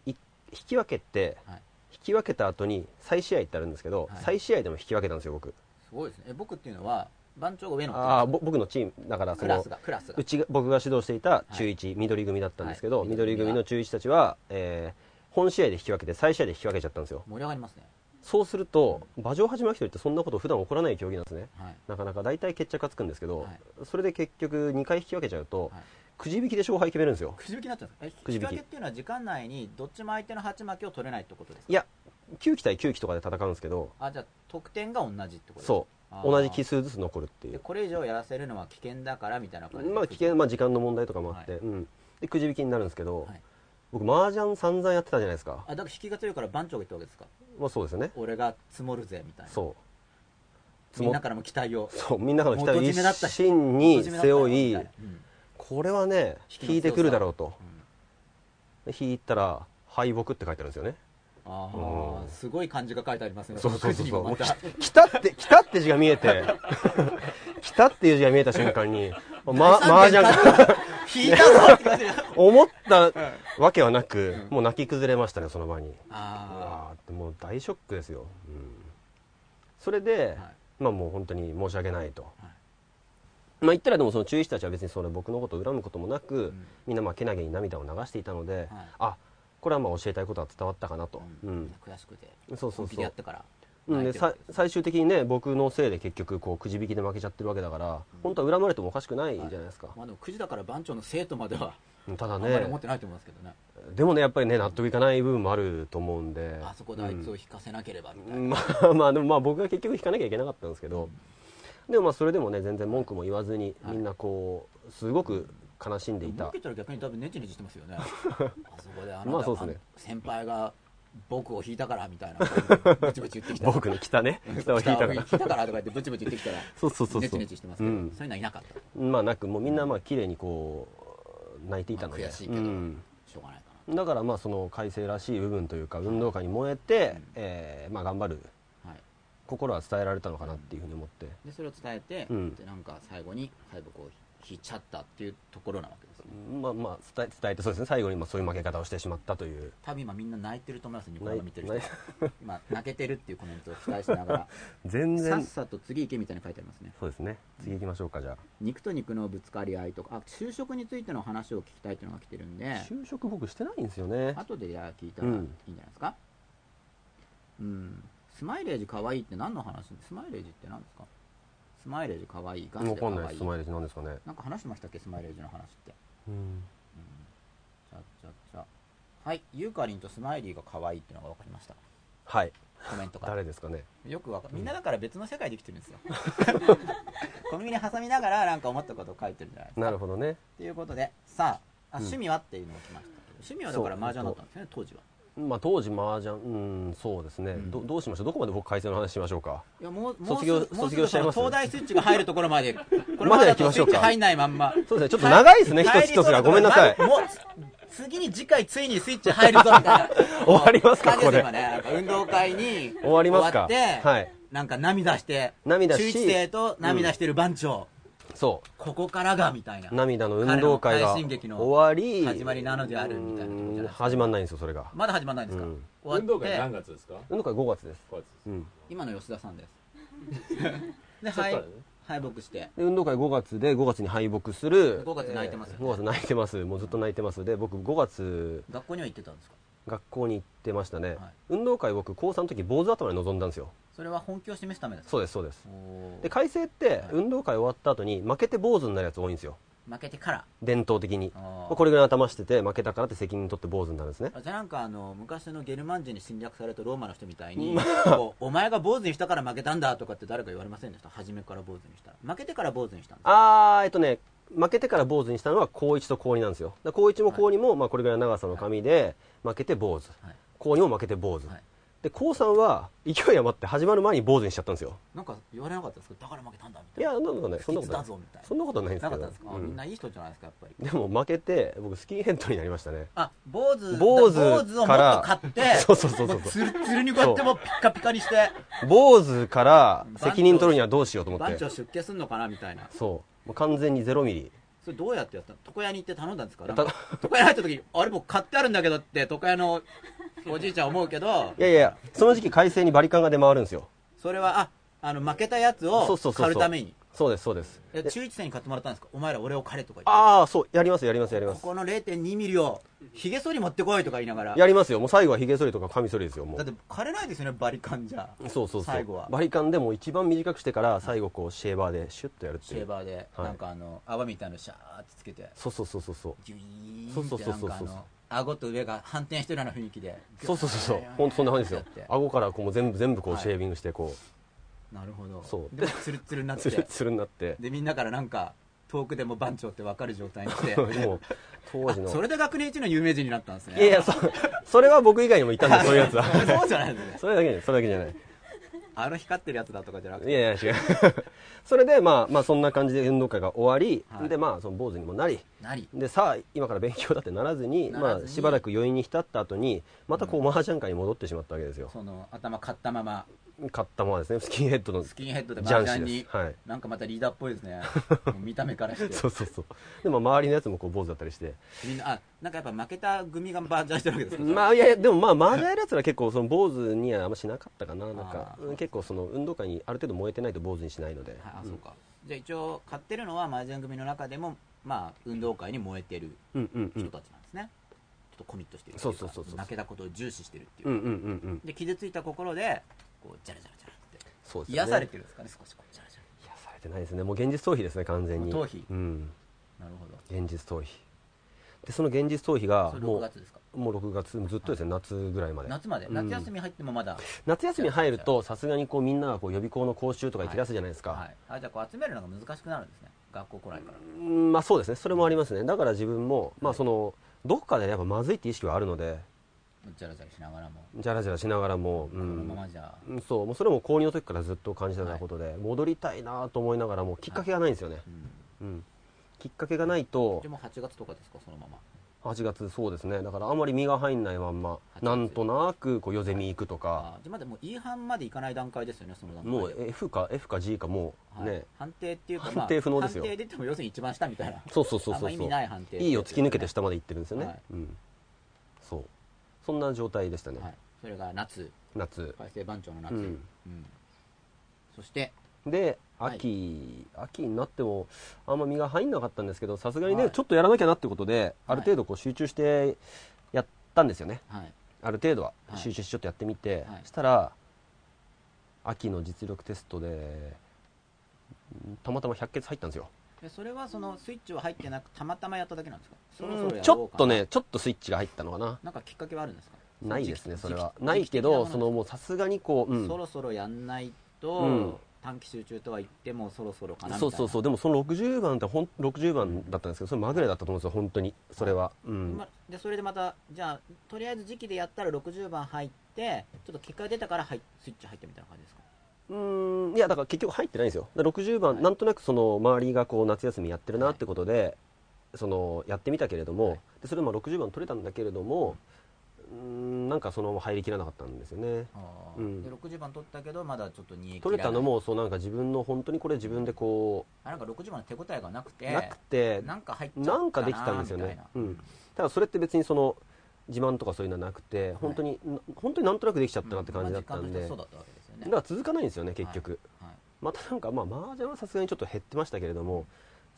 S2: い引き分けて、
S1: はい
S2: 引き分けた後に再試合ってあるんですけど、
S1: はい
S2: 再試合でも引き分けたんですよ僕
S1: すごいですねえ僕っていうのは番長が上の
S2: ああぼ僕のチームだからそ
S1: クラ
S2: の
S1: スがクラスが
S2: うちが僕が指導していた中1、緑組だったんですけど、
S1: はい
S2: 緑組の中1たちは、えー本試合で引き分けて再試合で引き分けちゃったんですよ
S1: 盛り上がりますね
S2: そうすると馬上始まり人ってそんなこと普段起こらない競技なんですね
S1: はい
S2: なかなか大体決着がつくんですけど、
S1: はい
S2: それで結局2回引き分けちゃうと、
S1: はい
S2: くじ引きで勝敗決めるんですよ
S1: くじ引きになっちゃうんですかえ
S2: くじ
S1: 引
S2: 引
S1: き分
S2: き
S1: けっていうのは時間内にどっちも相手の鉢巻きを取れないってことです
S2: い
S1: か
S2: や9期対9期とかで戦うんですけど
S1: あじゃあ得点が同じってことですか
S2: そう同じ奇数ずつ残るってい
S1: で
S2: う
S1: これ以上やらせるのは危険だからみたいな感じで
S2: まあ危険、まあ、時間の問題とかもあって、
S1: は
S2: うん、でくじ引きになるんですけど、
S1: はい
S2: 僕麻雀散々やってたじゃないですか
S1: あだから引きが強いから番長が言ったわけですか
S2: まあそうですよね
S1: 俺が積もるぜみたいな
S2: そう
S1: みんなからも期待を
S2: そうみんなからの期待を
S1: 元締めだった
S2: 一
S1: し
S2: 心に背
S1: 元締め
S2: 負い
S1: だったよみたいなうん
S2: これはね引いてくるだろうと
S1: うん
S2: で引いたら敗北って書いてあるんですよね
S1: あ
S2: う
S1: あ
S2: ん
S1: すごい漢字が書いてありますね
S2: そうそ
S1: く
S2: う
S1: じ
S2: そう
S1: に
S2: そ
S1: も
S2: う。も
S1: ま
S2: うき
S1: た
S2: 来たって、来たって字が見えて、 来たっていう字が見えた瞬間に、 ま、麻雀が、
S1: 引いたぞって感じで
S2: 思ったわけはなく、もう泣き崩れましたね、その場に。
S1: あ
S2: ああ、でもう大ショックですよ。うんそれで
S1: あ、はい
S2: まあもう本当に申し訳ないと。
S1: はい
S2: まあ言ったらでもその注意したちは別にそれ僕のことを恨むこともなく、
S1: ん
S2: みんなまあけなげに涙を流していたので、あこれはまあ教えたいことは伝わったかなと、
S1: う
S2: うんん
S1: 悔しくて
S2: そうそうそう
S1: 本気でやってから
S2: うん、
S1: 泣いて
S2: で
S1: るわ
S2: さ
S1: けですね
S2: 最終的にね僕のせいで結局こうくじ引きで負けちゃってるわけだから、本当は恨まれてもおかしくないじゃないですか、
S1: まあでもくじだから番長の生徒までは
S2: うんただ
S1: あんまり思
S2: ね
S1: ってないと思いますけどね
S2: でもねやっぱりね納得いかない部分もあると思うんで
S1: あそこであいつを引かせなければみたいな
S2: うん まあまあでもまあ僕が結局引かなきゃいけなかったんですけど、でもまあそれでもね全然文句も言わずに、みんなこうすごく悲しんでい
S1: 受
S2: た
S1: けたら逆に多分ネチネチしてます よねあそこであなた、
S2: まあそうっすね
S1: 先輩が僕を引いたからみたいなブチブチ言ってきた
S2: 僕の北ね北を引い
S1: 北
S2: たか
S1: を
S2: ら
S1: 引いたからとか言ってブチブチ言ってきたら
S2: そうそうそうそう
S1: ネチネチしてますけど、
S2: うん
S1: そういうのはいなかった
S2: まあなくもうみんなまあ綺麗にこう泣いていたので、
S1: まあ悔しいけど
S2: うん
S1: しょうがないか
S2: だからまあその改正らしい部分というか運動会に燃えて、えーまあ頑張る
S1: な、はい、
S2: 心は伝えられたのかなっていうふうに思って
S1: でそれを伝えて、
S2: うん
S1: でなんか最後に敗北を引いちゃったっていうところなわけですね
S2: まあまあ伝え伝えてそうですね最後にまあそういう負け方をしてしまったという
S1: 多分今みんな泣いてると思いますニコ生見てる
S2: な
S1: 人
S2: い
S1: 今泣けてるっていうコメントを期待しなが
S2: 全
S1: らさっ
S2: 然
S1: さと次行けみたいに書いてありますね
S2: そうですね次行きましょうかじゃ
S1: 肉と肉のぶつかり合いとかあ就職についての話を聞きたいというのが来てるん
S2: あ
S1: で
S2: 就職僕してないんですよね
S1: 後で聞いたらいいんじゃないですかうん、スマイレージ可愛いって何の話スマイレージって何ですかスマイレージ可愛いガチ
S2: わ
S1: で
S2: か
S1: 可
S2: んないで
S1: 愛
S2: す
S1: い
S2: スマイレージなんですかね
S1: なんか話してましたっけスマイレージの話って
S2: うん
S1: ちゃっちゃっちゃはいユーカリンとスマイリーが可愛いっていうのが分かりました
S2: はい
S1: コメントから
S2: 誰ですかね
S1: よくわかみんなだから別の世界で生きてるん ですよ小耳に挟みながらなんか思ったことを書いてるんじゃないですか
S2: なるほどね
S1: ということでさああ
S2: うん
S1: 趣味はっていうのが来ましたけど、趣味はだから麻雀だったんですよね当時は
S2: まあ当時麻雀うんそうですね、
S1: うん
S2: どどうしましょうどこまで僕改正の話しましょうか
S1: いやもうもう
S2: 卒業
S1: すぐもう
S2: 卒業しちゃいます
S1: その東大スイッチが入るところまでこれ
S2: ま
S1: ま
S2: だ
S1: だ
S2: 行き
S1: と
S2: まし
S1: スイ
S2: ょう
S1: ッ
S2: か
S1: チ入んないまんま
S2: そうですねちょっと長いですね、一つ一つがごめんなさい
S1: もう次に次回ついにスイッチ入るぞみたいな
S2: 終わりますか
S1: 感じです
S2: こ
S1: 今
S2: れ
S1: ねなんか運動会に
S2: 終わりますか
S1: 終わって、
S2: はい
S1: なんか涙して
S2: 涙し
S1: 中一生と涙してる番長、
S2: そ
S1: ここからがみたいな
S2: う涙の運動会が
S1: 彼の快進
S2: 終
S1: 撃の
S2: わり
S1: 始まりなのであるみたいなとこじゃないですか
S2: うん始まんないんですよそれが
S1: まだ始まらないんですか、
S2: うん
S1: 終わって
S3: 運動会何月ですか
S2: 運動会5月です、
S3: 5月
S2: うん、
S1: 今の吉田さんです で
S3: そっか
S1: 敗
S3: らね
S1: 敗北して
S2: で運動会5月で5月に敗北する
S1: 5月泣いてますよね
S2: 5月泣いてますもうずっと泣いてますで僕5月
S1: 学校には行ってたんですか
S2: 学校に行ってましたね、
S1: はい
S2: 運動会僕高3の時坊主頭で臨んだんですよ
S1: それは本気を示すためです
S2: そう
S1: う
S2: ですそうですで
S1: で
S2: 改正って
S1: い
S2: 運動会終わった後に負けて坊主になるやつ多いんですよ
S1: 負けてから
S2: 伝統的に
S1: あ
S2: ま
S1: ー
S2: あこれぐらい頭してて負けたからって責任取って坊主になるんですね
S1: あじゃあなんかあの昔のゲルマン人に侵略されたローマの人みたいにこうお前が坊主にしたから負けたんだとかって誰か言われませんでした初めから坊主にしたら負けてから坊主にしたんです
S2: あーえっとね負けてから坊主にしたのは高1と高2なんですよだから高1も高2も、まあ、これぐらいの長さの髪で負けて坊主、
S1: はい
S2: 高2も負けて坊主、
S1: はい
S2: で高3は勢い余って始まる前に坊主にしちゃったんですよ
S1: なんか言われなかったですかだから負けたんだみた
S2: い
S1: いな
S2: やなんとかねそんなこ
S1: 不吉
S2: とな
S1: だ
S2: い
S1: ぞみたいな
S2: そんなことないんです
S1: な
S2: け
S1: か
S2: ど
S1: ったんですか、あ
S2: うん
S1: みんないい人じゃないですかやっぱり
S2: でも負けて僕スキンヘッドになりましたね
S1: あ坊主
S2: 坊主
S1: 坊主をも
S2: か
S1: っ
S2: ら
S1: と買って
S2: そうそうそうそう
S1: もつるつるにこうやってもうピッカピカにして
S2: 坊主から責任取るにはどうしようと思っ
S1: 番
S2: て
S1: 長出家すんのかなみたいな
S2: そうもう完全にゼロミリ
S1: それどうやってやったの床屋に行って頼んだんですかな
S2: た
S1: んか床屋に入った時にあれ僕買ってあるんだけどって床屋のおじいちゃん思うけど
S2: いやいやいやその時期改正にバリカンが出回るんですよ
S1: それはああの負けたやつ
S2: そう
S1: を
S2: そうそうそう
S1: 狩るために
S2: そうですそうです
S1: いや中一生に買ってもらったんですかお前ら俺を狩れとか言って
S2: ああそうやりますやりますやりま
S1: こ
S2: す
S1: この0.2ミリをひげ剃り持ってこいとか言いながら
S2: やりますよもう最後はヒゲ剃りとかカミ剃りですよも
S1: だっ
S2: う
S1: て狩れないですよねバリカンじゃ
S2: そうそうそう
S1: 最後は
S2: バリカンでも一番短くしてから最後こうシェーバーでシュッとやるって
S1: シ
S2: いう
S1: ェーバーで
S2: はい
S1: なんかあの泡みたいのシャーってつけて
S2: そうそうそうそうそう
S1: ギュイーンってなんかあ
S2: そうそうそうそうそう
S1: の顎と上が反転してるような雰囲気で
S2: そうそうそうそう本当そんな感じですよ
S1: だって
S2: 顎からこうもう全部全部こう
S1: はい
S2: シェービングしてこう、
S1: なるほど
S2: そう
S1: でツルツルになっ
S2: ツル
S1: て
S2: ツルになって
S1: でみんなからなんか遠くでも番長って分かる状態にして
S2: もう当時
S1: あそ
S2: の
S1: れで学年一の有名人になったんですね
S2: いやいやそそれは僕以外にもいたんでそういうやつは
S1: そうじゃないですね
S2: それだけじゃないそれだけじゃない
S1: あの光ってるやつだとかじゃなく
S2: い
S1: て
S2: やいや違う それでまあまあそんな感じで運動会が終わり、
S1: はい
S2: でまあその坊主にもなり
S1: 何
S2: でさあ今から勉強だってならずに
S1: ならずに
S2: まあ、しばらく余韻に浸った後にまたこう、麻雀界に戻ってしまったわけですよ
S1: その頭買ったまま
S2: 買ったままですねスキンヘッドの
S1: スキンヘッドで
S2: 雀
S1: 麻
S2: 士
S1: 雀
S2: で
S1: に
S2: すはい
S1: なんかまたリーダーっぽいです ねもう見た目からして
S2: そうそうそうでも周りのやつもこう坊主だったりして
S1: みんなあなんかやっぱ負けた組がバージョンしてるわけですね
S2: まあいやいやでもまあ麻雀やるやつら結構その坊主にはあんましなかったかななんか
S1: あー
S2: うん結構その運動会にある程度燃えてないと坊主にしないので、
S1: はいあそうかじゃあ一応買ってるのは麻雀組の中でもまあ運動会に燃えてる
S2: うんうんうん
S1: 人たちなんですね、ちょっとコミットしてるってい
S2: そうう
S1: か
S2: そうそうそう
S1: 負けたことを重視してるっていう
S2: うんうんうんうん
S1: で傷ついた心でこうジャラジャラジャラって
S2: そうですよね
S1: 癒されてるんですかね少しこうジャラジャ
S2: 癒されてないですねもう現実逃避ですね完全に
S1: もう逃避
S2: うん
S1: ラなるほど
S2: 現実逃避でその現実逃避が
S1: それ6
S2: もう
S1: 月ですか
S2: もう6月ずっとですね、夏ぐらいまで
S1: 夏まで
S2: うん
S1: 夏休み入ってもまだ、
S2: 夏休み入るとさすがにこうみんながこう予備校の講習とか行き出すじゃないですか、
S1: はい、あじゃあこう集めるのが難しくなるんですね学校来ないから
S2: うんまあそうですねそれもありますねだから自分も、まあそのどこかでやっぱまずいって意識はあるので
S1: ジャラジャラしながらも、
S2: じゃらじゃらしながらも、う
S1: この
S2: ん
S1: ままじゃ
S2: うんそうもうそれも高2の時からずっと感じてたことで、戻りたいなと思いながらもきっかけがないんですよね、
S1: うん
S2: うんきっかけがないと
S1: でも8月とかですかそのまま
S2: 8月そうですねだからあまり身が入んないまんま
S1: 8月
S2: なんとなくこう夜ゼミ行くとか
S1: あーじゃあまだもう E 班まで行かない段階ですよねその段階で
S2: もう F か F か G かもう
S1: はい
S2: ね、
S1: 判定っていうか、
S2: 判定不能ですよ
S1: 判定で言っても要するに一番下みたいな
S2: そうそうそう
S1: あん
S2: そ
S1: ま
S2: う
S1: 意
S2: そう
S1: 味ない判定
S2: いいよ突き抜けて下まで行ってるんですよね、
S1: はい
S2: うんそうそんな状態でしたね、
S1: はい、それが夏
S2: 夏
S1: 改正番長の夏、
S2: う
S1: うんんそして
S2: で
S1: はい
S2: 秋、秋になってもあんま身が入んなかったんですけどさすがにね、
S1: はい
S2: ちょっとやらなきゃなってことである程度こう集中してやったんですよね
S1: はい
S2: ある程度は
S1: はい
S2: 集中してちょっとやってみて、
S1: はい
S2: したら秋の実力テストでんたまたま100欠入ったんですよ
S1: でそれはそのスイッチは入ってなくたまたまやっただけなんですかそろそろやろうか
S2: う
S1: なん
S2: ちょっとねちょっとスイッチが入ったのかな
S1: なんかきっかけはあるんですか
S2: ないですね
S1: 時
S2: そ
S1: 期
S2: れは
S1: 時期
S2: ない
S1: 時
S2: けど
S1: 期
S2: そのもうさすがにこう、うん、
S1: そろそろやんないと、
S2: うん
S1: 短期集中とは言ってもそろそろかなみたいな
S2: そうそうそうでもその60番ってほん60番だったんですけどそれまぐれだったと思うんですよ本当にそれは、うん
S1: までそれでまたじゃあとりあえず時期でやったら60番入ってちょっと結果が出たから入スイッチ入ったみたいな感じですか
S2: うーんいやだから結局入ってないんですよだから60番、
S1: はい
S2: なんとなくその周りがこう夏休みやってるなってことで、そのやってみたけれども、
S1: はい
S2: でそれでまあ60番取れたんだけれどもうーんなんかそのまま入りきらなかったんですよねーうん
S1: で60番取ったけどまだちょっと煮え切らない
S2: 取れたのもそうなんか自分の本当にこれ自分でこ
S1: あなんか60番の手応えがなく
S2: う、
S1: て
S2: なくて
S1: なんか入っちゃった
S2: なんかできたんですよ
S1: みい
S2: ね
S1: な、
S2: うん、ただそれって別にその自慢とかそういうのはなくて本当に、な本当になんとなくできちゃったなって感じだったん
S1: まあ時間とし
S2: で、
S1: てはそう
S2: だ
S1: だったわけですよね
S2: から続かないんですよね結局、
S1: はい
S2: またなんかまあ麻雀はさすがにちょっと減ってましたけれども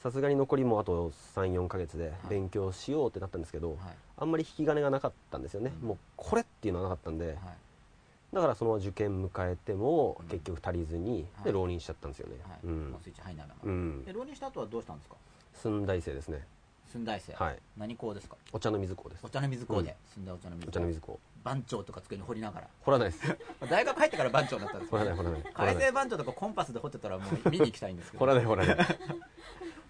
S2: さすがに残りもあと34か月で勉強しようってなったんですけど、
S1: はい
S2: あんまり引き金がなかったんですよね、
S1: うん
S2: もうこれっていうのはなかったんで、
S1: はい
S2: だからそのまま受験迎えても
S1: うん
S2: 結局足りずに、
S1: はい
S2: で浪人しちゃったんですよね、
S1: はい
S2: うん
S1: もうスイッチ入んないま
S2: う
S1: ま
S2: ん
S1: で浪人した後はどうしたんですか
S2: 寸大生ですね
S1: 寸大生
S2: はい
S1: 何校ですか
S2: お茶の水校です
S1: お茶の水校で寸大お茶の水
S2: お茶の
S1: 校
S2: 水校
S1: 番長とか机に掘りながら
S2: 掘らないです
S1: まあ大学入ってから番長になったんです
S2: 掘
S1: け
S2: ら
S1: ど
S2: ない掘ら ない掘ら
S1: 改
S2: ない
S1: 正番長とかコンパスで掘ってたらもう見に行きたいんですけど
S2: 掘らない掘 らない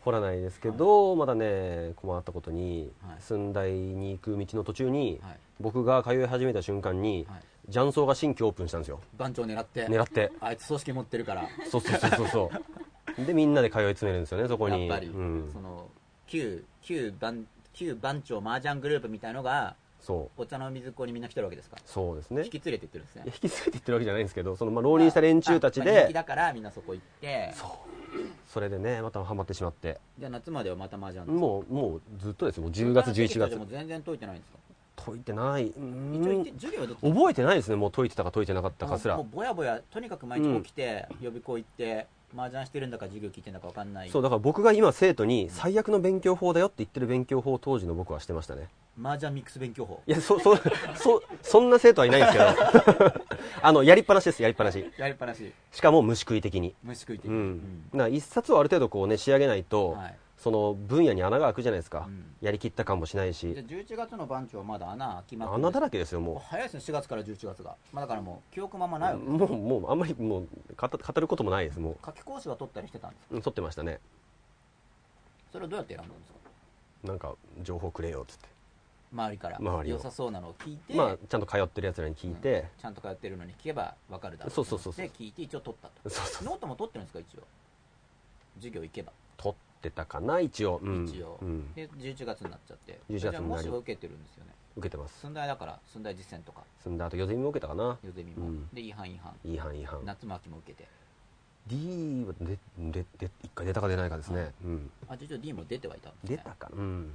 S2: 掘らないですけどまだね困ったことに、
S1: はい
S2: 寸大に行く道の途中に、
S1: はい
S2: 僕が通い始めた瞬間に、
S1: はい
S2: 雀荘が新規オープンしたんですよ
S1: 番長狙って
S2: 狙って
S1: あいつ組織持ってるからや
S2: そうそうそうそう そうでみんなで通い詰めるんですよねそこに
S1: っぱり
S2: うん、
S1: その旧旧番旧番長麻雀グループみたいのが
S2: そう
S1: お茶の水校にみんな来てるわけですか
S2: そうですね
S1: 引き連れてってるんです
S2: いや
S1: ね
S2: 引き連れていってるわけじゃないんですけどその、まあ、浪人した連中たち
S1: あまあ人気
S2: で
S1: だからみんなそこ行って
S2: それでねまたハマってしまって
S1: じゃあ夏まではまた麻雀ですか
S2: もうもうずっとですよもう10月11
S1: で
S2: 月
S1: も全然解いてないんですか
S2: 解いてないうん
S1: 一応言って授業はどっちだっ
S2: 覚えてないですねもう解いてたか解いてなかったかすら
S1: もうもうぼやぼやとにかく毎日起きて、予備校行って麻雀してるんだか授業聞いてんだか分かんない
S2: そうだから僕が今生徒に最悪の勉強法だよって言ってる勉強法を当時の僕はしてましたね
S1: 麻雀ミックス勉強法
S2: いやそそそ そんな生徒はいないんですけど あのやりっぱなしですやりっぱなし
S1: やりっぱなし
S2: しかも虫食い的に
S1: 虫食いて
S2: う
S1: る
S2: ん、だから一冊をある程度こうね仕上げないと、
S1: うんはい、
S2: その分野に穴が開くじゃないですか、
S1: うん
S2: やりきった感もしない
S1: じゃ
S2: し
S1: あ11月の番長はまだ穴開きまくって
S2: 穴だらけですよも
S1: 早いですね4月から11月が、まあ、だからもう記憶まま
S2: う
S1: ないわけです
S2: もうもうあんまりもう語語ることもないですも
S1: 夏期講師は取ったりしてたんですか
S2: ううん撮ってましたね
S1: それをどうやって選んだんですか
S2: なんか情報くれよっつって、
S1: 周りから
S2: 周りを
S1: 良さそうなのを聞いて、
S2: まあちゃんと通ってるやつらに聞いて、
S1: ちゃんと通ってるのに聞けば分かるだろう
S2: そうそうそうそう
S1: で聞いて一応取ったと
S2: そうそう
S1: ノートも取ってるんですか一応授業行けば
S2: 撮ってたかな一応、うん
S1: 一応、
S2: うん、
S1: で11月になっちゃって
S2: 11月になり
S1: じゃあ模試は受けてるんですよね
S2: 受けてます
S1: 寸大だから寸大実践とか
S2: 済んだ後予選も受けたかな
S1: 予ゼミも、
S2: うん
S1: で違反違反
S2: 違反違反
S1: 夏も秋も受けて
S2: D はででで一回出たか出ないかですね、うん、
S1: あ一応 D も出てはいたんです、
S2: 出
S1: ね、
S2: たかな、うん、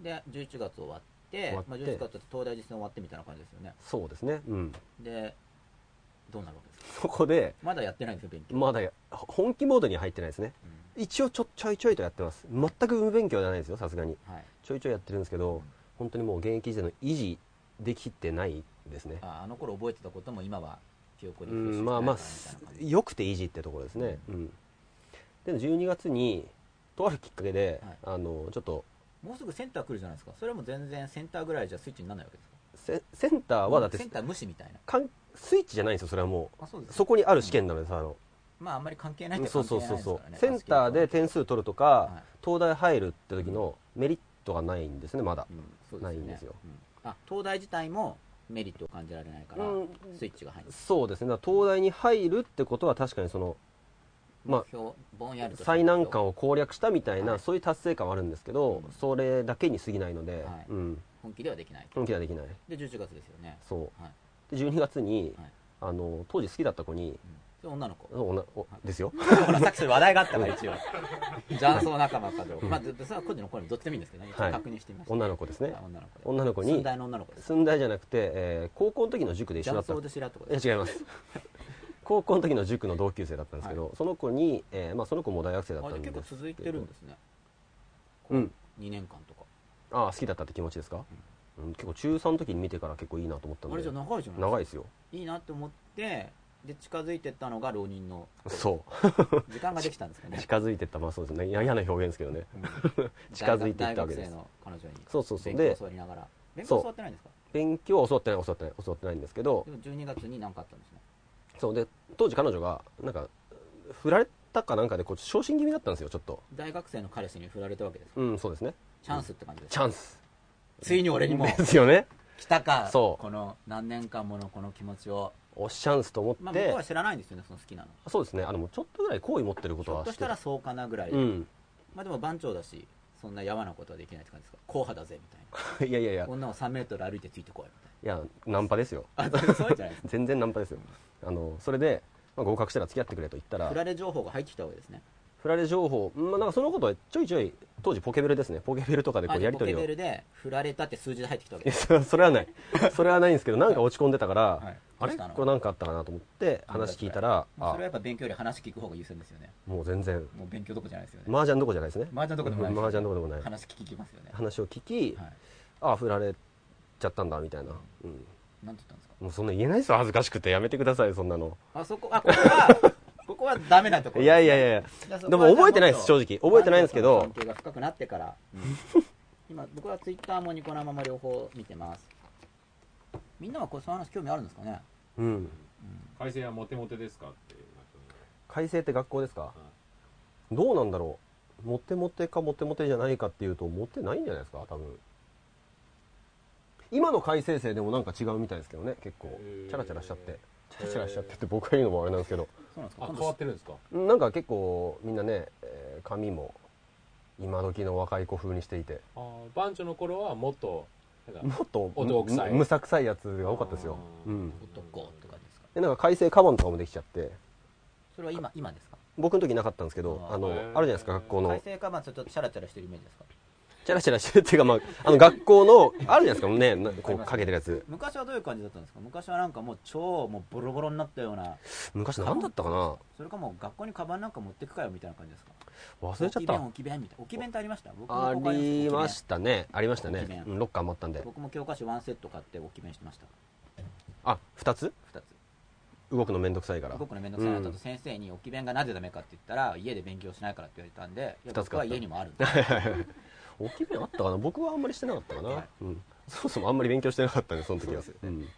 S1: で11月終わって
S2: 終わって
S1: まあ、11月って東大実践終わってみたいな感じですよね
S2: そうですね、うん、
S1: でどうなるわけですか
S2: そこで
S1: まだやってないんですよ勉強、
S2: まだ本気モードには入ってないですね
S1: うん
S2: 一応ちょちょいちょいとやってます全く無勉強じゃないですよさすがに
S1: はい、
S2: ちょいちょいやってるんですけど本当にもう現役時代の維持できてないですね
S1: ああの頃覚えてたことも今は記憶に
S2: う
S1: フレッシュ
S2: ん
S1: し
S2: まあ
S1: て
S2: ま
S1: ない
S2: あ
S1: かなみたいな感じ
S2: 良くて維持ってところですねうんで12月にとあるきっかけで、
S1: はい
S2: あのちょっと
S1: もうすぐセンター来るじゃないですかそれも全然センターぐらいじゃスイッチにならないわけですか
S2: セセンターはだって
S1: センター無視みたいな
S2: かんスイッチじゃないんですよそれはも
S1: あそうで
S2: う
S1: す
S2: そこにある試験なのでさあの、
S1: まああんまり関係ないって
S2: そう
S1: 関
S2: そ
S1: 係な
S2: う
S1: いで
S2: そう
S1: すか
S2: そ
S1: ら
S2: う
S1: ね
S2: センターで点数取るとか、
S1: はい
S2: 東大入るって時のメリットがないんですねまだ
S1: うんそう
S2: ないんですよ
S1: うんあ東大自体もメリットを感じられないから、
S2: うん
S1: スイッチが入る
S2: そうですねだから東大に入るってことは確かにそのまあ
S1: 目標、ぼんやりとした目
S2: 最
S1: 標
S2: 難関を攻略したみたいな、
S1: はい
S2: そういう達成感はあるんですけど、
S1: うん
S2: それだけに過ぎないので、
S1: はい
S2: うん、
S1: 本気ではできない
S2: 本気はできない
S1: で11月ですよね
S2: そ
S1: はいう
S2: で12月に、
S1: はい
S2: あの当時好きだった子に
S1: うんそれ女の子
S2: おなおですよ
S1: ほらさっきそれ話題があ ったから一応雀荘仲間かどうかまあずそれは個人の声もどっちでもいいんですけどね一
S2: は
S1: 応
S2: い
S1: 確認してみました
S2: 女の子ですね
S1: あ女の子で
S2: 女の子
S1: 寸
S2: に
S1: 大の女の子です
S2: 寸大じゃなくて、えー高校の時の塾で一緒だ
S1: 雀
S2: った
S1: 荘で知らんとこ
S2: い
S1: です
S2: や違います 高校の時の塾の同級生だったんですけど、その子に、えーまあ、その子も大学生だ
S1: あ
S2: った
S1: じゃあ
S2: んで
S1: 結構
S2: す
S1: 続いてるんですね
S2: うん
S1: 2年間とか
S2: ああ好きだったって気持ちですか、うん、結構中3の時に見てから結構いいなと思った
S1: あ
S2: の
S1: れじ
S2: で
S1: ゃあ長いじゃない
S2: 長い
S1: い
S2: ですよ
S1: いいなって思ってで近づいてったのが浪人の
S2: そ
S1: 時間ができたんですか
S2: う
S1: ね
S2: 近づいてったまあそうですね嫌な表現ですけどね 近づいていったわけで
S1: 大学大学生
S2: す
S1: の彼女に
S2: そうそうそう
S1: 勉
S2: で
S1: 強教わりながら勉
S2: そ
S1: 強
S2: う
S1: 教わってないんですか
S2: 勉強は教わってない教わってない教わってないんですけど
S1: でも12月に何かあったんですね
S2: そうで当時彼女がなんか振られたかなんかでこう昇進気味だったんですよちょっと
S1: 大学生の彼氏に振られたわけですか
S2: うんそうですね
S1: チャンスって感じです
S2: チャンス
S1: ついに俺にも
S2: ですよね
S1: 来たか
S2: そう
S1: この何年間ものこの気持ちを
S2: おっチャンスと思って、
S1: まあ僕は知らないんですよねその好きなの
S2: そうですねあでもちょっとぐらい好意持ってるこ
S1: ひ
S2: と
S1: ょっ
S2: は
S1: と
S2: し
S1: してたらそうかなぐらいで、
S2: うん
S1: まあでも番長だしそんなやわなことはできないって感じですか硬派だぜみたいな
S2: いやいやいや
S1: 女を3メートル歩いてついてこいみたい
S2: いやナンパですよ
S1: なあそうそうじゃ ないです
S2: 全然ナンパですよあのそれで、まあ、合格したら付き合ってくれと言った
S1: か
S2: ら
S1: 振られ情報が入ってきたわけですね
S2: 振られ情報、うんまあ、なんかそのことはちょいちょい当時ポケベルですねポケベルとかでこ
S1: あ
S2: うやり
S1: ポ
S2: 取
S1: ケ
S2: り
S1: ベ
S2: を
S1: ルで振られたって数字で入ってきたわけ
S2: いや
S1: です
S2: そそれはないそれはないんですけどなんか落ち込んでたから、
S1: はいど
S2: あ
S1: う
S2: れ
S1: したの
S2: これなんかあったかなと思って話聞いたら
S1: まあそ
S2: あ
S1: れはやっぱ勉強より話聞く方が優先ですよね
S2: もう全然
S1: もう勉強どこじゃないですよね
S2: 麻雀どこじゃないですね
S1: 麻雀どこでもないです
S2: 麻雀どこでもない
S1: 話聞きますよね、は
S2: 話を聞き、
S1: い、
S2: ああ振られちゃったんだみたいな、うん、
S1: なんて言ったんですか
S2: もうそんな言えないですよ恥ずかしくてやめてくださいそんなの
S1: あそこあここ はここはダメなとこ
S2: い
S1: ろ
S2: やいやいやいや
S1: や
S2: でも覚えてないです正
S1: 直
S2: 直覚えてないんですけど
S1: 関係が深くなってから、今僕はツイッターもニコ生も両方見てますみんなはこうその話興味あるんですかね
S2: うん
S3: 改正はモテモテですかっていう
S2: 改正って学校ですか
S3: は
S2: どうなんだろうモテモテかモテモテじゃないかっていうとモテないんじゃないですか多分今の改正生でもなんか違うみたいですけどね結構
S3: へー
S2: チャラチャラしちゃってチャラチャラしちゃってって僕が言うのもあれなんですけど
S1: そうなんですか
S3: あ
S1: 今
S3: 変
S1: 度
S3: わってるんですか
S2: なんか結構みんなね、えー髪も今時の若い子風にしていて
S3: あー番長の頃はもっとなんか
S2: もっと
S3: 男
S2: む
S3: 臭い
S2: むさくさいやつが多かったですよ、
S3: あ
S2: う
S3: ー
S2: ん、
S1: 男って感じですか
S2: でなんか改正カバンとかもできちゃって
S1: それは今今ですか
S2: 僕の時なかったんですけど
S1: あー
S2: あのあ
S3: へ
S2: る
S3: ー
S2: じゃないですか学校
S1: 改
S2: の
S1: 正かまあちょっとチャラチャラしてるイメージですか
S2: チャラチャラしてるっていうか、まあ、あの学校のあるじゃないですかねなこ
S1: あり
S2: う
S1: ます
S2: かけてるやつ
S1: 昔はどういう感じだったんですか昔はなんかもう超もうボロボロになったような
S2: 昔何だったかな
S1: それかもう学校にカバンなんか持ってくかよみたいな感じですか
S2: 忘れちゃ
S1: 置
S2: っ
S1: き弁
S2: た
S1: 置き弁みたいな置き弁ってありました僕
S2: あ
S1: もここり
S2: り
S1: ま
S2: ま
S1: した
S2: したねありました
S1: 置き
S2: ね
S1: 弁
S2: うんロッカーもあったんで
S1: 僕も教科書ワンセット買って置き弁してました
S2: あ二2つ
S1: 2つ
S2: 動くのめんどくさいから
S1: すごくね面倒くさいなと、
S2: うん
S1: 先生に置き弁がなぜダメかって言ったら家で勉強しないからって言われたんでいや
S2: 二つ買った
S1: 僕は家にもあるんで
S2: 置き弁あったかな僕はあんまりしてなかったかな、
S1: はい
S2: うん、そもそもあんまり勉強してなかったんでその時は
S1: そうです
S2: う
S1: よね
S2: ん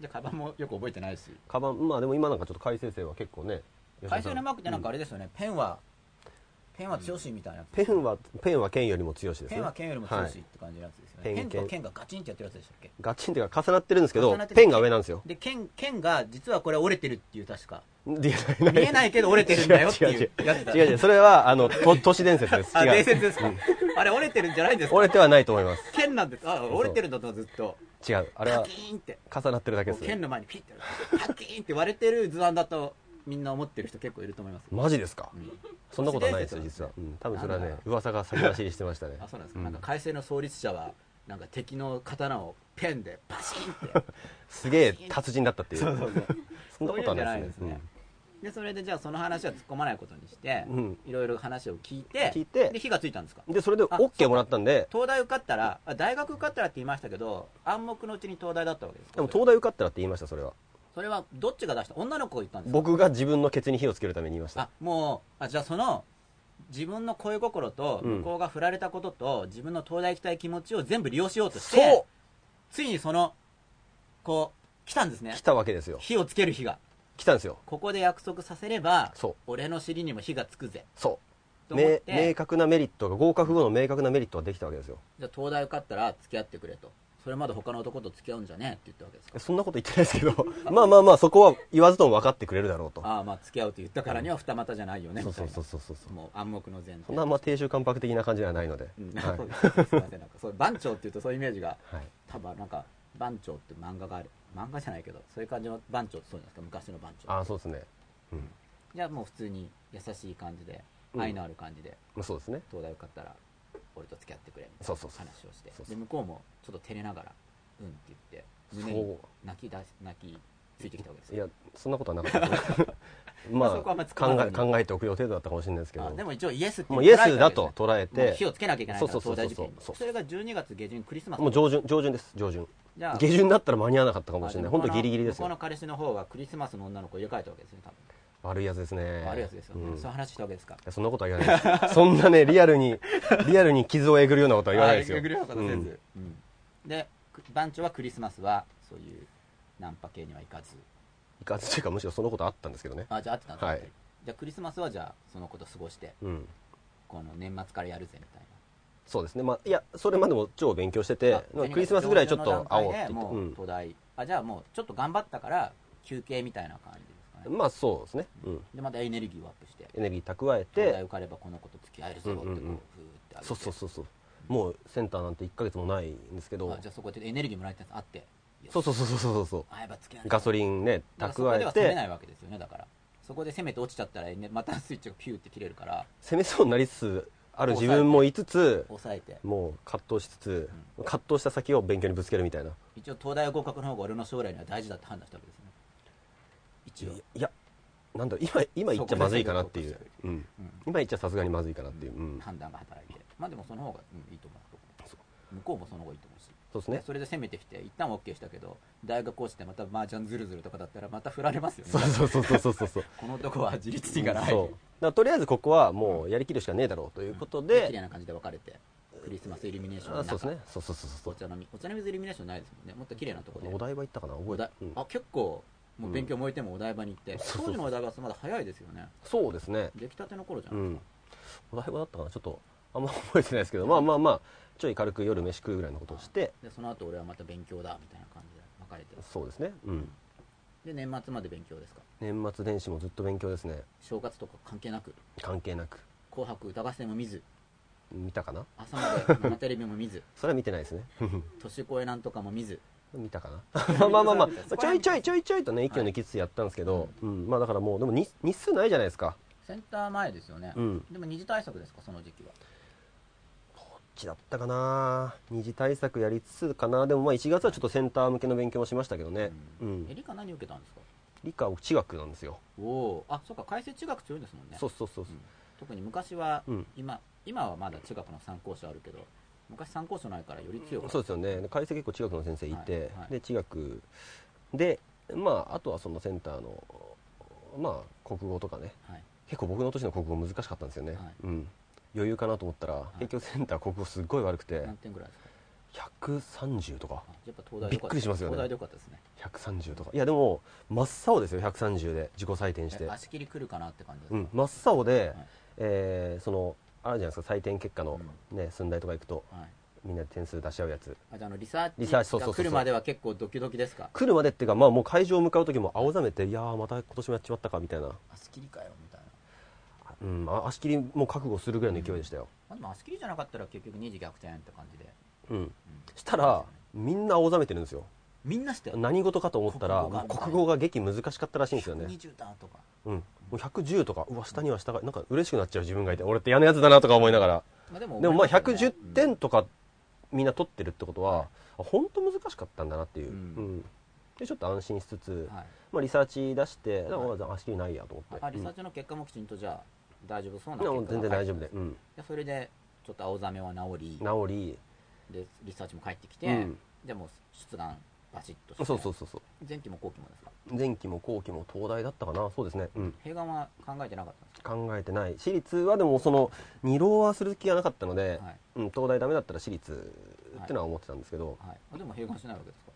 S1: でカバンもよく覚えてないし
S2: カバンまあでも今なんかちょっと改正生は結構ね
S1: 会社のマークってなんかあ
S2: れ、
S1: れですよね、ペンはペンは強しみたいなやつ、
S2: うんペンはペンは剣よりも強しですね
S1: ペンは剣よりも強しっ
S2: い
S1: て感じのやつですよね、
S2: はい
S1: ペン
S2: ペ
S1: と
S2: ン
S1: 剣がガチンってやってるやつでしたっけ
S2: ガチンっていうか重なってるんですけど
S1: 重なってて
S2: ペンが上なんですよ
S1: で剣剣が実はこれ折れてるっていう確か
S2: 見
S1: 見えないけど折れてるんだよって
S2: 違
S1: いう
S2: う
S1: やつだ
S2: 違う違うそれはあのと都市伝説で す
S1: あ
S2: 違
S1: 伝
S2: う
S1: 説ですか、あれ折れてるんじゃないんですか
S2: 折れてはないと思います
S1: 剣なんですあ折れてるんだと思うずっと
S2: 違うあれ
S1: パ
S2: は
S1: キーンって
S2: 重なってるだけ
S1: こ
S2: で
S1: う
S2: す
S1: 剣の前にピッてパキーンって割れてる図案だとみんな思ってる人結構いると思います、
S2: マジですか、
S1: うん
S2: そんなことはないですよ
S1: 都市伝説
S2: 実
S1: なん、
S2: はうん、多分それは
S1: な
S2: ね
S1: んだ
S2: 噂が先走りしてましたね
S1: あそうなんですか、なんか改正の創立者はなんか敵の刀をペンでパシンって
S2: すげえ達人だったっていう そんなことはないです
S1: そういうんじゃない
S2: ね
S1: ですねでそれでじゃあその話は突っ込まないことにして
S2: うん
S1: いろいろ話を聞いて
S2: 聞いて
S1: で火がついたんですか
S2: うんでそれで
S1: あそう
S2: OK もらったんで
S1: 東大受かったらあ大学受かったらって言いましたけど暗黙のうちに東大だったわけですか
S2: でも東大受かったらって言いましたそれは
S1: それはどっちが出した女の子が言ったんですか
S2: 僕が自分のケツに火をつけるために言いました
S1: あもうあじゃあその自分の恋心と
S2: うん
S1: 向こうが振られたことと、自分の東大行きたい気持ちを全部利用しようとして
S2: そう
S1: ついにそのこう来たんですね
S2: 来たわけですよ
S1: 火をつける日が
S2: 来たんですよ
S1: ここで約束させれば
S2: そう
S1: 俺の尻にも火がつくぜ
S2: そ
S1: と
S2: う
S1: 思っ
S2: 明
S1: て
S2: 明確なメリットが合格後の明確なメリットができたわけですよ
S1: じゃあ東大受かったら付き合ってくれとそれまで他の男と付き合うんじゃねえって言ったわけですか
S2: そんなこと言ってないですけど まあまあまあそこは言わずとも分かってくれるだろうと
S1: ああまあ付き合うと言ったからには二股じゃないよね
S2: そうそうそううそうそう
S1: もう暗黙の前提
S2: そんなあんま亭主関白的な感じではないので、
S1: うん
S2: はい
S1: そうです すいませんなんかそう番長っていうとそういうイメージが
S2: はい、
S1: 多分なんか番長って漫画がある漫画じゃないけどそういう感じの番長ってそうじゃないですか昔の番長
S2: ああそうですねうん
S1: じゃあもう普通に優しい感じで
S2: うん
S1: 愛のある感じで
S2: まあそうですね
S1: 東大受かったら俺と付き合ってくれみた
S2: そ
S1: いう
S2: そう
S1: な
S2: そう
S1: 話をして
S2: そうそう
S1: で向こうもちょっと照れながらうんって言って胸
S2: そ
S1: に
S2: う
S1: 泣き出し泣きついてきたわけです
S2: い
S1: よ
S2: やそんなことはなかっ たですねま
S1: まあそこはあんま
S2: あ
S1: 突っ込
S2: 考
S1: ま
S2: え
S1: ずに
S2: 考えておくよ程度だったかもしれないですけど
S1: あでも一応イエスって
S2: もうイエス
S1: 捉えたわ
S2: だ
S1: けです
S2: と
S1: ね
S2: 捉え
S1: もう
S2: て
S1: 火をつけなきゃいけないから
S2: そうそう
S1: 東
S2: そ
S1: 大受験
S2: うそう
S1: に
S2: そう
S1: それが12月下旬クリスマス
S2: もう上旬上旬です上旬
S1: じゃあ
S2: 下旬だったら間に合わなかったかもしれな
S1: あ向
S2: い
S1: こ
S2: 本
S1: う
S2: 当
S1: の
S2: ギリギリです
S1: 向こうの
S2: よ
S1: 彼氏の方はクリスマスの女の子を入れ替えたわけですね多分
S2: 悪いやつですね
S1: 悪いやつですよね、
S2: うん
S1: そういう話したわけですか
S2: いやそんなことは言わないですそんなねリアルにリアルに傷をえぐるようなことは言わないです
S1: あ
S2: よ
S1: ーえぐるようなことせず
S2: うん
S1: うんでく番長はクリスマスはそういうナンパ系には行かず
S2: いかつというかむしろそのことあったんですけどね
S1: あじゃあ会ってたんです
S2: はい
S1: やっぱりじゃあクリスマスはじゃあそのこと過ごして
S2: うん
S1: この年末からやるぜみたい
S2: そうですねまあいやそれまでも超勉強して
S1: な
S2: て
S1: あ
S2: まあ
S1: 12
S2: クリスマスぐらいちょっ
S1: 上旬
S2: と
S1: の
S2: 会おう
S1: 段
S2: っ
S1: 階
S2: て
S1: で
S2: 言って
S1: もう東大、あじゃあもうちょっと頑張ったから休憩みたいな感じですか
S2: うん
S1: ね
S2: まあそうですねうん
S1: でまたエネルギーをアップして
S2: エネルギー蓄え
S1: 東大
S2: て
S1: 受かればこの子と付き合えるぞってこ
S2: う
S1: う
S2: んうん
S1: ふ
S2: う
S1: ー
S2: ん
S1: ってあげて
S2: そうそうそうそうもうセンターなんて1ヶ月もないんですけど
S1: あじゃあそこでエネルギーもらえたやつあって
S2: そうそうそうそうそうそう
S1: 会えば付き合える
S2: ガソリンね
S1: だからそこ
S2: 蓄
S1: では攻
S2: え
S1: めな
S2: て
S1: いわけですよねだからそこで攻めて落ちちゃったら、ね、またスイッチがピューって切れるから
S2: 攻めそうになりつつある自分もいつつ
S1: 抑えて
S2: もう葛藤しつつ葛藤した先を勉強にぶつけるみたいな
S1: 一応東大合格の方が俺の将来には大事だって判断したわけですね一応
S2: いやなんだろう今今言っちゃまずいかなっていう、うん、
S1: うん
S2: 今言っちゃさすがにまずいかなっていう、うん
S1: 判断が働いてまあでもその方が、うん、いいと思う向こうもその方がいいと思うし
S2: そうですね
S1: それで攻めてきて一旦 OK したけど大学落ちてまた麻雀ズルズルとかだったらまた振られますよね
S2: そうそうそうそうそうそうそう
S1: この男は自立心がない
S2: そうだからとりあえずここはもうやりきるしかねえだろうということ
S1: 綺麗
S2: で、
S1: な感じで別れてクリスマスイルミネーション
S2: あ
S1: の
S2: そうです
S1: 中
S2: ねそうそうそうそ
S1: お
S2: う
S1: 茶の水お茶の水イルミネーションないですもんねもっと綺麗なとこで
S2: お台場行ったかな
S1: お
S2: 覚え
S1: 台
S2: て、うん
S1: あ結構もう勉強燃えてもお台場に行って、
S2: んそうそうそ
S1: 当
S2: う
S1: 時のお台場はまだ早いですよね
S2: そうですね
S1: 出来たての頃じゃ
S2: う
S1: ないですか、
S2: んお台場だったかなちょっとあんま覚えてないですけどまあまあまあちょい軽く夜飯食うぐらいのことをして
S1: でその後俺はまた勉強だみたいな感じで別れて
S2: そうですねうん
S1: で年末まで勉強ですか
S2: 年末年始もずっと勉強ですね
S1: 正月とか関係なく
S2: 関係なく
S1: 「紅白歌合戦」も見ず
S2: 見たかな
S1: 朝まで生テレビも見ず
S2: それは見てないですね
S1: 年越えなんとかも見ず
S2: 見たかな まあまあまあまあちょいちょいちょいちょいとね
S1: い
S2: 息を抜きつつやったんですけど、うんまあだからもうでもに日数ないじゃないですか
S1: センター前ですよね、
S2: うん
S1: でも二次対策ですかその時期は
S2: こっちだったかな二次対策やりつつかなでもまあ1月はちょっとセンター向けの勉強もしましたけどね
S1: え
S2: うん
S1: 理科何受けたんですか
S2: 理科地学なんですよ
S1: おおあそっか解説中学強いんですもんね
S2: そうそうそうそう
S1: うん特に昔は、
S2: うん
S1: 今今はまだ中学の参考書あるけど昔参考書ないからより強く
S2: そうですよねで解説結構地学の先生いて、
S1: はいはい
S2: で地学でまああとはそのセンターのまあ国語とかね
S1: はい、
S2: 結構僕の年の国語難しかったんですよね、
S1: はい
S2: うん余裕かなと思ったら、
S1: い
S2: 結局センター国語すっごい悪くて
S1: 何点ぐらいですか
S2: 130とか
S1: あやっぱ東大
S2: びっくりしますよね
S1: 東大でよかったですね
S2: 130とかいやでも真っ青ですよ130で自己採点して
S1: え足切り来るかなって感じです
S2: う
S1: か、
S2: ん、真っ青で、
S1: はい
S2: えーそのあるじゃないですか採点結果の、ね寸大とか行くと
S1: はい、
S2: みんなで点数出し合うやつ
S1: あじゃああのリサ
S2: リサ
S1: ー
S2: ーチ
S1: チ
S2: そう
S1: が
S2: そうそう
S1: 来るまでは結構ドキドキですか
S2: 来るまでっていうか、まあ、もう会場向かう時も青ざめていやーまた今年もやっちまったかみたいな、
S1: 足切りかよみたいな
S2: うん、あ足切りも覚悟するぐらいの勢いでしたよ、
S1: まあでも足切りじゃなかったら結局二次逆転って感じで、
S2: うん
S1: うん
S2: したらみんな青ざめてるんですよ
S1: みんなして
S2: 何事かと思ったら
S1: 国語
S2: 国
S1: が
S2: 語が激難しかったらしいんですよね、
S1: 20段とか
S2: うん、もう110とかうわ下には下がなんか嬉しくなっちゃう自分がいて俺って嫌なやつだなとか思いながら
S1: まあでも
S2: でもまあ
S1: 思いすよ
S2: 110
S1: ね
S2: 点とかみんな取ってるってことは本当難しかったんだなっていう、
S1: う
S2: うんんでちょっと安心しつつ、
S1: うんはい
S2: まあ、リサーチ出してだから
S1: はい
S2: わざわざ足切りないやと思って、
S1: あリサー
S2: チ
S1: チの結果もきちんとじゃあ大丈夫そうな
S2: もう
S1: 結果
S2: 全
S1: が返っ
S2: 然大
S1: て
S2: 丈夫で、うん、
S1: でそれでちょっと青ざめは治り
S2: 治り、
S1: でリサーチも返ってきて、
S2: うん
S1: でもう出願バシッとして
S2: そうそうそうそう
S1: 前期も後期もですか
S2: 前期も後期も東大だったかなそうですね、うん、
S1: 併願は考えてなかったんです
S2: 考えてない私立はでもその二浪はする気がなかったので、
S1: かはい、
S2: うん、東大ダメだったら私立ってのは思ってたんですけど、
S1: はい、あでも併願しないわけですか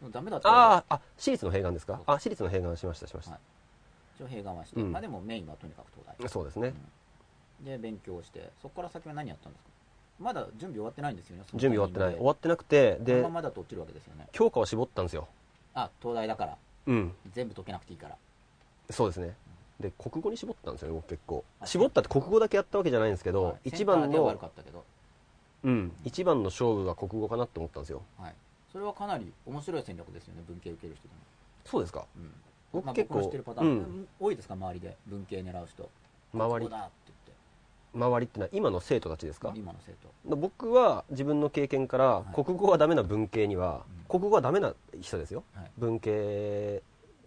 S1: でもダメだったら
S2: あーあ私立の併願ですかあ私立の併願しましたしました、
S1: はい一応併願はして、
S2: うん
S1: まあでもメインはとにかく東大
S2: そうですね、
S1: で勉強してそこから先は何やったんですかまだ準備終わってないんですよね。
S2: 準備終わってない。終わ
S1: っ
S2: ってなくて、
S1: て
S2: で
S1: ま、まだと落ちるわけですよね。
S2: 教科を絞ったんですよ。
S1: あ、東大だから。
S2: うん。
S1: 全部解けなくていいから。
S2: そうですね。で、国語に絞ったんですよね、僕結構。
S1: あ
S2: 絞ったって国語だけやったわけじゃないんですけど、
S1: はい
S2: 一番
S1: センターでは悪
S2: の
S1: か、ったけど。
S2: うん、一番の勝負が国語かなって思ったんですよ。
S1: はい。それはかなり面白い戦略ですよね、文系受ける人でも。
S2: そうですか
S1: うん。
S2: 僕
S1: まあ
S2: 結
S1: 僕の知
S2: 構
S1: ってるパ、タ
S2: う
S1: ーン、
S2: ん、
S1: 多いですか、周りで。文系狙う人。
S2: 周
S1: ここ
S2: り、
S1: だって言
S2: 周りってのは今の生徒たちで
S1: っ
S2: すか
S1: て。今の生徒。
S2: 僕は自分の経験から、
S1: はい
S2: 国語はダメな文系には、
S1: うん
S2: 国語はダメな人ですよ、
S1: はい
S2: 文系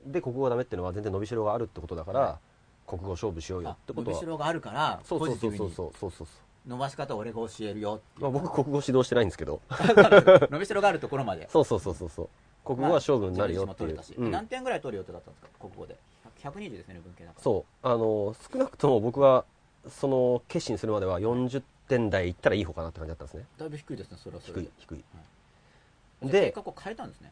S2: で国語がダメっていうのは全然伸びしろがあるってことだから、
S1: は
S2: 国語勝負しよう
S1: あ
S2: よって、こと
S1: 伸び
S2: は
S1: しろがあるから、
S2: そう
S1: ポ
S2: そう
S1: ジテ
S2: そ
S1: ィ
S2: う
S1: ブ
S2: そう
S1: に
S2: そうそうそう
S1: 伸ばし方を俺が教えるよってい
S2: まあ、
S1: う。
S2: 僕国語指導してないんで すけど
S1: 伸びしろがあるところまで。
S2: そうそうそうそうそう国語は勝負になるよっていう、
S1: まあ自分自身も取れたし
S2: うん
S1: 何点ぐらい取る予定だったんですか国語で100 120ですね文系だからう
S2: そうあの少なくとも僕はその決心するまでは40点台いったらいい方かなって感じだったんですね
S1: だいぶ低いですねそれはそれ
S2: 低
S1: で
S2: い低い
S1: じゃあ計
S2: で
S1: 画を変えたんですね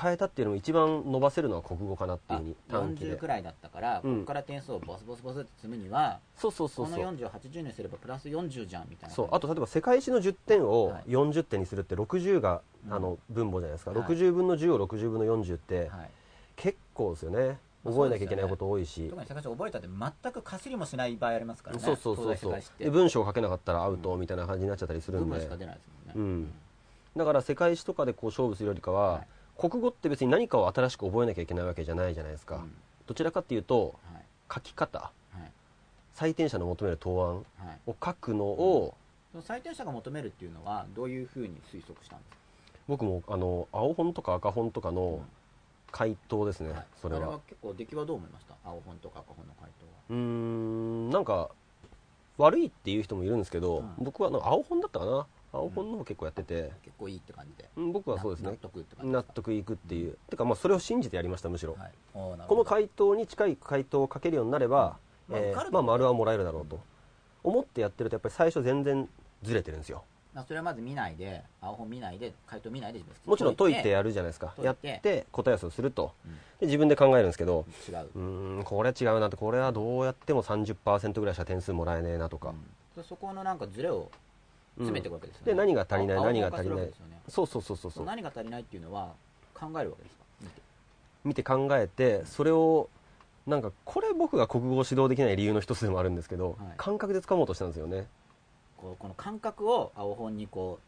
S2: 変えたっていうのも一番伸ばせるのは国語かなってい
S1: あ
S2: うふうに短期
S1: 40
S2: で
S1: くらいだったから、
S2: うん
S1: ここから点数をボスボスボスって積むには
S2: そうそうそう
S1: こ
S2: そ
S1: の
S2: う
S1: 4080にすればプラス40じゃんみたいな
S2: そうあと例えば世界史の10点を
S1: はい
S2: 40点にするって60が、
S1: うん
S2: あの分母じゃないですか、
S1: はい
S2: 60分の10を60分の40って
S1: はい、
S2: 結構ですよね
S1: まあ
S2: 覚えなきゃいけないこと多いし、
S1: 特に世界史覚えたって全くかすりもしない場合ありますからね
S2: そうそうそう
S1: 東
S2: そ
S1: 大世
S2: う
S1: 界史って
S2: で文章を書けなかったらアウトみたいな感じになっちゃったりする
S1: 文
S2: ん
S1: 部
S2: で、
S1: しか出ないですもんね、
S2: うんだから世界史とかでこう勝負するよりかは、
S1: はい
S2: 国語って別に何かを新しく覚えなきゃいけないわけじゃないじゃないですか、
S1: うん
S2: どちらかっていうと
S1: はい
S2: 書き方
S1: はい
S2: 採点者の求める答案
S1: はい
S2: を書くのを、
S1: その採点者が求めるっていうのはどういうふうに推測したんですか
S2: 僕もあの青本とか赤本とかの回答ですね、
S1: はい
S2: それ
S1: あ
S2: は
S1: 結構出来はどう思いました青本とか赤本の回答は
S2: うーんなんか悪いっていう人もいるんですけど、
S1: うん
S2: 僕はなんか青本だったかな青本の方結構やってて、
S1: 結構いいって感じで
S2: うん僕はそうです
S1: な納
S2: ね
S1: 得って感じ
S2: 納得いくっていうてかまあそれを信じてやりましたむしろ、
S1: はい、おーなるほ
S2: こ
S1: ど
S2: の回答に近い回答を書けるようになれば、
S1: まあ
S2: えー
S1: 受かると
S2: まあ、丸はもらえるだろうと、思ってやってるとやっぱり最初全然ずれてるんですよ
S1: まあそれはまず見ないで青本見ないで回答見ないで
S2: もちろん解いて
S1: 違
S2: やるじゃないですか
S1: 解
S2: や
S1: い
S2: ってて答え合わせをすると、
S1: うん
S2: で自分で考えるんですけど、
S1: う
S2: うーんこれ違うなってこれはどうやっても30%ぐらいしか点数もらえねえなとか、
S1: うんそこのなんかズレを
S2: うん
S1: 詰めていくわけですよね、
S2: で何が足りない
S1: 青
S2: 何が足
S1: 青本化す
S2: りな
S1: るわけ
S2: い
S1: ですよね
S2: そうそうそうそう
S1: そ
S2: そうう
S1: 何が足りないっていうのは考えるわけですか見て
S2: 見て考えてそれをなんかこれ僕が国語を指導できない理由の一つでもあるんですけど、
S1: はい
S2: 感覚で掴もうとしたんですよね
S1: こうこの感覚を青本にこ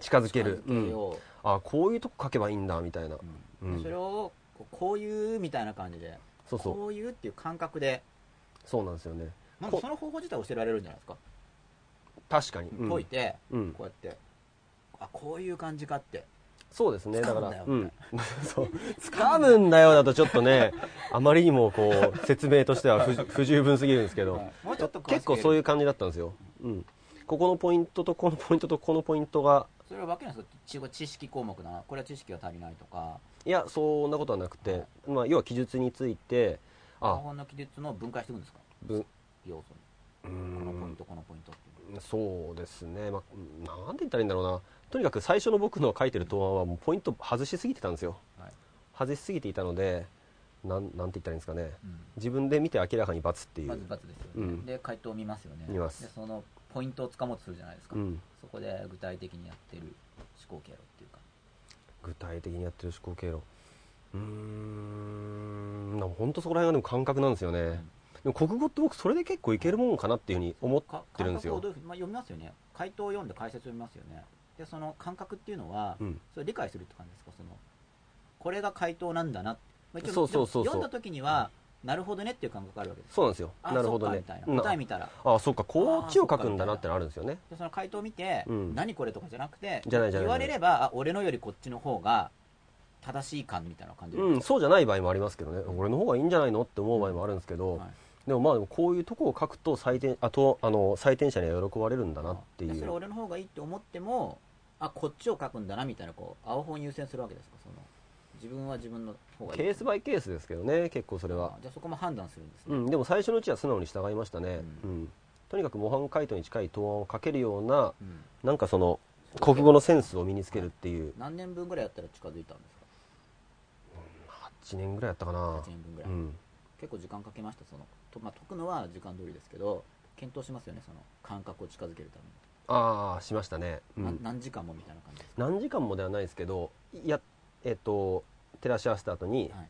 S2: 近
S1: う
S2: づける
S1: 近づけよ
S2: うん、あこういうとこ書けばいいんだみたいな
S1: う、
S2: うん
S1: でそれをこうこういうみたいな感じで
S2: そうそう
S1: こういうっていう感覚で
S2: そうなんですよね
S1: なんか
S2: こ
S1: その方法自体教えられるんじゃないですか
S2: 確かに、うん
S1: 解いて、
S2: うん
S1: こうやってあこういう感じかって
S2: そうですねだか
S1: 掴むんだよ
S2: らうん そう掴むんだよだとちょっとねあまりにもこう説明とし ては不不十分すぎるんですけど、
S1: もうちょっと詳しく
S2: 結構そういう感じだったんですよ、うん、ここのポイントとこのポイントとこのポイントが
S1: それは分けないんですか知知識項目だなこれは知識が足りないとか
S2: いやそんなことはなくて、まあ、要は記述について
S1: パ
S2: あ
S1: 本の記述の分解していくんですか
S2: ぶ
S1: 要素
S2: う
S1: にこのポイン
S2: ん
S1: トこのポイントっていう
S2: そうですね、まあ、なんて言ったらいいんだろうなとにかく最初の僕の書いてる答案はもうポイント外しすぎてたんですよ、
S1: はい
S2: 外しすぎていたのでなんなんて言ったらいいんですかね
S1: の、
S2: 自分で見て明らかに×っていう、
S1: まず×ですよね、
S2: うん
S1: で回答を見ますよね
S2: 見ます
S1: でそのポイントをつかもうとするじゃないですか、
S2: うん、
S1: そこで具体的にやってる思考経路っていうか
S2: 具体的にやってる思考経路うーん本当そこら辺がでも感覚なんですよね、でも国語って僕それで結構いけるもんかなっていうふうに思っ
S1: か
S2: てるんですよ
S1: 感覚をどういうふうに、まあ、読みますよね回答を読んで解説を読みますよねでその感覚っていうのは、
S2: うん
S1: それ理解するって感じですかそのこれが回答なんだなって、まあ一応
S2: そうそうそうそう
S1: でも読んだ時にはなるほどねっていう感覚があるわけです
S2: そうなんですよ
S1: あ
S2: なるほど
S1: そ
S2: ね
S1: っかみたいな
S2: な
S1: 答え見たら
S2: ああそうかこっちを書くんだなってのあるんですよね
S1: でその回答を見て、
S2: うん
S1: 何これとかじゃなくて
S2: じゃないじゃない
S1: 言われればあ俺のよりこっちの方が正しい感みたいな感じで、
S2: うんそうじゃない場合もありますけどね俺の方がいいんじゃないのって思う場合もあるんですけど、
S1: はい
S2: でもまあでもこういうとこを書くと採点あとあの採点者には喜ばれるんだなってい
S1: でそれ
S2: う
S1: 俺の方がいいって思ってもあこっちを書くんだなみたいなこう青本優先するわけですかその自分は自分の方がいい
S2: ケースバイケースですけどね結構それは
S1: あ、じゃあそこも判断するんです
S2: う
S1: ね、
S2: ん、でも最初のうちは素直に従いましたね、
S1: う
S2: うんとにかく模範解答に近い答案を書けるような
S1: うん
S2: なんかその国語のセンスを身につけるっていう
S1: 何年分ぐらいやったら近づいたんですか
S2: 8年ぐらいやったかな
S1: 8年分ぐら
S2: う
S1: い、
S2: ん
S1: 結構時間かけましたそのと、まあ、解くのは時間通りですけど検討しますよねその感覚を近づけるために
S2: ああしましたね、うん
S1: な何時間もみたいな感じです
S2: 何時間もではないですけどいやえっ、と照らし合わせた後に
S1: かはい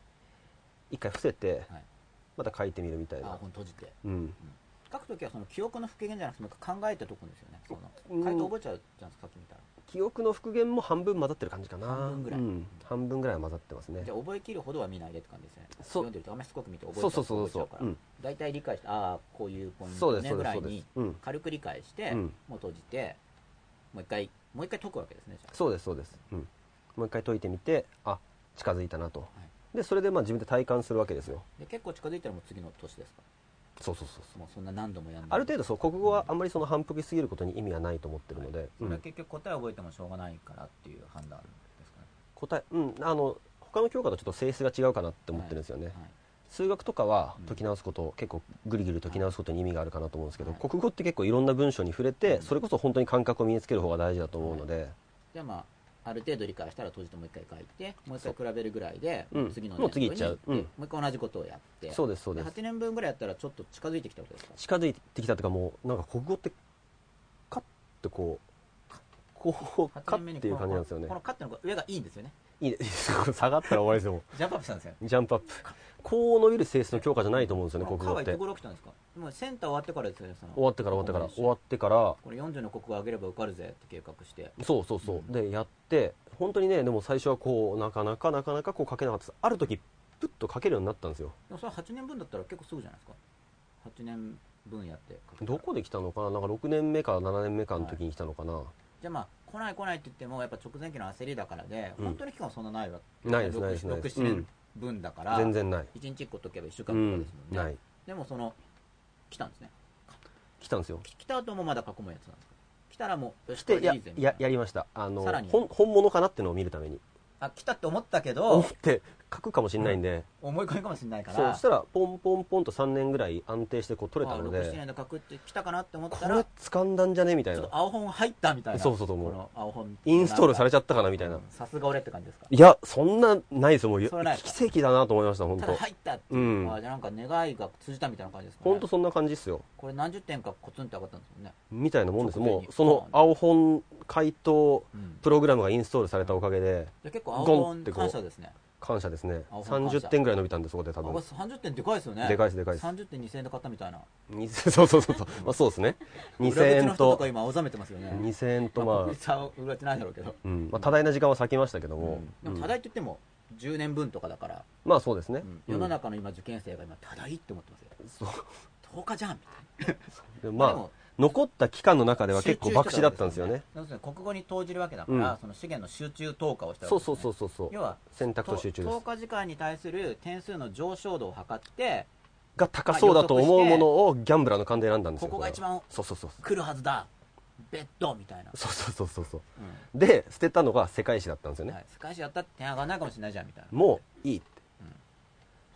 S2: 一回伏せて、
S1: はい
S2: また書いてみるみたい
S1: あ
S2: な
S1: 本閉じて
S2: うん
S1: 書くときはその記憶の復元じゃなくてもう一回考えてとくんですよねそ
S2: うん
S1: の回答覚えちゃうじゃん書きみたら
S2: 記憶の復元も半分混ざってる感じかな
S1: 半分ぐらい
S2: うん半分ぐらいは混ざってますね
S1: じゃあ覚えきるほどは見ないでって感じですね
S2: そう
S1: 読んでるとあんまりしつこく見て覚えちゃ
S2: そううそうそ
S1: 覚
S2: う
S1: えち
S2: そ
S1: ゃ
S2: う、う
S1: から
S2: ん、
S1: 大体理解してああこういうポイン
S2: そう
S1: ト
S2: で
S1: ね
S2: すそう
S1: ぐ
S2: です
S1: ら
S2: そ
S1: いう
S2: で
S1: に
S2: す、うん、
S1: 軽く理解して、
S2: うん
S1: もう閉じてもう一回もう一回解くわけですねじゃあ
S2: そうですそうです、うん、もう一回解いてみてあ近づいたなと、でそれでまあ自分で体感するわけですよ
S1: で結構近づいたらもう次の年ですか
S2: そうそうそうそう
S1: もうそんな何度もやんない
S2: ある程度そう国語はあんまりその反復しすぎることに意味はないと思ってるので、
S1: それ
S2: う
S1: は
S2: ん
S1: 結局答え覚えてもしょうがないからっていう判断ですかね
S2: 答えうんあの他の教科とちょっと性質が違うかなって思ってるんですよね、
S1: はい
S2: 数学とかは
S1: うん
S2: 解き直すこと、結構ぐりぐり解き直すことに意味があるかなと思うんですけど、
S1: はい
S2: 国語って結構いろんな文章に触れて、
S1: うん
S2: それこそ本当に感覚を身につける方が大事だと思うので、
S1: じゃあまあある程度理解したら閉じてもう一回書いてもう一回比べるぐらいで、
S2: うん
S1: 次の
S2: もう次行っちゃう
S1: 年度に
S2: うん
S1: もう一回同じことをやって
S2: そうですそうです
S1: 8年分ぐらいやったらちょっと近づいてきたわけですか
S2: 近づいてきたというかもうなんか国語ってカッてこうこうカ
S1: 8年目
S2: ッ
S1: に
S2: っていう感じなんですよ
S1: こ
S2: ね
S1: のカットの上がいいんですよね
S2: いいね下がったら終わりですよも
S1: ジャンプアップしたんですよ
S2: うジャンプアップこう伸びる性質の強化じゃないと思うんですよね
S1: この
S2: 国
S1: カ
S2: 語
S1: は
S2: っ
S1: い
S2: て
S1: つ
S2: 終
S1: 頃来たんですかもうセンター終わってからですよねその
S2: わってから終わってから終わ
S1: っ
S2: ってから
S1: これ40の国語上げれば受かるぜって計画して
S2: そうそうそう、
S1: うん
S2: でやって本当にねでも最初はこうなかなかなかなかこう書けなかったですある時プッと書けるようになったんですよ
S1: でもそれ8年分だったら結構すぐじゃないですか8年分やって書けたら
S2: どこで来たのかななんか6年目から7年目かの時に来たのかな、
S1: じゃあまあ来ない来ないって言ってもやっぱ直前期の焦りだからで、
S2: うん
S1: 本当に期間はそんなないわけ
S2: ないですないですないです
S1: 67年分だから、
S2: 全然ない、
S1: 1日1個解けば1週
S2: う
S1: 間とか
S2: ん
S1: ですもんね、
S2: ない
S1: でもその来たんですね
S2: 来たんですよ
S1: き来た後もまだ過去問やってたんですか来たらもうよし
S2: 来て
S1: こ
S2: や
S1: れいいぜみたい
S2: や
S1: な
S2: やりましたあの
S1: さらに
S2: 本本物かなってのを見るために
S1: あ来たって思ったけ
S2: 思
S1: ど
S2: って書くかもしれないんで、
S1: 思い込みかもしれないか
S2: そう
S1: ら
S2: したらポンポンポンと3年ぐらい安定してこう取れたの
S1: あ67
S2: で
S1: 年で書くって来たかなって思っ
S2: こ
S1: た
S2: れ
S1: らち
S2: 掴んだんじゃねみたい
S1: ょっ
S2: な
S1: と青本入ったみたいな
S2: そうそうそうもう
S1: この青本
S2: インストールされち
S1: ゃっ
S2: ゃったかなみたいな、
S1: さすが俺って感じですか
S2: いやそんなないですよもう
S1: それはない
S2: 奇跡だなと思いました本
S1: ただ
S2: 当
S1: 入ったって
S2: う
S1: いう、
S2: ん
S1: あじゃあなんか願いが通じたみたいな感じですか、ね、
S2: 本当そんな感じっすよ
S1: これ何十点かコツンって上がったんですもんね、
S2: みたいなもんです
S1: 直前に
S2: もうその青本回答
S1: うん、
S2: プログラムがインストールされたおかげで
S1: じゃあ結構青
S2: ゴンっ
S1: 本
S2: てこう
S1: 感謝ですね
S2: 感謝ですね
S1: 青本感謝
S2: 30点ぐらい伸びたんでそこで多
S1: あこれ
S2: 分
S1: 30点でかいですよね
S2: でかいですでかいです
S1: 30点2000円で買ったみたいな
S2: 2000そうそうそうそうまあそうですね
S1: 裏口
S2: 2000
S1: の
S2: 円
S1: 人と
S2: と
S1: か今青ざめてますよね
S2: 2000円と
S1: まあ
S2: まあ
S1: 国立は売られてないだろうけど、
S2: うんまあ、多大な時間は割きましたけど
S1: う
S2: も
S1: ん、でも
S2: うん
S1: 多大って言っても10年分とかだから、
S2: まあそうですね、
S1: うん世の中の今受験生が今多大って思ってますよ
S2: そう
S1: 10日じゃんみたい
S2: で
S1: な、
S2: まあ残った期間の中では結構博打だったんですよね
S1: 要するに国語に投じるわけだから、
S2: うん
S1: その資源の集中投下をしたわけ
S2: そう
S1: です
S2: そ
S1: よね
S2: うそうそうそう
S1: 要は
S2: 選択と集中です
S1: 投下時間に対する点数の上昇度を測って
S2: が高そうだと思うものをギャンブラーの勘で選んだんですよ
S1: ここが一
S2: れは
S1: 番
S2: そうそうそう
S1: 来るはずだベッドみたいな、
S2: そうそうそうそうそう
S1: うん
S2: で捨てたのが世界史だったんですよね、
S1: はい、世界史やったって点上がらないかもしれないじゃんみたいな
S2: もういいって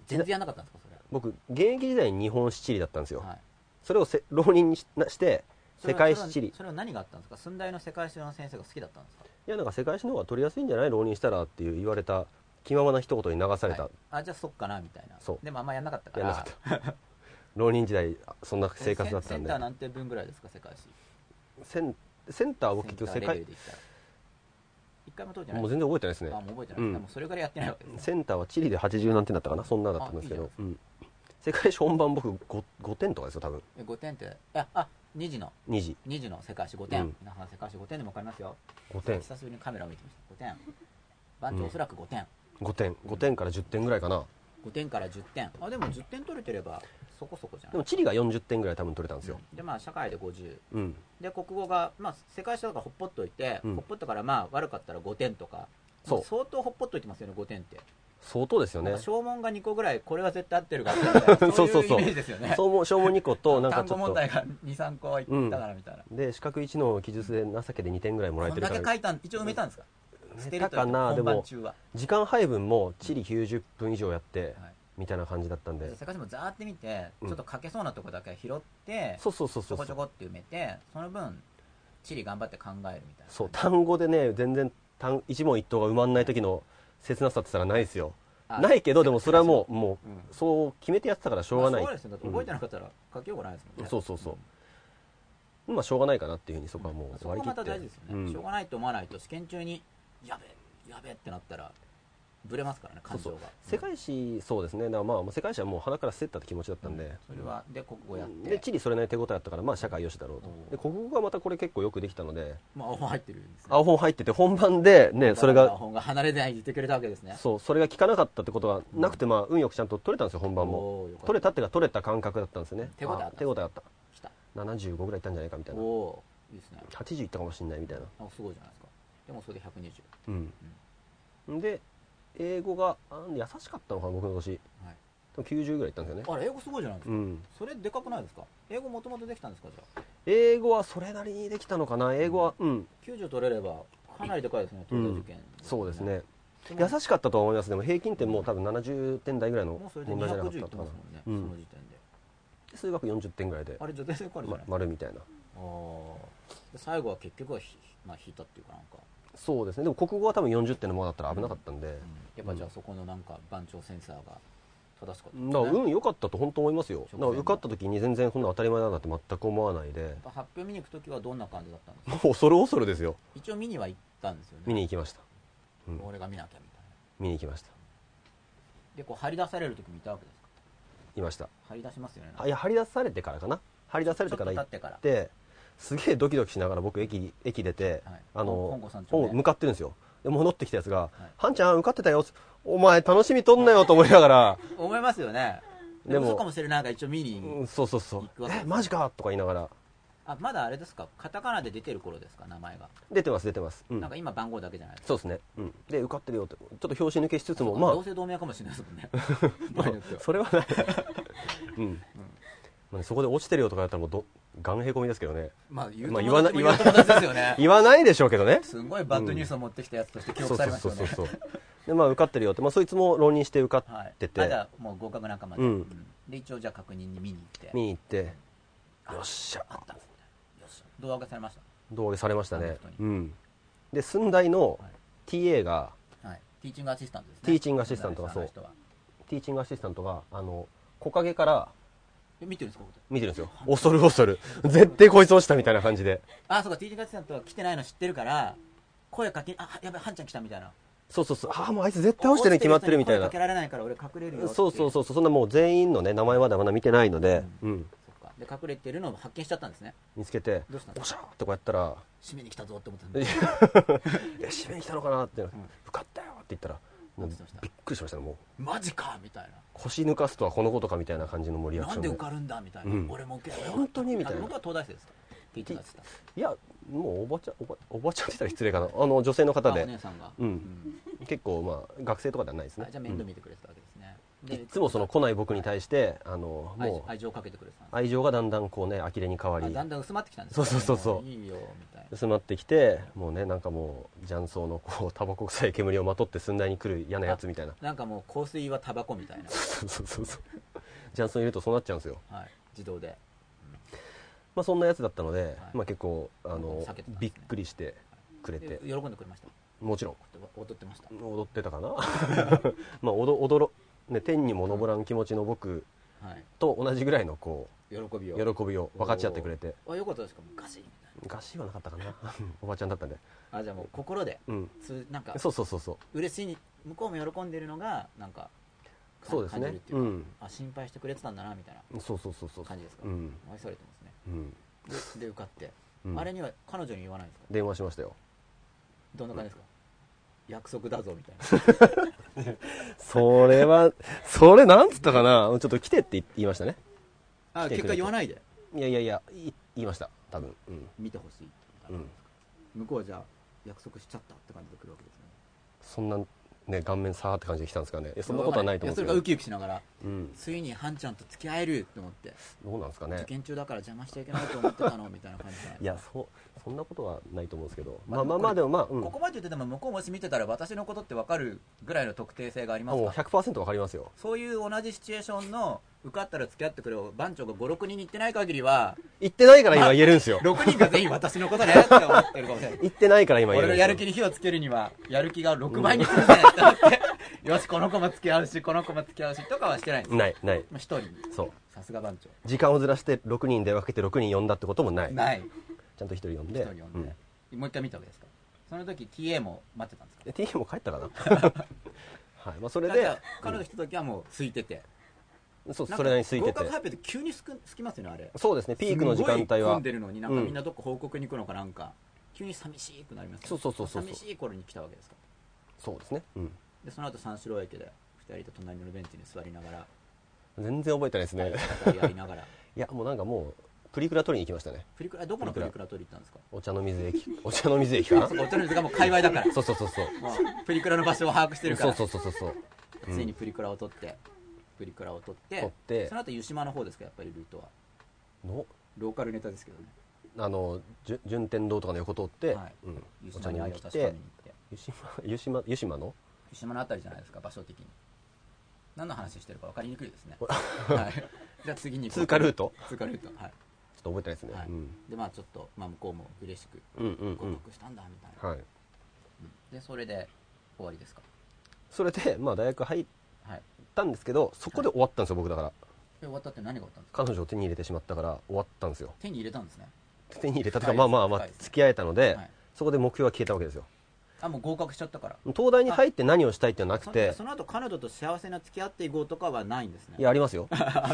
S1: 全然やんなかったんですか
S2: 僕現役時代に日本七里だったんです
S1: そ
S2: よ、
S1: れ、はい、
S2: それをせ浪人にしなして
S1: それ
S2: 世
S1: は
S2: 界七里い
S1: それはそれは何があったんですか寸大の世界史の先生が好きだったんですか
S2: やなんか世界史の方が取りやすいんじゃない浪人したらっていう言われた気ままな一言に流された、
S1: はいあじゃあそっかなみたいな
S2: そう
S1: でもあんまやんなかったか
S2: や
S1: ら
S2: んなかった浪人時代そんな生活だった
S1: センセン
S2: んで
S1: ター何点分ぐらいですか世界史
S2: センセンターは僕結局
S1: セ
S2: 世
S1: ンターレベル
S2: 界
S1: で言ったら一回も通ってない
S2: もう全然覚えてないです
S1: あ
S2: ね
S1: もう覚えてない、
S2: うん
S1: でもそれぐらいやってないわけです
S2: センターはチリで80何点だったかなそんなだったんですけど
S1: あいい
S2: うん世界史本番僕 5, 5点とかですよ多分
S1: 5点ってああ2時の
S2: 2時
S1: 2時の世界史5点、
S2: うん
S1: 皆さん世界史5点でも分かりますよ
S2: 5点
S1: 久しぶりにカメラを見てみました5点番
S2: うん
S1: 長おそらく5点、
S2: 5点5点から10点ぐらいかな
S1: 5点から10点あでも10点取れてればそこそこじゃな
S2: で
S1: い
S2: もチリが40点ぐらい多分取れたんです
S1: で
S2: よ
S1: まあ社会で50
S2: うん
S1: で国語が、まあ、世界史とかほっぽっといて、
S2: うん
S1: ほっぽっとからまあ悪かったら5点とか
S2: そう
S1: も相当ほっぽっといてますよね5点って、
S2: 相当ですよ
S1: なん
S2: ね
S1: か小問が2個ぐらいこれは絶対合ってるからみたいな
S2: そ
S1: そうう
S2: そうそ
S1: いう
S2: う
S1: イメージです よね
S2: そうも小問2個 となんか
S1: 単
S2: ちょ
S1: 語
S2: っと
S1: 問題が23個はいったからみたいな、
S2: で四角1の記述で情けで2点ぐらいもらえ
S1: こん
S2: てる
S1: だ
S2: か
S1: け
S2: ら
S1: 書いたん一応埋めたんですか捨
S2: 寝
S1: てる
S2: た
S1: とい
S2: か
S1: う
S2: なで
S1: 本番
S2: も
S1: 中は、
S2: 時間配分もチリ90分以上やって
S1: はい
S2: みたいな感じだったんで
S1: 世界史もざーって見て、
S2: うん
S1: ちょっと書けそうなとこだけ拾って
S2: そうそうそう
S1: ち
S2: そ
S1: ょ
S2: うそ
S1: こちょ
S2: う
S1: こって埋めてその分地理頑張って考えるみたいな
S2: そう単語でね全然単一問一答が埋まんない時の切なさって言ったらないですよ
S1: あ
S2: ないけどでもそれはもうも
S1: うん
S2: うそう決めてやってたからしょうがない
S1: まあそうですよだって覚えてなかったら書きようがないですもんね、
S2: そうそうそうまあしょうがないかなっていうふうにそこはもう
S1: そこ
S2: 割
S1: が
S2: り
S1: ま
S2: 切って
S1: た大事ですよね、
S2: うん
S1: しょうがないと思わないと試験中にやべやべってなったらぶれますからね感情が
S2: 世界史そうですねだからまあもう世界史はもう鼻から捨てたって気持ちだったんで、
S1: それはで国語やって、
S2: で地理それなりに手応えあったからまあ社会よしだろうと
S1: うん
S2: で国語がまたこれ結構よくできたので
S1: まあ青本入ってるんですね
S2: 青本入ってて本番でねそれが
S1: 青本が離れないでいてくれたわけですね
S2: そうそれが効かなかったってことがなくてまあ運よくちゃんと取れたんですよ本番も
S1: おーよかった
S2: 取れたっていうか取れた感覚だったんですよね
S1: 手応えあったんですね
S2: 手応えあった
S1: 来た
S2: 75ぐらいいったんじゃないかみたい
S1: お
S2: な
S1: おーいいですね
S2: 80いったかもしれないみたいな
S1: あすごいじゃないですかでもそれで120
S2: うん、で英語があ優しかったのかな僕の年、
S1: はい
S2: 多分90ぐらいいったんですよね
S1: あれ英語すごいじゃないです
S2: う
S1: か、
S2: ん
S1: それでかくないですか英語もともとできたんですかじゃあ
S2: 英語はそれなりにできたのかな英語はうん
S1: 90取れればかなりでかいですね東大受験、
S2: そうですね
S1: でも
S2: 優しかったとは思いますでも平均点もう多分70点台ぐらいの
S1: もうそれで
S2: 問題じゃなか
S1: 210
S2: った
S1: い
S2: の
S1: ってま
S2: かな
S1: すもんね、
S2: うん
S1: その時点で
S2: 数学40点ぐらいで
S1: あれじゃ全然軽いじゃ
S2: ま
S1: ないですか、
S2: 丸みたいな
S1: あーで最後は結局はひ、まあ、引いたっていうかなんか、
S2: そうですねでも国語は多分40点のものだったら危なかったんで、
S1: やっぱじゃあそこのなんか番長センサーが正しかったですね
S2: だから運良かったと本当思いますよだ
S1: 直前
S2: から
S1: の
S2: 受かった時に全然こんな当たり前なんだって全く思わないで
S1: やっぱ発表見に行く時はどんな感じだったんですか
S2: もう恐る恐るですよ
S1: 一応見には行ったんですよね
S2: 見に行きましたうん
S1: 俺が見なきゃみたいな
S2: 見に行きました
S1: でこう張り出される時もいたわけですか
S2: いました
S1: 張り出しますよね
S2: あいや張り出されてからかな張り出されてから
S1: ちょ
S2: 行
S1: っ
S2: っ
S1: と経ってから
S2: てすげえドキドキしながら僕駅駅出て、
S1: はい
S2: あ
S1: 本
S2: の
S1: 郷山頂ね
S2: 本郷向かってるんですよで戻ってきたやつが「
S1: い
S2: はんちゃん受かってたよ」お前楽しみとんなよ」と思いながら
S1: 思いますよね
S2: で
S1: で
S2: も
S1: もそうかもしれないが一応見に、
S2: うんそうそうそう
S1: 行くわけで
S2: え
S1: す
S2: マジかとか言いながら
S1: あまだあれですかカタカナで出てる頃ですか名前が、
S2: 出てます出てます、うん
S1: なんか今番号だけじゃないですか
S2: そうですね、うん、で受かってるよってちょっと拍子抜けしつつもまあ
S1: 同姓同名かもしれないですもん ね場合によっては
S2: それ はない、うんまあねそこで落ちてるよとかやったらもうどガンへこみですけどね
S1: まあ言う
S2: まあ
S1: 友達も
S2: 言わない
S1: 言う友達ですよね
S2: 言わないでしょうけどね
S1: すごいバッドニュースを持ってきたやつとして記憶されましたよね
S2: そうそうそうそうでまあ受かってるよって、まあ、そいつも浪人して受か
S1: はい
S2: って
S1: あ
S2: て、
S1: じゃあもう合格仲間で、
S2: うん
S1: うんで一応じゃあ確認に見に行って
S2: 見に行ってよっしゃ
S1: あったんですねよし胴上げされまし
S2: 胴上げされました
S1: あの
S2: ね
S1: 人に
S2: うんで寸大の
S1: はい
S2: TA が
S1: たはいティーチングアシスタントですね
S2: ティーチングアシスタントがそう
S1: あの人は
S2: ティーチングアシスタントがあの木陰から
S1: え見てるんですか僕
S2: 見てるんですよ恐る恐る絶対こいつ落ちたみたいな感じで
S1: あそうかティーチングアシスタントは来てないの知ってるから声かけあやべハンちゃん来たみたいな
S2: そうそうそうああもうあいつ絶対落ちてるに決まってるみたい
S1: 声
S2: な
S1: かけられないから俺隠れるよってい
S2: そうそうそうそうそんなもう全員のね名前までまだ見てないので、うん、
S1: そっかで隠れてるのを発見しちゃったんですね
S2: 見つけて
S1: どうしたん
S2: お
S1: です
S2: し
S1: か
S2: ゃーってこうやったら
S1: 締めに来たぞって思ったん
S2: いや
S1: で
S2: え締めに来たのかなって、受かったよって言ったらもう
S1: 落
S2: び
S1: ち
S2: っ
S1: てました
S2: くりしましたねもう
S1: マジかみたいな
S2: 腰抜かすとはこのことかみたいな感じのもうリアク
S1: な
S2: ショ
S1: ん
S2: ン
S1: で
S2: で
S1: 受かるんだみたいな、
S2: うん
S1: 俺も受けるよ
S2: 本当にみたいな
S1: あ僕は東大生ですかティーチングアシスタント
S2: いやもうおばちゃんおばおばちゃんって言ったら失礼かなあの女性の方
S1: あ
S2: で
S1: お姉さんが、
S2: うん
S1: ん
S2: 結構まあ学生とかではないですね
S1: あじゃあ面倒見てくれてたわけですね、
S2: うんい
S1: で
S2: っつもその来ない僕に対してあの
S1: 愛
S2: もう
S1: 愛情をかけてくれてたんです
S2: 愛情がだんだんこうね呆れに変わ
S1: あ
S2: り
S1: だんだん薄まってきたんです
S2: そうそうそうそう
S1: もいいよみたいな
S2: 薄まってきてもうねなんかもう雀荘のこうタバコ臭い煙をまとって寸大に来る嫌なやつみたい な
S1: なんかもう香水はタバコみたいな、
S2: そうそうそうそう雀荘にいるとそうなっちゃうんですよ
S1: はい、自動で
S2: まあ、そんなやつだったので、まあ、結構あ
S1: 避け
S2: の、
S1: てたんですね
S2: びっくりしてくれ
S1: で
S2: て
S1: 喜んでくれました
S2: もちろん
S1: 踊ってました
S2: 踊ってたかな まあ踊踊ろ、ね、天にも昇らん気持ちの僕
S1: はい
S2: と同じぐらいのこ
S1: 喜び
S2: う
S1: を
S2: 喜びを分かち合ってくれて
S1: あよかったですか昔みたい
S2: 昔はなかったかな おばちゃんだったんで、
S1: なあじゃあもう心で
S2: うん、
S1: つなんか
S2: そうそうそうそう
S1: 嬉しいに向こうも喜んでるのがなんかか
S2: そうです
S1: 感じる
S2: ね
S1: っていううか、
S2: ん
S1: あ心配してくれてたんだなみたいな
S2: そうそうそうそう
S1: 感じですか
S2: うん
S1: 愛されてますね
S2: うん
S1: でで受かって、
S2: うん
S1: あれには彼女に言わないんですか
S2: 電話しましたよ
S1: どんな感じですか、約束だぞみたいな
S2: それはそれなんつったかなちょっと来てって言いましたね
S1: あ 結果言わないで
S2: いやいやいやい言いました多分うん
S1: 見てほしいって
S2: う
S1: 言った
S2: ん
S1: 向こうはじゃあ約束しちゃったって感じで来るわけですね
S2: そんな、ね、顔面さーって感じで来たんですかね。いやそんなことはないと思
S1: や
S2: うん
S1: そ
S2: で
S1: れが
S2: すけ
S1: ウ
S2: ど。
S1: キウキしながら
S2: うん。
S1: ついにハンちゃんと付き合えるって思って
S2: どうなんですかね
S1: 受。験中だから邪魔しちゃいけないと思ってたのみたいな感じじゃない
S2: いや、そう、そんなことはないと思うんですけど。
S1: ま
S2: ま
S1: あ
S2: あまあまあ、
S1: で
S2: でもまあ、うん。
S1: ここまで言ってても向こうもし見てたら私のことって分かるぐらいの特定性があります
S2: もう
S1: か
S2: 100%わかりますよ。
S1: そういう同じシチュエーションの受かったら付き合ってくれを番長が5、6人に言ってない限りは、
S2: 言ってないから今言えるんですよ。
S1: 6人が全員私の ことねって思ってるかもしれない。
S2: 言ってないから今言え
S1: 俺
S2: る
S1: の
S2: ん
S1: や
S2: で
S1: る
S2: す
S1: 気
S2: よ。
S1: に火をつけるには、やる気が6倍にするんじゃないかな って。よし、この子も付き合うし、この子も付き合うし、とかはしてないんです。
S2: ない、ない。
S1: 1人。
S2: そう。
S1: さすが番長。
S2: 時間をずらして6人で分けて6人呼んだってこともない。
S1: ない。
S2: ちゃんと1人呼ん
S1: 1
S2: で。
S1: 人呼んで。もう一回見たわけですかその時 TA も待ってたんですか
S2: うん、TK も帰ったかな。 はい。まあそれ
S1: じ
S2: で
S1: ゃあ、彼女来た時はもう空いてて。
S2: そう、
S1: なんか
S2: それなりに空いて
S1: 合
S2: て
S1: 格。発表って急にすくすきますよね、あれ。
S2: そうですね、ピークの時
S1: す
S2: 間帯
S1: ごい混
S2: は
S1: ん。でるのになんかみんなどっか報告に行くのかなんか、急に寂しくなりますよね
S2: そうそうそうそう
S1: 寂しい頃に来たわけですか
S2: そうですね。うん。
S1: でその後三四郎駅で2人と隣のベンチに座りながら
S2: 全然覚えてないですね。
S1: 語り合いなが ら
S2: いや、もうなんかもう、プリクラ取りに行きましたね。
S1: プリクラどこのプリクラ取り行ったんですか
S2: お茶の水 駅。お茶の水駅かな
S1: そこお茶の水がもう界隈だ から
S2: そうそうそうそう。
S1: もうプリクラの場所を把握してるか
S2: そ
S1: ら
S2: うそうそうそうそう。うん
S1: ついにプリクラを取ってプリクラを取って
S2: 撮って
S1: その後湯島の方ですかやっぱりルートは
S2: の、
S1: ローカルネタですけどね
S2: あの、じゅ順天堂とかの横通って、
S1: はい
S2: うん
S1: 湯
S2: お茶
S1: 島に
S2: に
S1: 愛を
S2: 来
S1: 確かめに行
S2: て、
S1: って
S2: 湯島、 湯島、湯島の
S1: 湯島のあたりじゃないですか場所的に何の話してるか分かりにくいですね、 はい、じゃあ次に行こう
S2: 通過ルート
S1: 通過ルートはい
S2: ちょっと覚えてないですね。
S1: はい
S2: うん。
S1: でまあちょっと、まあ、向こうも嬉しく
S2: うんうんう
S1: 合
S2: ん。
S1: 格したんだみたいな、
S2: はい。
S1: でそれで終わりですか
S2: それで、まあ大学入っ
S1: はい
S2: たんですけど、そこで終わったんですよ、僕だから。
S1: で終わったって何が終わったんですか
S2: 彼女を手に入れてしまったから終わったんですよ。
S1: 手に入れたんですね
S2: 手に入れたとか、
S1: はい
S2: まあまあまあ
S1: はい、
S2: 付き合えたので
S1: はい、
S2: そこで目標は消えたわけですよ。
S1: あもう合格しちゃったから
S2: 東大に入って何をしたいってのはなく
S1: そ
S2: て
S1: そ、の後彼女と幸せな付き合っていこうとかはないんですね
S2: いや、ありま すよ。 あ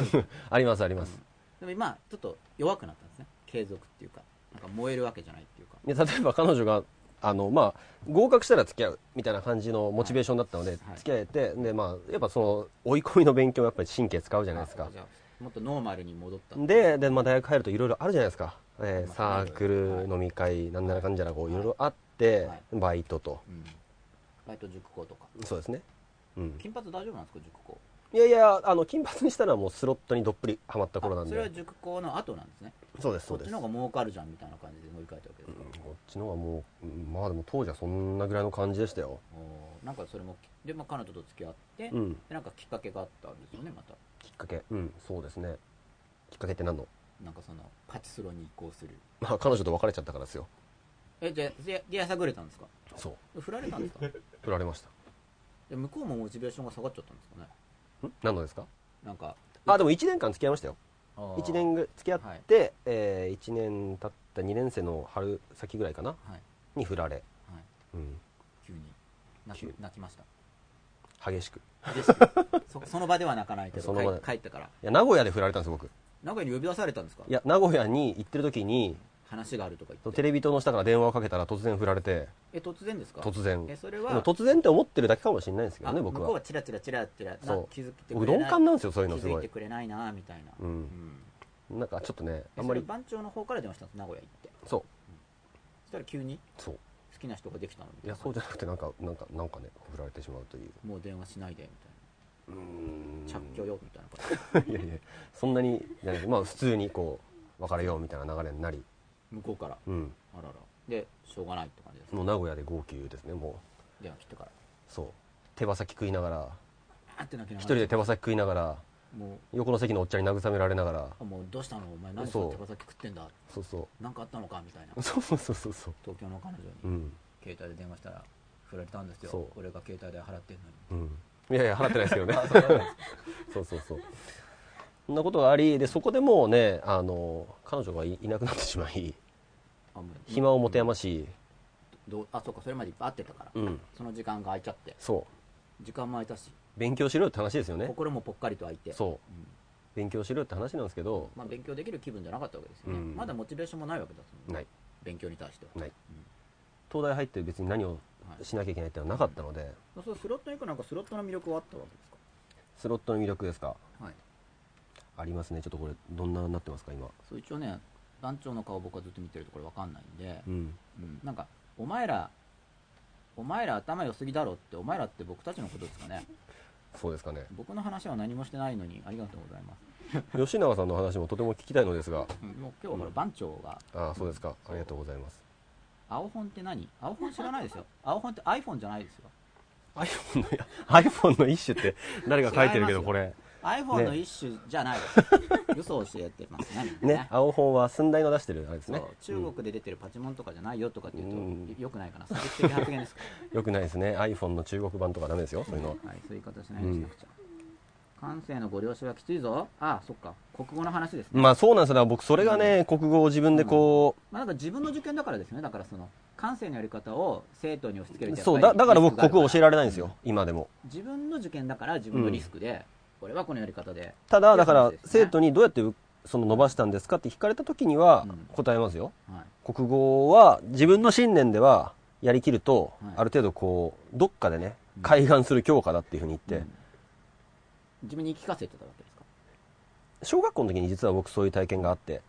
S2: ります、あります。
S1: でも今ちょっと弱くなったんですね継続っていうかなんか燃えるわけじゃないっていうか
S2: で例えば彼女があの、まあ、合格したら付き合うみたいな感じのモチベーションだったので、
S1: はい
S2: 付き合えてで、まあ、やっぱその追い込みの勉強はやっぱり神経使うじゃないです
S1: あ
S2: か
S1: じゃあもっとノーマルに戻った
S2: でで、まあ、大学入るといろいろあるじゃないですか、えー
S1: まあ
S2: サークル、
S1: はい
S2: 飲み会なんならかんじゃらこういろいろあって、
S1: はい
S2: バイトと
S1: うんバイト塾校とか
S2: そうですね、うん、
S1: 金髪大丈夫なんですか塾校
S2: いやいやあの金髪にしたらもうスロットにどっぷりはまった頃な
S1: あ
S2: ん
S1: それは
S2: で
S1: 塾校の後なんですね
S2: そうですそ
S1: そうっ
S2: で
S1: ち
S2: す
S1: の方が儲かるじゃんみたいな感じで乗り換えたわけですか
S2: こっちの方がもううんまあでも当時はそんなぐらいの感じでしたよ、
S1: おーなんかそれもで、まあ、彼女と付き合って、
S2: うん、
S1: でなんかきっかけがあったんですよねまた
S2: きっかけうんそうですねきっかけって何の
S1: なんかそのパチスロに移行する
S2: まあ、彼女と別れちゃったからですよ。
S1: えじゃあででやさぐれたんですか
S2: そう。
S1: 振られたんですか
S2: 振られまし
S1: で向こうもモチベーションが下がっちゃったんですかね
S2: た。ん何のですか
S1: なんか
S2: あ、でも1年間付き合いましたよ。
S1: 一
S2: 1年ぐ付き合って、え1年経った2年生の春先ぐらいかな
S1: はい
S2: に振られ。
S1: はい
S2: うん。
S1: 急に泣
S2: 急
S1: き
S2: に
S1: 泣きました
S2: 激しく。い
S1: 激しくそその場では泣かないけ
S2: そ
S1: ど
S2: の場で
S1: 帰帰ったから
S2: や、名古屋で振られたんですよ、僕。
S1: 名古屋に呼び出されたんですか
S2: いや、名古屋に行ってる時に、
S1: 話があるとか言って
S2: テレビ塔の下から電話をかけたら突然振られて、
S1: え突然ですか
S2: 突然。
S1: え
S2: で
S1: それ
S2: も
S1: は
S2: 突然って思ってるだけかもしれないんですけど
S1: あ
S2: ね、僕
S1: 向こう
S2: は
S1: は。チラチラチラチラな
S2: そう
S1: 気づいてく
S2: 僕
S1: れない
S2: 鈍感なんですよ、そういうの
S1: 気
S2: す
S1: づ
S2: ご
S1: いて
S2: い。
S1: くれないなみたいな
S2: う。
S1: うんん
S2: なんかちょっとね、
S1: あ
S2: あ
S1: ん
S2: ん
S1: ま
S2: ま
S1: り
S2: り、
S1: 番長の方から電話したんです名古屋行って
S2: そ
S1: そしたら急に
S2: う、そう。
S1: 好きな人ができたのみ
S2: い
S1: たい
S2: や、
S1: な
S2: そうじゃなくて、なんか、なんか、なんかね、振られてしまうという。
S1: もう電話しないでみた
S2: うー
S1: い
S2: ん
S1: な着去よみたいな感じ
S2: いやいやそんなにじゃないまあ普通にこう別れようみたいな流れになり、
S1: 向こうから
S2: うん、
S1: あららでしょうがないって感じです
S2: もう名古屋で号泣ですねも
S1: 電話切ってから
S2: うそう手羽先食いながら
S1: あって泣きなが
S2: 一人
S1: ら
S2: で手羽先食いながら
S1: もう
S2: 横の席のおっちゃんに慰められながら
S1: あもうどうしたのお前何そ
S2: そう
S1: の手羽先食ってんだ
S2: そうそ
S1: 何かあったのかみたいな
S2: う そうそうそうそうそう
S1: 東京の彼女に
S2: うん、
S1: 携帯で電話したら振られたんです
S2: そ
S1: よ
S2: う
S1: 俺が携帯で払ってんのに
S2: うん、いやいや払ってないです けどねそうそうそうそんなことがありでそこでもうねあの彼女がいいなくなってしまい
S1: あもう
S2: 暇を持て余し
S1: どうあそうかそれまでいっぱい会ってたから、
S2: うん
S1: その時間が空いちゃって
S2: そう
S1: 時間も空いたし
S2: 勉強しろよって話ですよね
S1: 心もぽっかりと空いて
S2: そ
S1: うん
S2: う勉強しろよって話なんですけど
S1: まあ、勉強できる気分じゃなかったわけですよね、
S2: うん
S1: まだモチベーションもないわけだもんね
S2: ない
S1: 勉強に対しては、
S2: ない東大入って別に何を
S1: はい、
S2: しなきゃいけないってのはなかったので
S1: そうスロットに行くなんかスロットの魅力はあったわけです
S2: スロットの魅力ですか
S1: かはい
S2: ありますねちょっとこれどんなになってますか今
S1: そう一応ね団長の顔僕はずっと見てるとこれわかんないんで
S2: う、ん
S1: うんなんかお前らお前ら頭良すぎだろってお前らって僕たちのことですかね
S2: そうですかね
S1: 僕の話は何もしてないのにありがとうございます、
S2: 吉永さんの話もとても聞きたいのですが
S1: うん、もう今日はほら番長が
S2: ああそうですかありがとうございます
S1: 青本って何青本知らないですよ青本って iPhone じゃないですよ
S2: iPhone のいや iPhone の一種って誰が書い
S1: 違
S2: てるけ
S1: いますよ
S2: どこれ
S1: iPhone の一種じゃないです。嘘を教えて ますね。みんな
S2: ね、青本は寸大の出してるあれですね
S1: そう。中国で出てるパチモンとかじゃないよとかって言うと、
S2: うん
S1: よくないかな、差別的発言ですか
S2: よくないですね。iPhone の中国版とかダメですよ、そういうのは。
S1: ら、はい、そういう言い方しないようにしなくちゃ、感性のご了承はきついぞ、ああ、そっか、国語の話ですね、
S2: まあそうなんですよ。だから僕、それがね、国語を自分でこ
S1: まあ、なんか自分の受験だからですよね、だからその感性のやり方を生徒に押し付け
S2: う、
S1: るってやっぱ
S2: そう、
S1: り
S2: だだから
S1: リス
S2: 僕、
S1: クがあ
S2: 国
S1: るか
S2: 語を教えられないんですよ、今でも。
S1: 自分の受験だから、自分のリスクで、俺はこのやり方で、
S2: ただ、だから
S1: そう、ですね
S2: 生徒にどうやってその伸ばしたんですかって聞かれた時には
S1: うん
S2: 答えますよ。
S1: はい、
S2: 国語は、自分の信念ではやりきると
S1: はい、
S2: ある程度こう、どっかでね
S1: う、ん
S2: 開眼する教科だっていうふうに言
S1: う
S2: っ
S1: ん
S2: て、
S1: 自分に言い聞かせてたわけですか、
S2: 小学校の時に実は僕そういう体験があって、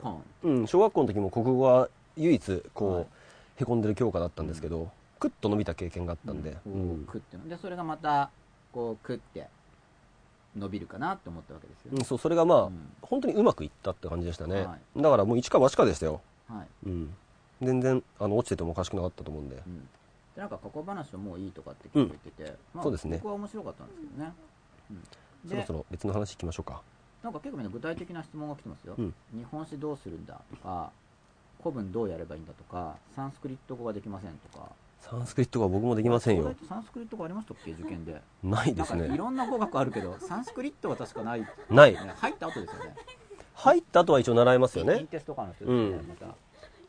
S1: ポン、
S2: うん、小学校の時も国語は唯一、
S1: はい
S2: こう、へこんでる教科だったんですけど、クッと伸びた経験があったんで、
S1: こうくっていうので、それがまた、こう、くって、伸びるかなって思ったわけですよ
S2: う
S1: ね
S2: ん、。そうそれがまあ、
S1: うん
S2: 本当にうまくいったって感じでしたね、
S1: は
S2: だからもう一か八かでしたよ、
S1: はい
S2: うん、全然あの落ちててもおかしくなかったと思うんで
S1: うん、でなんか過去話はもういいとかって聞こえてて、まあ、
S2: そうですね
S1: 僕は面白かったんですけどね、うん、
S2: そろ
S1: で
S2: そろ別の話いきましょうか
S1: なんか結構みんな具体的な質問が来てますよ、
S2: うん
S1: 日本史どうするんだとか古文どうやればいいんだとかサンスクリット語ができませんとか
S2: サンスクリット語は僕もできません
S1: こ
S2: よ
S1: れサンスクリット語ありましたっけ受験で
S2: ないで
S1: なん
S2: す
S1: かい
S2: ね
S1: ろんな語学あるけどサンスクリットは確かない、ね、
S2: ない
S1: 入った後ですよね
S2: 入った後は一応習いますよ
S1: イン
S2: ね
S1: テストとかの人ですよね、
S2: うん
S1: また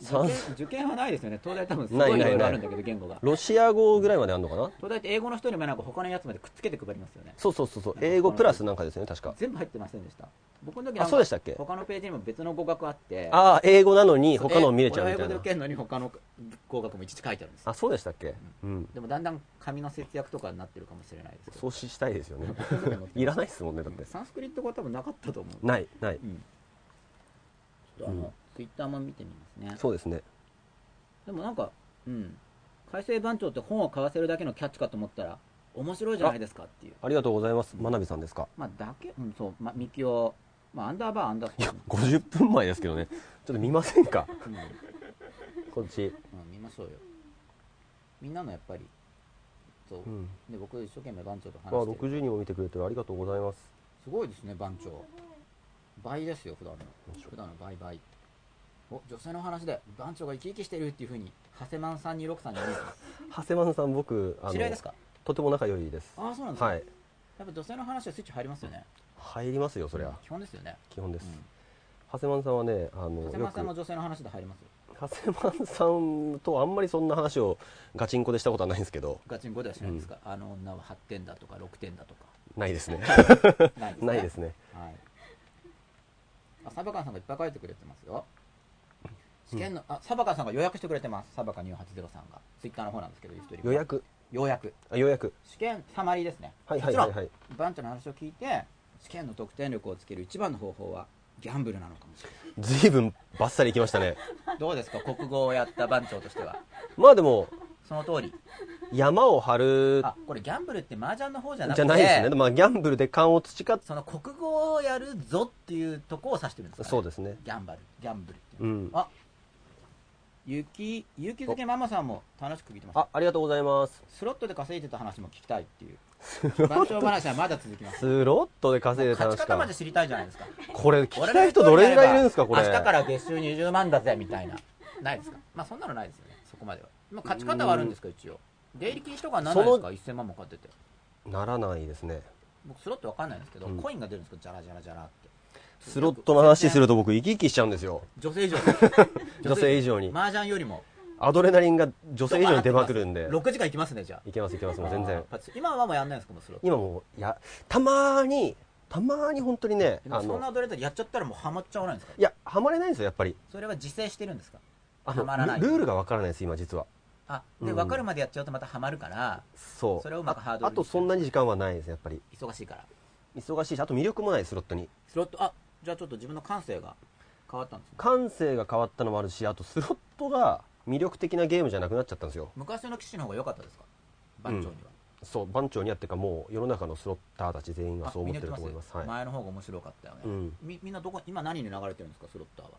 S2: サン
S1: 受
S2: ス
S1: 験受験はないですよね東大多分す
S2: な
S1: ご
S2: い
S1: い
S2: ない
S1: いろ
S2: ない
S1: いろあるんだけど言語が
S2: ロシア語ぐらいまであるのかな
S1: 東大って英語の人にもなんか他のやつまでくっつけて配りますよね
S2: そうそうそうそう英語プラスなんかですよね確か
S1: 全部入ってませんでした僕の時
S2: あそうでしたっけ
S1: 他のページにも別の語学あって
S2: ああ英語なのに
S1: そう
S2: 他のを見れちゃう
S1: え
S2: みた
S1: 俺は英語で
S2: いな
S1: 受けるのに他の語学もいちいち書いてあるんですよ
S2: あそうでしたっけうん
S1: でもだんだん紙の節約とかになってるかもしれないですけど
S2: そうししたいですよね
S1: う
S2: いらないですもんねだって
S1: サンスクリット語は多分なかったと思う
S2: ないない
S1: うんちょっとあ
S2: うん
S1: のツイッターも見てみますね
S2: そうですね
S1: でもなんかうん改正番長って本を買わせるだけのキャッチかと思ったら面白いじゃないですかっていう
S2: ありがとうございます真鍋さんですか
S1: まあだけうんそうまみきおまあアンダーバーアンダース
S2: い
S1: コ
S2: や
S1: アね、
S2: 50分前ですけどね。ちょっと見ませんか
S1: うん
S2: こっち。
S1: うん、見ましょうよみんなのやっぱりそう、
S2: うん。
S1: で僕一生懸命番長と
S2: あ、
S1: 話してる
S2: 60人も見てくれてる。ありがとうございます。
S1: すごいですね番長倍ですよ普段の普段の倍倍お女性の話で番長が生き生きしてるっていうふうに長谷満さん26さんに見えてます
S2: 長谷川さん、僕、あ
S1: 知り合いですか
S2: とても仲良いです。
S1: ああそうなんですか、
S2: はい。
S1: やっぱ女性の話はスイッチ入りますよね
S2: 入りますよ、そりゃ。
S1: 基本ですよね
S2: 基本です
S1: う。ん
S2: 長谷川さんはね、あ
S1: 長
S2: の、
S1: 谷
S2: よ
S1: 満
S2: く
S1: さん、も女性の話で入りますよ
S2: 長谷川さんとあんまりそんな話をガチンコでしたことはないんですけど、
S1: ガチンコではしないんですか、あの女は8点だとか6点だと か
S2: ないですね。
S1: ないですね
S2: ないですね。
S1: はい。あ、サバカンさんがいっぱい書いてくれてますよ。試験の、あ、サバカンさんが予約してくれてます。サバカニュー8 0さんが。ツイッターの方なんですけど、一人。
S2: 予。約。
S1: ようやく。
S2: あ、予約。
S1: 試験サマリーですね。
S2: はいはいはい
S1: も
S2: は
S1: ち
S2: い。
S1: ろん、バンチャの話を聞いて、試験の得点力をつける一番の方法は、ギャンブルなのかもしれ
S2: ずいぶんバッサリ行きましたね。
S1: ない。どうですか、国語をやった番長としては。
S2: まあでも、
S1: その通り。
S2: 山を張る
S1: あ、これギャンブルって麻雀の方じゃなくて、
S2: じゃないですね。まあ、ギャンブルで勘を培っ
S1: その国語をやるぞっていうとこを指してるんですか、ね、
S2: そうですね。
S1: ギャンバル、ギャンブルっていう
S2: う
S1: の
S2: ん。
S1: あゆき、ゆきづけママさんも楽しく聞いてます。
S2: あ、ありがとうございます。
S1: スロット で稼いでた話も聞きたいっていう。番長話はまだ続きます。
S2: スロットで稼いでた
S1: 勝ち
S2: 話
S1: 方ま
S2: か
S1: で。知りたいじゃないですか。
S2: これ、聞きたい人どれぐらいいるんですか、これ。
S1: 明日から月収20万だぜみたいな。ないですか。まあそんなのないですよね。そこまでは。まあ勝ち方はあるんですか、一応。出入り禁止とかはなんないですか、1000万も買ってて。
S2: ならないですね。
S1: 僕スロットわかんないんですけど、
S2: うん
S1: コインが出るんですか、じゃらじゃらじゃらって。
S2: スロットの話すると僕、生き生きしちゃうんですよ。
S1: 女性以上。
S2: 女性以上に。
S1: 麻雀よりも。
S2: アドレナリンが女性以上に出まくるんで。
S1: 6時間いきますね、じゃあ。
S2: いけます、いけます、もう全然。
S1: あー。今はもうやんないんですか、もうスロット。
S2: 今もう、いや、たまーに、たまーに本当にね
S1: で、も
S2: あ
S1: そんな
S2: の、
S1: 踊れたらやっちゃったらもうハマっちゃわないんですか
S2: いや、ハマれないんですよ、やっぱり。
S1: それは自制してるんですか
S2: あ
S1: ハマらな
S2: の、
S1: い
S2: ルルールがわからないです、今、実は。
S1: あで、
S2: うん
S1: 分かるまでやっちゃうとまたハマるから
S2: そう。
S1: それをうまくハードル
S2: ああと、そんなに時間はないです、やっぱり。
S1: 忙しいから
S2: 忙しいし、あと魅力もない、スロットに。
S1: スロットあじゃあちょっと自分の感性が変わったんですね
S2: 感性が変わったのもあるし、あと、スロットが魅力的なゲームじゃなくなっちゃったんですよ。
S1: 昔の棋士の方が良かったですか番長には、
S2: そう番長にあってかもう世の中のスロッターたち全員が
S1: あ
S2: そう
S1: みん
S2: 思っ
S1: な
S2: て
S1: 言
S2: る
S1: ってま
S2: と思いますすはい、
S1: 前の方が面白かったよね、
S2: うん、
S1: みみんなどこ今何に流れてるんですかスロッターは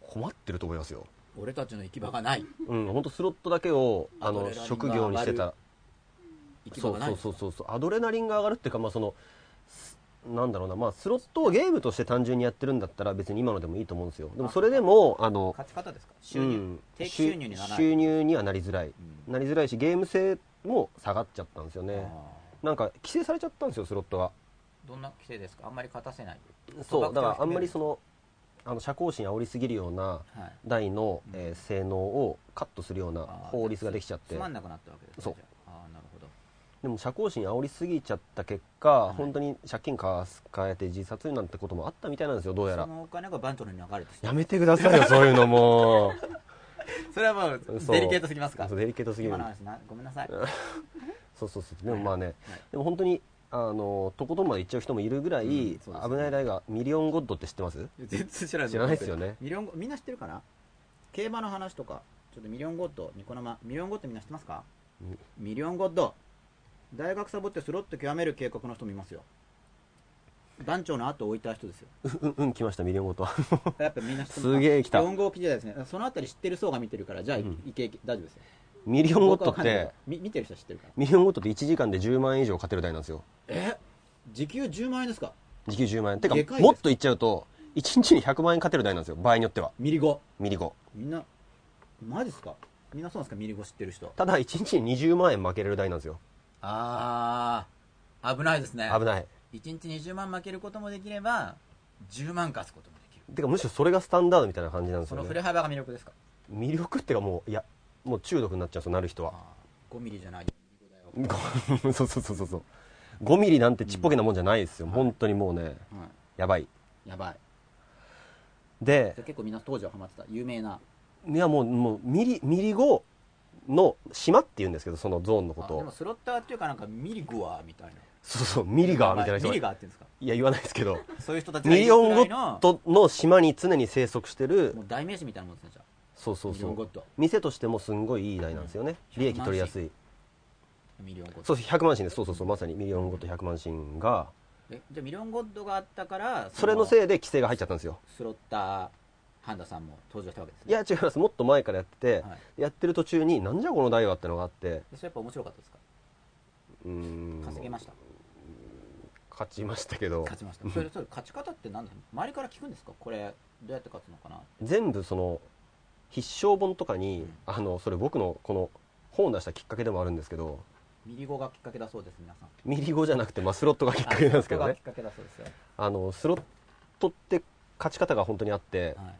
S2: 困ってると思いますよ
S1: 俺たちの行き場がない
S2: うん本当スロットだけをあ
S1: アド
S2: の
S1: レナリンが
S2: 職業にしてた
S1: 行き場
S2: そ
S1: が
S2: う
S1: ない
S2: そうそうそうそうアドレナリンが上がるっていうかまあそのなんだろうな、まあ、スロットをゲームとして単純にやってるんだったら別に今のでもいいと思うんですよ。でもそれでも、あの、
S1: 勝ち方ですか収入、
S2: うん
S1: 定期収入にならない
S2: 収入にはなりづらい。
S1: うん
S2: なりづらいし、ゲーム性も下がっちゃったんですよね。
S1: あ
S2: なんか、規制されちゃったんですよ、スロットが。
S1: ーどんな規制ですかあんまり勝たせない
S2: そう、だからあんまりそ
S1: の、
S2: の、あの、社交心煽りすぎるような
S1: はい、
S2: 台の、
S1: うん
S2: えー性能をカットするような
S1: あー
S2: 法律ができちゃっ
S1: つ
S2: て
S1: まんなくなったわけですね
S2: そう
S1: じゃああーなるほど
S2: でも社交心煽りすぎちゃった結果、
S1: はい
S2: 本当に借金かす変えて自殺になんてこともあったみたいなんですよどうやら
S1: そのお金がバントルに流れてきた
S2: やめてくだ さいよそういうのも
S1: それはもう
S2: そう
S1: デリケートすぎますか
S2: そうデリケートすぎる
S1: 今の話なごめんなさい
S2: そうそうそうでもまあね、
S1: はい
S2: でも本当にあのとことんまで行っちゃう人もいるぐらい、
S1: うん
S2: 危
S1: そうですね
S2: ない台がミリオンゴッドって知ってます
S1: 全然知らない
S2: 知らないですよね
S1: ミリオンゴみんな知ってるかな競馬の話とかちょっとミリオンゴッドニコ生ミリオンゴッドみんな知ってますか
S2: み
S1: ミリオンゴッド大学サボってスロット極める計画の人もいますよ団長の後を置いた人ですよ
S2: うんうん来ましたミリオンゴ ッド
S1: やっぱみんな知ってます
S2: すげえ来た
S1: 4号機時代ですねそのあたり知ってる層が見てるからじゃあい,、
S2: うん
S1: けいけ大丈夫ですよ
S2: ミリオンゴッ
S1: 僕
S2: ド
S1: は
S2: っ
S1: わかんないけど
S2: て
S1: み見てる人は知ってるから
S2: ミリオンゴッドって1時間で10万円以上勝てる台なんですよ
S1: え時給10万円ですか
S2: 時給10万円てか
S1: でかいです
S2: もっといっちゃうと1日に100万円勝てる台なんですよ場合によっては
S1: ミリゴ
S2: ミリゴ
S1: みんなマジですかみんなそうなんですかミリゴ知ってる人
S2: ただ1日に20万円負けれる台なんですよ
S1: ああ危ないですね
S2: 危ない
S1: 1日20万負けることもできれば10万勝つこともできる
S2: てかむしろそれがスタンダードみたいな感じなんです
S1: そ
S2: よ
S1: の振れ
S2: ね
S1: 幅が魅力ですか
S2: 魅力ってかもういやもう中毒になっちゃうんですよなる人 は
S1: あ5ミリじゃない
S2: ごそうそうそうそうそう5ミリなんてちっぽけなもんじゃないですよ、
S1: うん
S2: 本当にもうね
S1: は
S2: やばい
S1: いやばい
S2: で
S1: じゃあ結構みんな当時はハマってた有名ない
S2: やもうもうミリミリ後の島って言うんですけどそのゾーンのこ
S1: あ
S2: と
S1: でも
S2: を
S1: スロッターっていうかなんかミリゴアみたいな
S2: そうそうミリガーみたいな
S1: ミ
S2: 人が
S1: リ
S2: い
S1: ガーって言うんですか
S2: や言わないです けど
S1: そういう人たちが
S2: ミ
S1: い
S2: リ
S1: る
S2: オ
S1: くら
S2: ンゴ
S1: いの
S2: ッドの島に常に生息してる
S1: もう代名詞みたいなもんですねじゃあ
S2: そうそう
S1: ミリ
S2: そ
S1: オンゴッ
S2: う
S1: ド
S2: 店としてもすんごいいい台なんですよね、
S1: うん
S2: 利益取りやすい
S1: ミリオンゴッ
S2: そ
S1: ド
S2: う100万神ですそうそうそうまさにミリオンゴッド100万神が
S1: えじゃあミリオンゴッドがあったから
S2: それのせいで規制が入っちゃったんですよ
S1: スロッターハンダさんも登場したわけですね
S2: いや違いますもっと前からやってて、
S1: はい
S2: やってる途中になんじゃこの台はってのがあって
S1: でそれやっぱ面白かったですか
S2: うーん
S1: 稼げました
S2: 勝ちましたけど
S1: 勝ちましたそれそれ勝ち方って何ですか周りから聞くんですかこれどうやって勝つのかな
S2: 全部その必勝本とかに、
S1: うん
S2: あのそれ僕のこの本を出したきっかけでもあるんですけど
S1: ミリゴがきっかけだそうです皆 さん
S2: ミリゴじゃなくて、まあ、スロットがきっかけなんですけど
S1: あ
S2: ね
S1: きっかけだそうですよ、
S2: あのスロットって勝ち方が本当にあって
S1: はい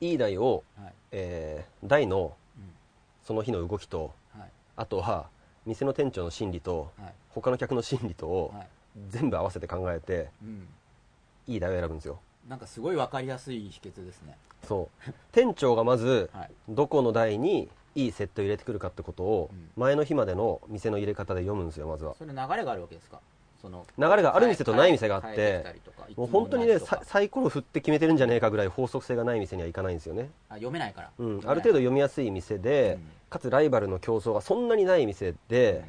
S2: いい台を、
S1: はい
S2: えー台の
S1: う
S2: その日の動きと
S1: んはい
S2: あとは店の店長の心理と
S1: はい
S2: 他の客の心理とを
S1: はい
S2: 全部合わせて考えて
S1: うん
S2: いい台を選ぶんですよ
S1: なんかすごい分かりやすい秘訣ですね
S2: そう店長がまず
S1: はい
S2: どこの台にいいセットを入れてくるかってことを
S1: うん
S2: 前の日までの店の入れ方で読むんですよまずは
S1: それ流れがあるわけですかその
S2: 流れがある店とない店があっ
S1: 変えきた
S2: て
S1: りとか
S2: もう本当にね
S1: いつものやつと
S2: サ
S1: か
S2: サイコロ振って決めてるんじゃねえかぐらい法則性がない店には行かないんですよね、
S1: あ読めないから、
S2: うん、ある程度
S1: 読
S2: 読みやすい店
S1: めない
S2: で
S1: うん
S2: かつライバルの競争がそんなにない店で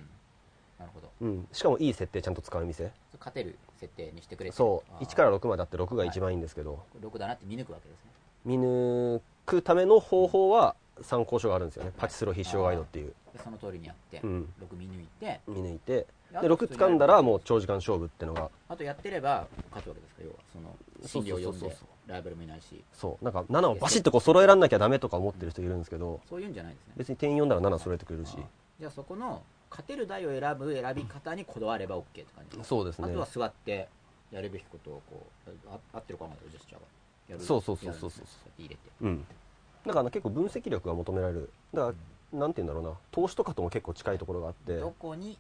S1: うん、なるほど
S2: うん、しかもいい設定ちゃんと使う店
S1: 勝てる設定にしてくれて
S2: そう1から
S1: 6
S2: 6まであって6が一番いいんですけど、
S1: 6だなって見抜くわけですね
S2: 見抜くための方法は参考書があるんですよねパチスロ必勝ガイドっていう、
S1: でその通りにやって、
S2: うん、
S1: 6見抜いて
S2: 見抜いて
S1: で
S2: で6掴んだらもう長時間勝負ってのが
S1: あとやってれば勝つわけですか要はその
S2: そ
S1: 心
S2: うそうそうそう
S1: 理を読んでライバルもいないし
S2: そうなんか7をバシッとこう揃えらんなきゃダメとか思ってる人いるんですけど
S1: そういうんじゃないですね
S2: 別に点4なら7揃えてくれるし
S1: あじゃあそこの勝てる台を選ぶ選び方にこだわれば OK って感じです
S2: そうです
S1: あ
S2: ね
S1: とは座ってやるべきことをこうあ合ってるかわかんないけどジェスチャーがやる
S2: そうそうそうそう
S1: や
S2: そう
S1: るんですねやって入れて
S2: うんだからあの結構分析力が求められるだからなんて言うんだろうな投資とかとも結構近いところがあって
S1: どこに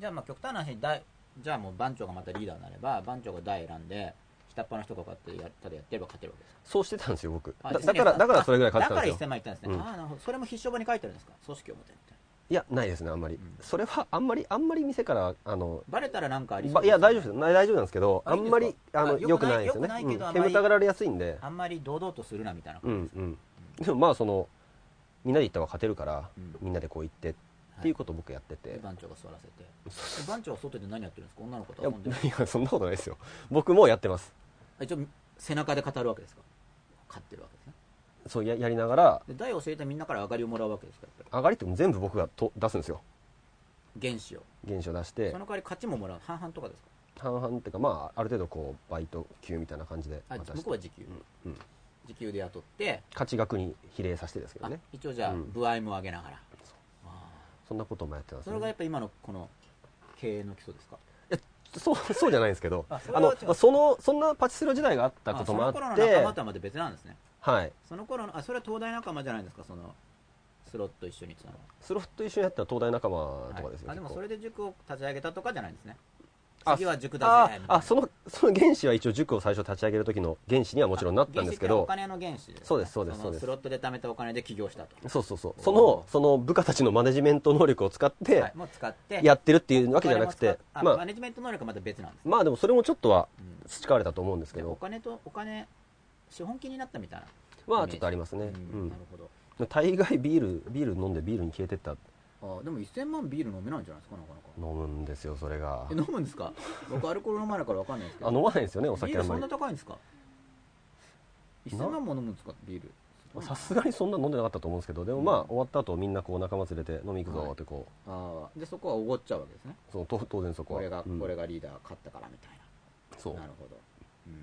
S1: じゃあまあ極端な話に大じゃあもう番長がまたリーダーになれば番長が台選んで下っ端の人がこうやってやったらやってれば勝てるわけです
S2: そうしてたんですよ僕
S1: あ
S2: だだからだからそれぐらい勝ってたんです
S1: だから1000万
S2: よ
S1: いったんですね、
S2: うん
S1: ああなるほどそれも必勝場に書いてあるんですか組織を持てみたいない
S2: やないですねあんまり、
S1: ん
S2: それはあんまりあんまり店からあの
S1: バレたらなんかありそう
S2: ばいや大丈夫ですな大丈夫なんですけど
S1: あ
S2: あ
S1: いいんです
S2: ん
S1: か
S2: まりあ
S1: あ
S2: の
S1: 良
S2: 良
S1: く
S2: く
S1: ない
S2: ないですよ
S1: 良
S2: ね
S1: くないけどあ
S2: うん
S1: んまり
S2: 煙たがられやすいんで
S1: あんまり堂々とするなみたいな
S2: う
S1: 感じで
S2: ん
S1: すか、
S2: うんでもまあそのみんなで行ったら勝てるから、
S1: うん
S2: みんなでこう行ってっ
S1: はい
S2: ていうことを僕やってて、
S1: で番長が座らせてえ番長は外で何やってるんですか女の子と
S2: いや
S1: 遊んでる
S2: いやそんなことないですよ僕もやってます
S1: あ一応背中で語るわけですか勝ってるわけですね
S2: そうややりながら
S1: で台を教えてみんなから上がりをもらうわけですかやっぱ
S2: 上がりっても全部僕がと出すんですよ
S1: り原子を
S2: 原子を出して
S1: その代わり勝ちももらう半々とかですか
S2: 半々っていうかまあある程度こうバイト給みたいな感じで
S1: あ
S2: 渡して
S1: 僕は時給、
S2: うんうん
S1: 時給で雇って、
S2: 価値額に比例させてですけど
S1: あ
S2: ね
S1: 一応じゃあ
S2: うん
S1: 部合も上げながら、
S2: そんなこともやってます、
S1: それがやっぱ今のこの経営の基礎ですか
S2: そう そうじゃないんですけど
S1: あ
S2: あ
S1: それは
S2: の
S1: 違う
S2: まあそのそんなパチスロ時代があった
S1: あ
S2: こともあっ
S1: その頃の
S2: て
S1: 仲間とはまた別なんですね
S2: はい
S1: その頃のあそれは東大仲間じゃないんですかそのスロット一緒にその
S2: スロット一緒にやったら東大仲間とかですよ、
S1: はいあでも
S2: 結構
S1: それで塾を立ち上げたとかじゃないんですね
S2: あ
S1: 次は塾だ
S2: あ
S1: ぜみたいな
S2: あその その原資は一応塾を最初立ち上げる時の原資にはもちろんなったんですけ
S1: あ
S2: ど
S1: 原資ってお金の原資です、ね、
S2: そうですそうです
S1: の
S2: そうです
S1: スロットで貯めたお金で起業したと
S2: そうそうそうそ
S1: お
S2: の
S1: ー
S2: その部下たちのマネジメント能力を使っ
S1: は
S2: て
S1: い、もう使って
S2: やってるっていうわけじゃなく
S1: お金も
S2: て
S1: 使っあ
S2: ま
S1: マ
S2: あ
S1: ネジメント能力はまた別なんですね、
S2: まあでもそれもちょっとは
S1: うん
S2: 培われたと思うんですけ
S1: でお
S2: ど
S1: 金とお金資本金になったみたいな
S2: まあちょっとあります
S1: う
S2: ねうんん
S1: なるほど
S2: 大概ビールビール飲んでビールに消えてった
S1: あでも1000万ビール飲めないんじゃないですかなかなか
S2: 飲むんですよそれが
S1: え飲むんですか僕アルコール飲まないから分かんないですけど
S2: あ飲まないんですよねお
S1: ビ
S2: 酒
S1: ー
S2: あ
S1: ル
S2: ん
S1: そ
S2: ま
S1: ん
S2: り
S1: な高いんですか1000万も飲むんですかビール
S2: さすがにそんな飲んでなかったと思うんですけどでもまあ終わった後みんなこう仲間連れて飲み行くぞってこ
S1: ああでそこはおごっちゃうわけですね
S2: うそのと当然そこは
S1: これが、
S2: うん
S1: これがリーダー勝ったからみたい
S2: そう
S1: ななるほど、うん、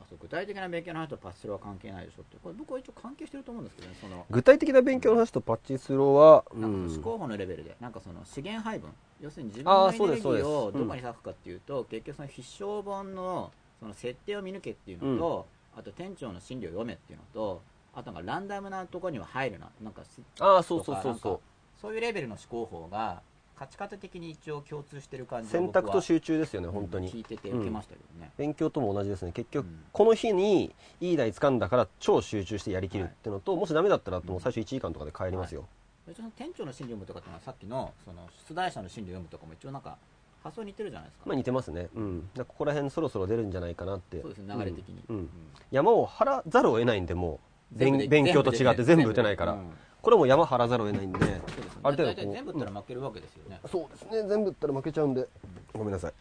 S1: あそう具体的な勉強の話とパスロは関係ないでしょってこれ僕は一応関係してると思うんですけどねその
S2: 具体的な勉強の話とパチスロは、う
S1: なんか
S2: ん
S1: 都市候補のレベルで、なんかその資源配分、要するに自分
S2: あ
S1: の
S2: ー
S1: エネルギ
S2: そうです
S1: ー
S2: そ
S1: を
S2: うです
S1: どこに割くかっていうと、結局その必勝本のその設定を見抜けっていうのと、あと店長の心理を読めっていうのと、あとなんかランダムなところには入るな、なんかす
S2: ああそうそうそう
S1: とかなん
S2: そ
S1: かそういうレベルの思考法が、勝ち方的に一応共通してる感
S2: う
S1: じが
S2: 選
S1: 僕は
S2: 択と集中ですよね
S1: うん
S2: 本当に、
S1: 聞いてて受けましたけどね。
S2: 勉強とも同じですね結局、
S1: うん
S2: この日にいい台掴んだから超集中してやりきるってのと、もしダメだったらもう最初1時間とかで帰りますよ、
S1: 一応その店長の心理を読むとかっていうのは、さっきのその出題者の心理を読むとかも一応なんか、発想似てるじゃないですか。
S2: まあ似てますねうんだからここら辺そろそろ出るんじゃないかなって
S1: そうですね、流れ的に。
S2: うんう
S1: うん
S2: ん山を張らざるを得ないんでもう
S1: 全部
S2: 勉
S1: で
S2: 勉強と違って全部打てないから、
S1: うん
S2: これもう山張らざるを得ないんで
S1: そうですね
S2: ある程度
S1: 大体
S2: こう
S1: 全部打ったら負けるわけですよね、
S2: そうですね全部打ったら負けちゃうんでごめんなさい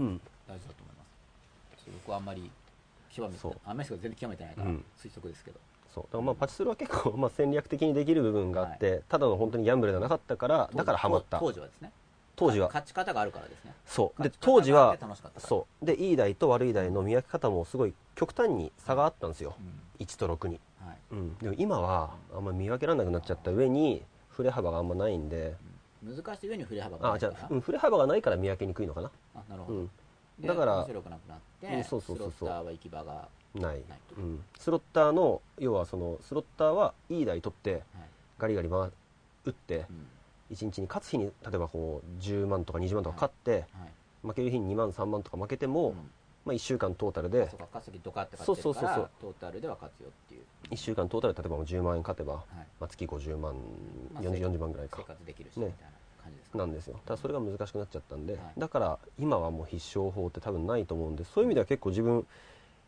S2: うん
S1: 大事だと思いますちょっと僕はあんまり極めて
S2: そう
S1: あんまりしか全然極めてないから、
S2: うん
S1: 推測ですけど
S2: そうだからまあパチスロは結構まあ戦略的にできる部分があって、ただの本当にギャンブルではなかったからだからハマった
S1: 当当時はですね
S2: 当時は
S1: 勝ち方があるからですね
S2: そう
S1: 勝
S2: で
S1: ち方が
S2: 当時は
S1: 楽しかったから
S2: そうでいい台と悪い台の見分け方もすごい極端に差があったんですよ
S1: う、ん
S2: 1と6に、
S1: はい
S2: うん、でも今はあんま見分けられなくなっちゃった上に振れ幅があんまないんで
S1: 難しい上に振れ幅が
S2: あ
S1: ない
S2: じ
S1: か
S2: ゃ
S1: ら
S2: あ、うん、振れ幅がないから見分けにくいのかな、
S1: あなるほ
S2: う
S1: ど、
S2: ん、
S1: で
S2: だから
S1: 面白くなくなって、
S2: うんそうそうそうそ
S1: スロッ
S2: う
S1: ターは行き場が、は
S2: ない
S1: ないと
S2: うん、スロッターの要はそのスロッターはいい台取って
S1: い
S2: ガリガリ回打って
S1: うん
S2: 1日に勝つ日に例えばこう10万とか20万とか勝って、
S1: はい
S2: 負ける日に2万3万とか負けても、
S1: うん
S2: まあ、1週間トータルで
S1: そうか勝つ時ドカって勝ってるから
S2: そうそうそう
S1: トータルでは勝つよっていう、
S2: 1週間トータルで例えばもう10万円勝てば、
S1: はい
S2: まあ、月50万
S1: まあ
S2: 40,
S1: 生活
S2: 40万ぐらい
S1: 生
S2: か
S1: 活できるし、
S2: ね
S1: みたいな感じですか
S2: なんですよただそれが難しくなっちゃったんで、
S1: はい
S2: だから今はもう必勝法って多分ないと思うんでそういう意味では結構自分引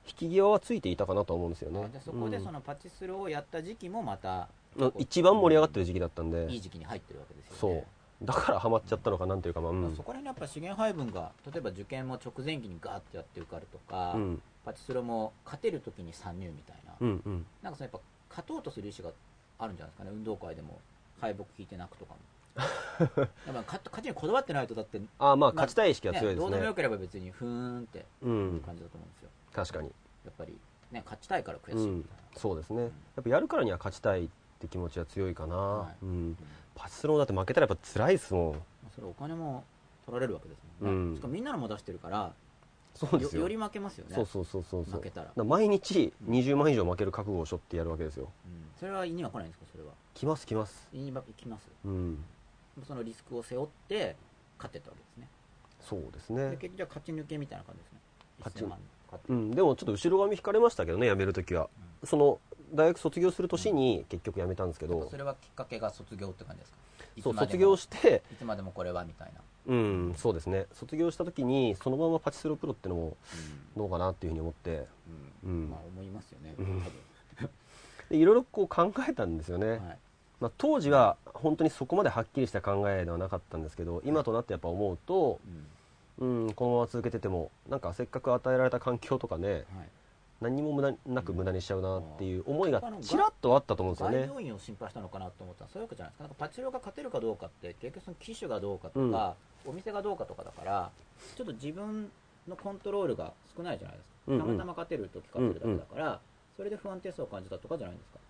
S2: き際はついていたかなとは思うんですよね
S1: あじゃあそこでそのパチスロをやった時期もまた、
S2: うん一番盛り上がってる時期だったんで、
S1: いい時期に入ってるわけですよね
S2: そうだからハマっちゃったのかなんていうかまあ、う
S1: だから
S2: ん
S1: そこら辺やっぱ資源配分が例えば受験も直前期にガーってやって受かるとか、
S2: うん
S1: パチスロも勝てる時に参入みたいな、
S2: うんうん
S1: なんかそのやっぱ勝とうとする意思があるんじゃないですかね運動会でも敗北聞いて泣くとかもや っぱ勝勝ちにこだわってないとだって、ね
S2: ああまあ勝ちたい意識は強いで
S1: ど
S2: す
S1: うで
S2: ね
S1: もよければ別にふーんって
S2: うん
S1: 感じだと思うんですよ
S2: 確かに
S1: やっぱりね勝ちたいから悔
S2: う
S1: しいみ
S2: ん
S1: たいな、
S2: そうですねやっぱやるからには勝ちたいって気持ちは強いかな、
S1: はい
S2: うん
S1: うん
S2: パチスローだって負けたらやっぱ辛いっすもん
S1: まあそれお金も取られるわけですもんね、
S2: うん
S1: しかもみんなのも出してるから
S2: そうで
S1: よ
S2: すよ
S1: より負けますよね
S2: そうそうそうそうそう
S1: 負けたら
S2: だから毎日20万以上負ける覚悟をしょってやるわけですよ
S1: うんそれは胃には来ないんですかそれは
S2: 来ます来ます
S1: 胃には行きます
S2: うん
S1: そのリスクを背負って勝ってたわけですね
S2: そうです
S1: で
S2: ね
S1: 結局じゃあ勝ち抜けみたいな感じですね
S2: 勝ち
S1: 1000万勝って
S2: うん、でもちょっと後ろ髪引かれましたけどね辞めるときは、その大学卒業する年に結局辞めたんですけど、
S1: それはきっかけが卒業って感じですかいつ
S2: そう
S1: までも
S2: 卒業して
S1: いつまでもこれはみたいな、
S2: うんそうですね卒業したときにそのままパチスロプロってのも
S1: う
S2: どうかなっていうふうに思って
S1: ん
S2: うん
S1: まあ思いますよね、
S2: うん
S1: 多
S2: でいろいろこう考えたんですよね、
S1: 分、はい、
S2: まあ、当時は本当にそこまではっきりした考えではなかったんですけど今となってやっぱ思うと、
S1: うん
S2: うん、このまま続けててもなんかせっかく与えられた環境とかね
S1: はい、
S2: 何にも無駄なく無駄にしちゃうなっていう思いがちらっとあったと思うんですよ
S1: 大
S2: ね
S1: 病院を心配したのかなと思ったらそういうわけじゃないですかなんかパチローが勝てるかどうかって結局その機種がどうかと
S2: うん
S1: か、お店がどうかとかだからちょっと自分のコントロールが少ないじゃないですか、
S2: うんうん
S1: たまたま勝てる時勝てるだけだから、それで不安定さを感じたとかじゃないんですか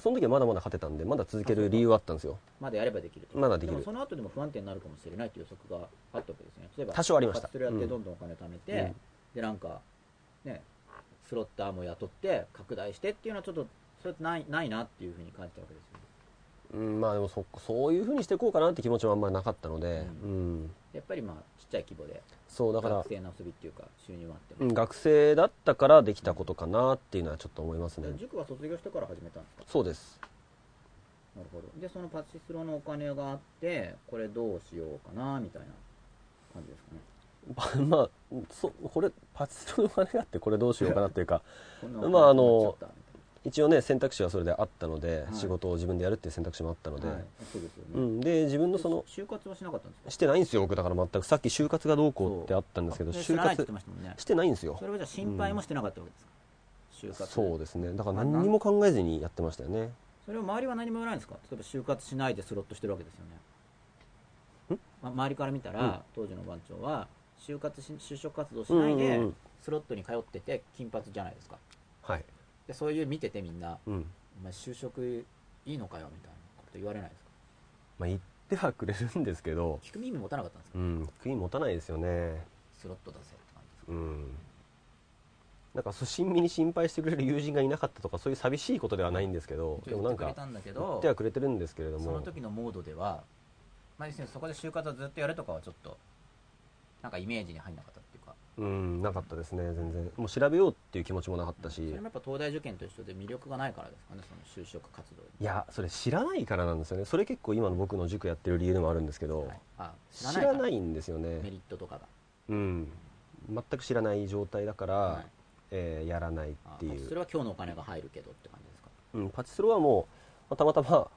S2: その時はまだまだ勝てたんでまだ続ける理由はあったんですよ
S1: まだやればできると
S2: まだできる
S1: もその後でも不安定になるかもしれないという予測があったわけですね例えば
S2: 多少ありました
S1: それやってどんどんお金貯めて、
S2: うん
S1: でなんかねスロッターも雇って拡大してっていうのはちょっとそれってないないなっていうふうに感じたわけですよ
S2: うんまあでもそそういうふうにしていこうかなって気持ちはあんまりなかったので、う
S1: うんやっぱりまあちっちゃい規模で
S2: そうだから
S1: 学生の遊びっていうか収入もあって
S2: う
S1: も、
S2: ん学生だったからできたことかなっていうのはちょっと思いますね
S1: で塾は卒業してから始めたんですか
S2: そうです
S1: なるほどでそのパチスロのお金があってこれどうしようかなみたいな感じですかね
S2: まあまあそこれパチスロの金があってこれどうしようかなっていうか
S1: こんな
S2: まああの
S1: お金になっちゃったみたい
S2: 一応ね選択肢はそれであったので、
S1: はい
S2: 仕事を自分でやるっていう選択肢もあったので、
S1: なはいそうですよね、
S2: うん、で自分の
S1: で
S2: その
S1: 就活はしなかったんですか
S2: してないんですよ僕だから全くさっき就活がどうこうってあったんですけど
S1: あ
S2: 就
S1: 知らないって言っ
S2: 活
S1: てましたもんね
S2: してないんですよ
S1: それはじゃあ心配もしてなかったわけですか、就活
S2: そうですねだから何にも考えずにやってましたよね
S1: それを周りは何も言わないんですか例えば就活しないでスロットしてるわけですよねま周りから見たら、
S2: うん
S1: 当時の番長は就活し就職活動しないで、
S2: うんうんうん
S1: スロットに通ってて金髪じゃないですか
S2: はい、
S1: でそういう見ててみんな
S2: うん
S1: 「お前就職いいのかよ」みたいなこと言われないですか
S2: まあ、言ってはくれるんですけど、
S1: 聞く耳持たなかったんですか
S2: うん、悔い持たないですよね
S1: スロットだぜって感じですか
S2: うんなんかそう親身に心配してくれる友人がいなかったとかそういう寂しいことではないんですけどで
S1: 言っ
S2: もな
S1: て
S2: ん
S1: くれ
S2: か
S1: たんだけ
S2: 言っ
S1: ど
S2: てはくれてるんですけれども
S1: その時のモードでは、まあ、要するにそこで就活をずっとやるとかはちょっとなんかイメージに入んなかったっていうか
S2: うんなかったですね全然もう調べようっていう気持ちもなかったし、
S1: それもやっぱ東大受験と一緒で魅力がないからですかねその就職活動に
S2: いやそれ知らないからなんですよねそれ結構今の僕の塾やってる理由でもあるんですけど、
S1: はいあ知ら
S2: 知
S1: ないから
S2: らないんですよ
S1: メ
S2: ね
S1: リットとかが
S2: うん全く知らない状態だから、
S1: はい
S2: えーやらないっ
S1: あ
S2: てい
S1: それ
S2: う、
S1: は今日のお金が入るけどって感じですか
S2: うん、パチスロはもう、まあたまたま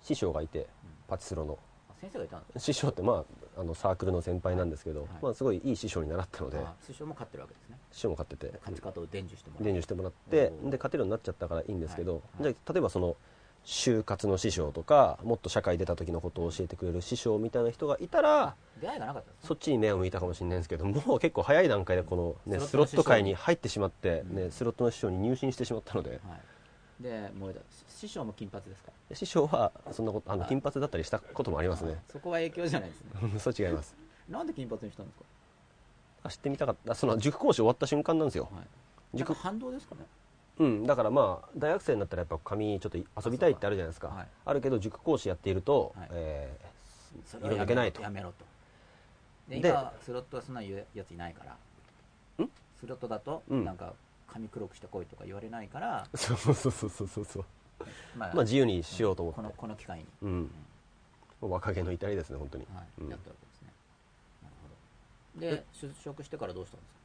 S2: 師匠がいて、パチスロの
S1: あ先生がいたんです
S2: 師匠ってまああのサークルの先輩なんですけど、
S1: はい
S2: まあ、すごいいい師匠に習ったので、
S1: あ推奨も買ってるわけですね
S2: 師匠も買ってて
S1: 勝ち方を伝授してもらう
S2: 伝授してもらって
S1: おー
S2: で勝てるようになっちゃったからいいんですけど、
S1: はいはい
S2: じゃあ例えばその就活の師匠とかもっと社会出た時のことを教えてくれる師匠みたいな人がいたら
S1: 出会いがなかったんですね
S2: そっちに目を向いたかもしれないんですけどもう結構早い段階でこの、ね、ス
S1: ス
S2: ロ
S1: ロ
S2: ッ
S1: ットの
S2: ト
S1: 師匠
S2: 界に入ってしまって、
S1: うん
S2: ねスロットの師匠に入信してしまったので、
S1: はい、で漏れた師匠も金髪ですか
S2: 師匠はそんなことあの
S1: はい
S2: 金髪だったりしたこともありますね
S1: あそこは影響じゃないですね
S2: そう違います
S1: なんで金髪にしたんですか
S2: あ知ってみたかったその塾講師終わった瞬間なんですよ、
S1: はい、
S2: 塾
S1: 塾反動ですかね
S2: うん、だからまあ大学生になったらやっぱ髪ちょっと遊びたいってあるじゃないですか
S1: あそうかはい
S2: あるけど塾講師やっていると、
S1: はい
S2: え
S1: そ
S2: 色抜けないと
S1: やめろとで
S2: で
S1: 今スロットはそんな言うやついないから
S2: ん
S1: スロットだと
S2: うん
S1: なんか髪黒くしてこいとか言われないから
S2: ー、そうそうそうそうそうそう
S1: ま
S2: まあ自由にしようと思って
S1: このこの機会に、
S2: うんもう若気の至りですね本当に、
S1: はい
S2: うん
S1: やったわけですねなるほどで就職してからどうしたんですか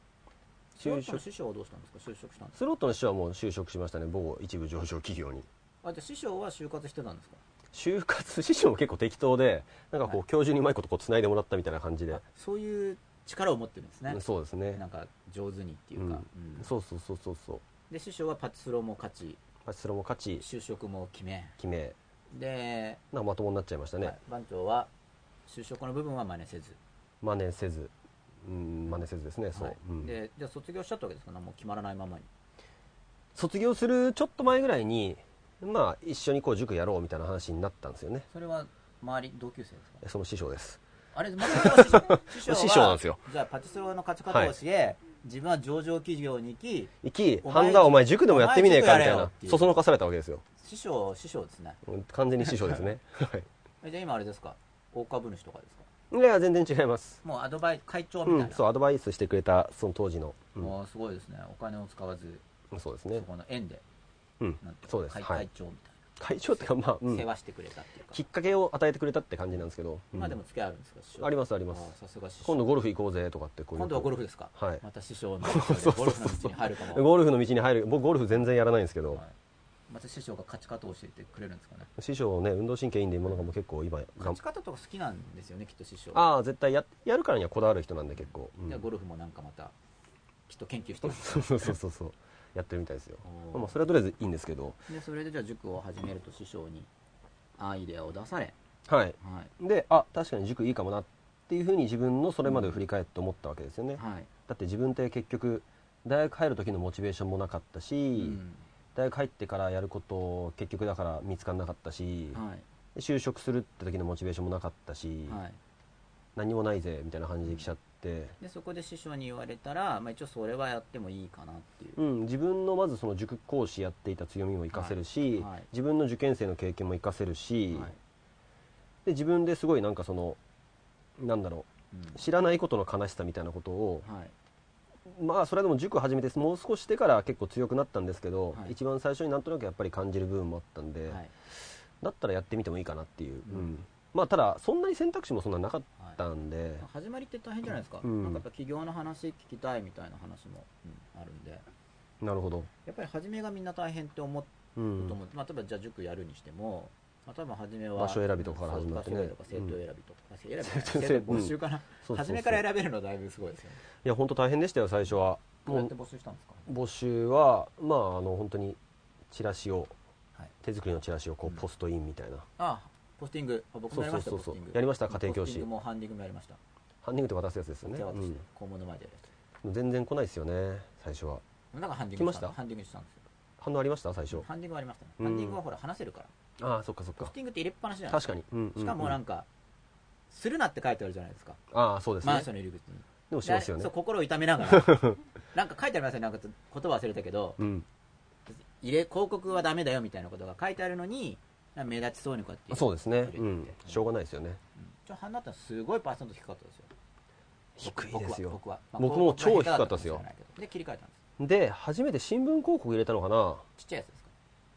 S1: スロ
S2: 就
S1: ットの
S2: 職
S1: 師匠はどうしたんですか就職したんですか
S2: スロットの師匠はもう就職しましたね某一部上場企業に
S1: あじゃあ師匠は就活してたんですか
S2: 就活師匠も結構適当でなんかこう、
S1: は
S2: 教授にうまいことこう繋いでもらったみたいな感じで、
S1: そういう力を持ってるんですね
S2: うんそうですね
S1: なんか上手にっていうか、
S2: うん
S1: うん
S2: そうそうそうそうそう
S1: で師匠はパチスロも勝ち
S2: パチスロも勝ち
S1: 就職も決め
S2: 決め
S1: で、
S2: なんかまともになっちゃいましたね、
S1: はい番長は就職の部分は真似せず
S2: 真似せずうん真似せずですねそう、
S1: はい
S2: うん
S1: でじゃあ卒業しちゃったわけですかもう決まらないままに
S2: 卒業するちょっと前ぐらいにまあ一緒にこう塾やろうみたいな話になったんですよね
S1: それは周り同級生ですか
S2: その師匠です
S1: あれまた師匠は
S2: 師匠なんですよ
S1: じゃあパチスロの勝ち方を教え、自分は上場企業に行き
S2: 行き
S1: お前
S2: 半田お前塾でもやってみねえか
S1: お
S2: み
S1: 前
S2: た
S1: 塾や
S2: い
S1: れよ
S2: な
S1: っていう
S2: そそのかされたわけですよ
S1: 師匠師匠ですね
S2: 完全に師匠ですねはい
S1: えじゃあ今あれですか大株主とかですか
S2: いや全然違います
S1: もうアドバイ会長み
S2: う
S1: たい
S2: ん
S1: な、
S2: そうアドバイスしてくれたその当時の、う
S1: もうすごいですねお金を使わず
S2: ん、そうです
S1: そ
S2: ね
S1: この縁で
S2: うん
S1: なんていか
S2: そうです
S1: 会
S2: は
S1: 会
S2: い
S1: 長みたい
S2: 会長っていうかまあ、う
S1: な、
S2: ん
S1: 世話してくれたっていうか
S2: きっかけを与えてくれたって感じなんですけど、うん
S1: 今でも付き合いあるんですか師匠
S2: ありますあります
S1: ーさすが師匠
S2: 今度ゴルフ行こうぜとかってこう
S1: 今度はゴル
S2: フ
S1: フですか、
S2: はい
S1: また師匠 の影響でゴルフの道に入るかも、
S2: ゴルフの道に入る僕ゴルフ全然やらないんですけど、
S1: はいまた師匠が勝ち方を教えてくれるんですかね
S2: 師匠ね運動神経いいんで今のがもう結構今
S1: 勝ち方とか好きなんですよねきっと師匠
S2: ああ絶対ややるからにはこだわる人なんで結構、うん
S1: じゃあゴルフもなんかまたきっと研究してるんです
S2: そう そうそうそうそうやってるみたいですよ
S1: おー
S2: まあそれはとりあえずいいんですけど
S1: でそれでじゃあ塾を始めると師匠にアイデアを出され、
S2: はい
S1: はい、
S2: であ確かに塾いいかもなっっていうふうに自分のそれまでを振り返って思ったわけですよね、
S1: はい。
S2: だって自分って結局大学入る時のモチベーションもなかったし、
S1: うん
S2: 大学入ってからやること結局だから見つからなかったし、
S1: はい。
S2: で就職するって時のモチベーションもなかったし、
S1: はい。
S2: 何もないぜみたいな感じで来ちゃって、
S1: で、そこで師匠に言われたら、まあ一応それはやってもいいかなっていう。
S2: うん、自分のまずその塾講師やっていた強みも活かせる
S1: は
S2: し、
S1: いはい
S2: 自分の受験生の経験も活かせるし、
S1: はい。
S2: で自分ですごいなんかそのなんだろう知らないことの悲しさみたいなことを、
S1: うんはい。
S2: まあそれはでも塾始めてもう少ししてから結構強くなったんですけど、
S1: はい
S2: 一番最初になんとなくやっぱり感じる部分もあったんで、
S1: はい。
S2: だったらやってみてもいいかなっていう、
S1: うん
S2: うんまあただそんなに選択肢もそんななかったんで、
S1: 始まりって大変じゃないですか。
S2: うん
S1: なんかやっぱ企業の話聞きたいみたいな話もうんあるんで。
S2: なるほど、
S1: やっぱり初めがみんな大変って思う
S2: う
S1: と
S2: ん
S1: 思って、まあ、例えばじゃあ塾やるにしても、まあ、多分初めは
S2: 場所選びとかから始まってね
S1: そう場所選びとか生徒選びとか、生徒選び
S2: 生徒
S1: 生
S2: 選び
S1: 徒募集 から、
S2: そうそうそう
S1: 初めから選べるのはだいぶすごいですよね
S2: いや本当大変でしたよ最初は
S1: どうや
S2: も
S1: って
S2: う
S1: 募集したんですか
S2: 募集はまああの本当にチラシを
S1: はい
S2: 手作りのチラシをこ
S1: うん
S2: うポストインみたいな、
S1: ああポスティングあ僕もやりました
S2: そ
S1: よ
S2: うそう
S1: ポステ
S2: そうそう
S1: ィング
S2: やりました家庭教
S1: ポ
S2: 師
S1: スティングもハンディングもやりました
S2: ハンディングって渡すやつですよね、
S1: 手渡し
S2: う
S1: で校門の前でやるや
S2: ん全然来ないですよね最初は
S1: つなんかハンディングした
S2: 来ました
S1: ハンディングしたんですよ
S2: 反応ありました最初
S1: ハンディングはありましたね
S2: うん
S1: ハンディングはほら話せるから
S2: ああそっかそっ
S1: ポス
S2: か
S1: ティングって入れっぱなしじゃないです
S2: 確
S1: か
S2: かに、うんうんうん
S1: しかもなんかするなって書いてあるじゃないですか
S2: ああそうです
S1: マ
S2: ね
S1: ンションの入り口に
S2: でもしますよ
S1: そ
S2: ね
S1: う心を痛めな がらなんか書いてありますよなんか言葉忘れたけど
S2: うん
S1: 入れ広告はダメだよみたいなことが書いてあるのになんか目立ちそうにこうやって
S2: そうですね
S1: 入れてて
S2: うんしょうがないですよね
S1: ちょハンナってすごいパーセント低かったですよ
S2: 低いですよ
S1: 僕は僕は、
S2: 僕も超低かったです
S1: 広告
S2: よ
S1: は下手だかもしれないけどで切り替えたんです
S2: で初めて新聞広告入れたのかな
S1: ちっちゃいやつですか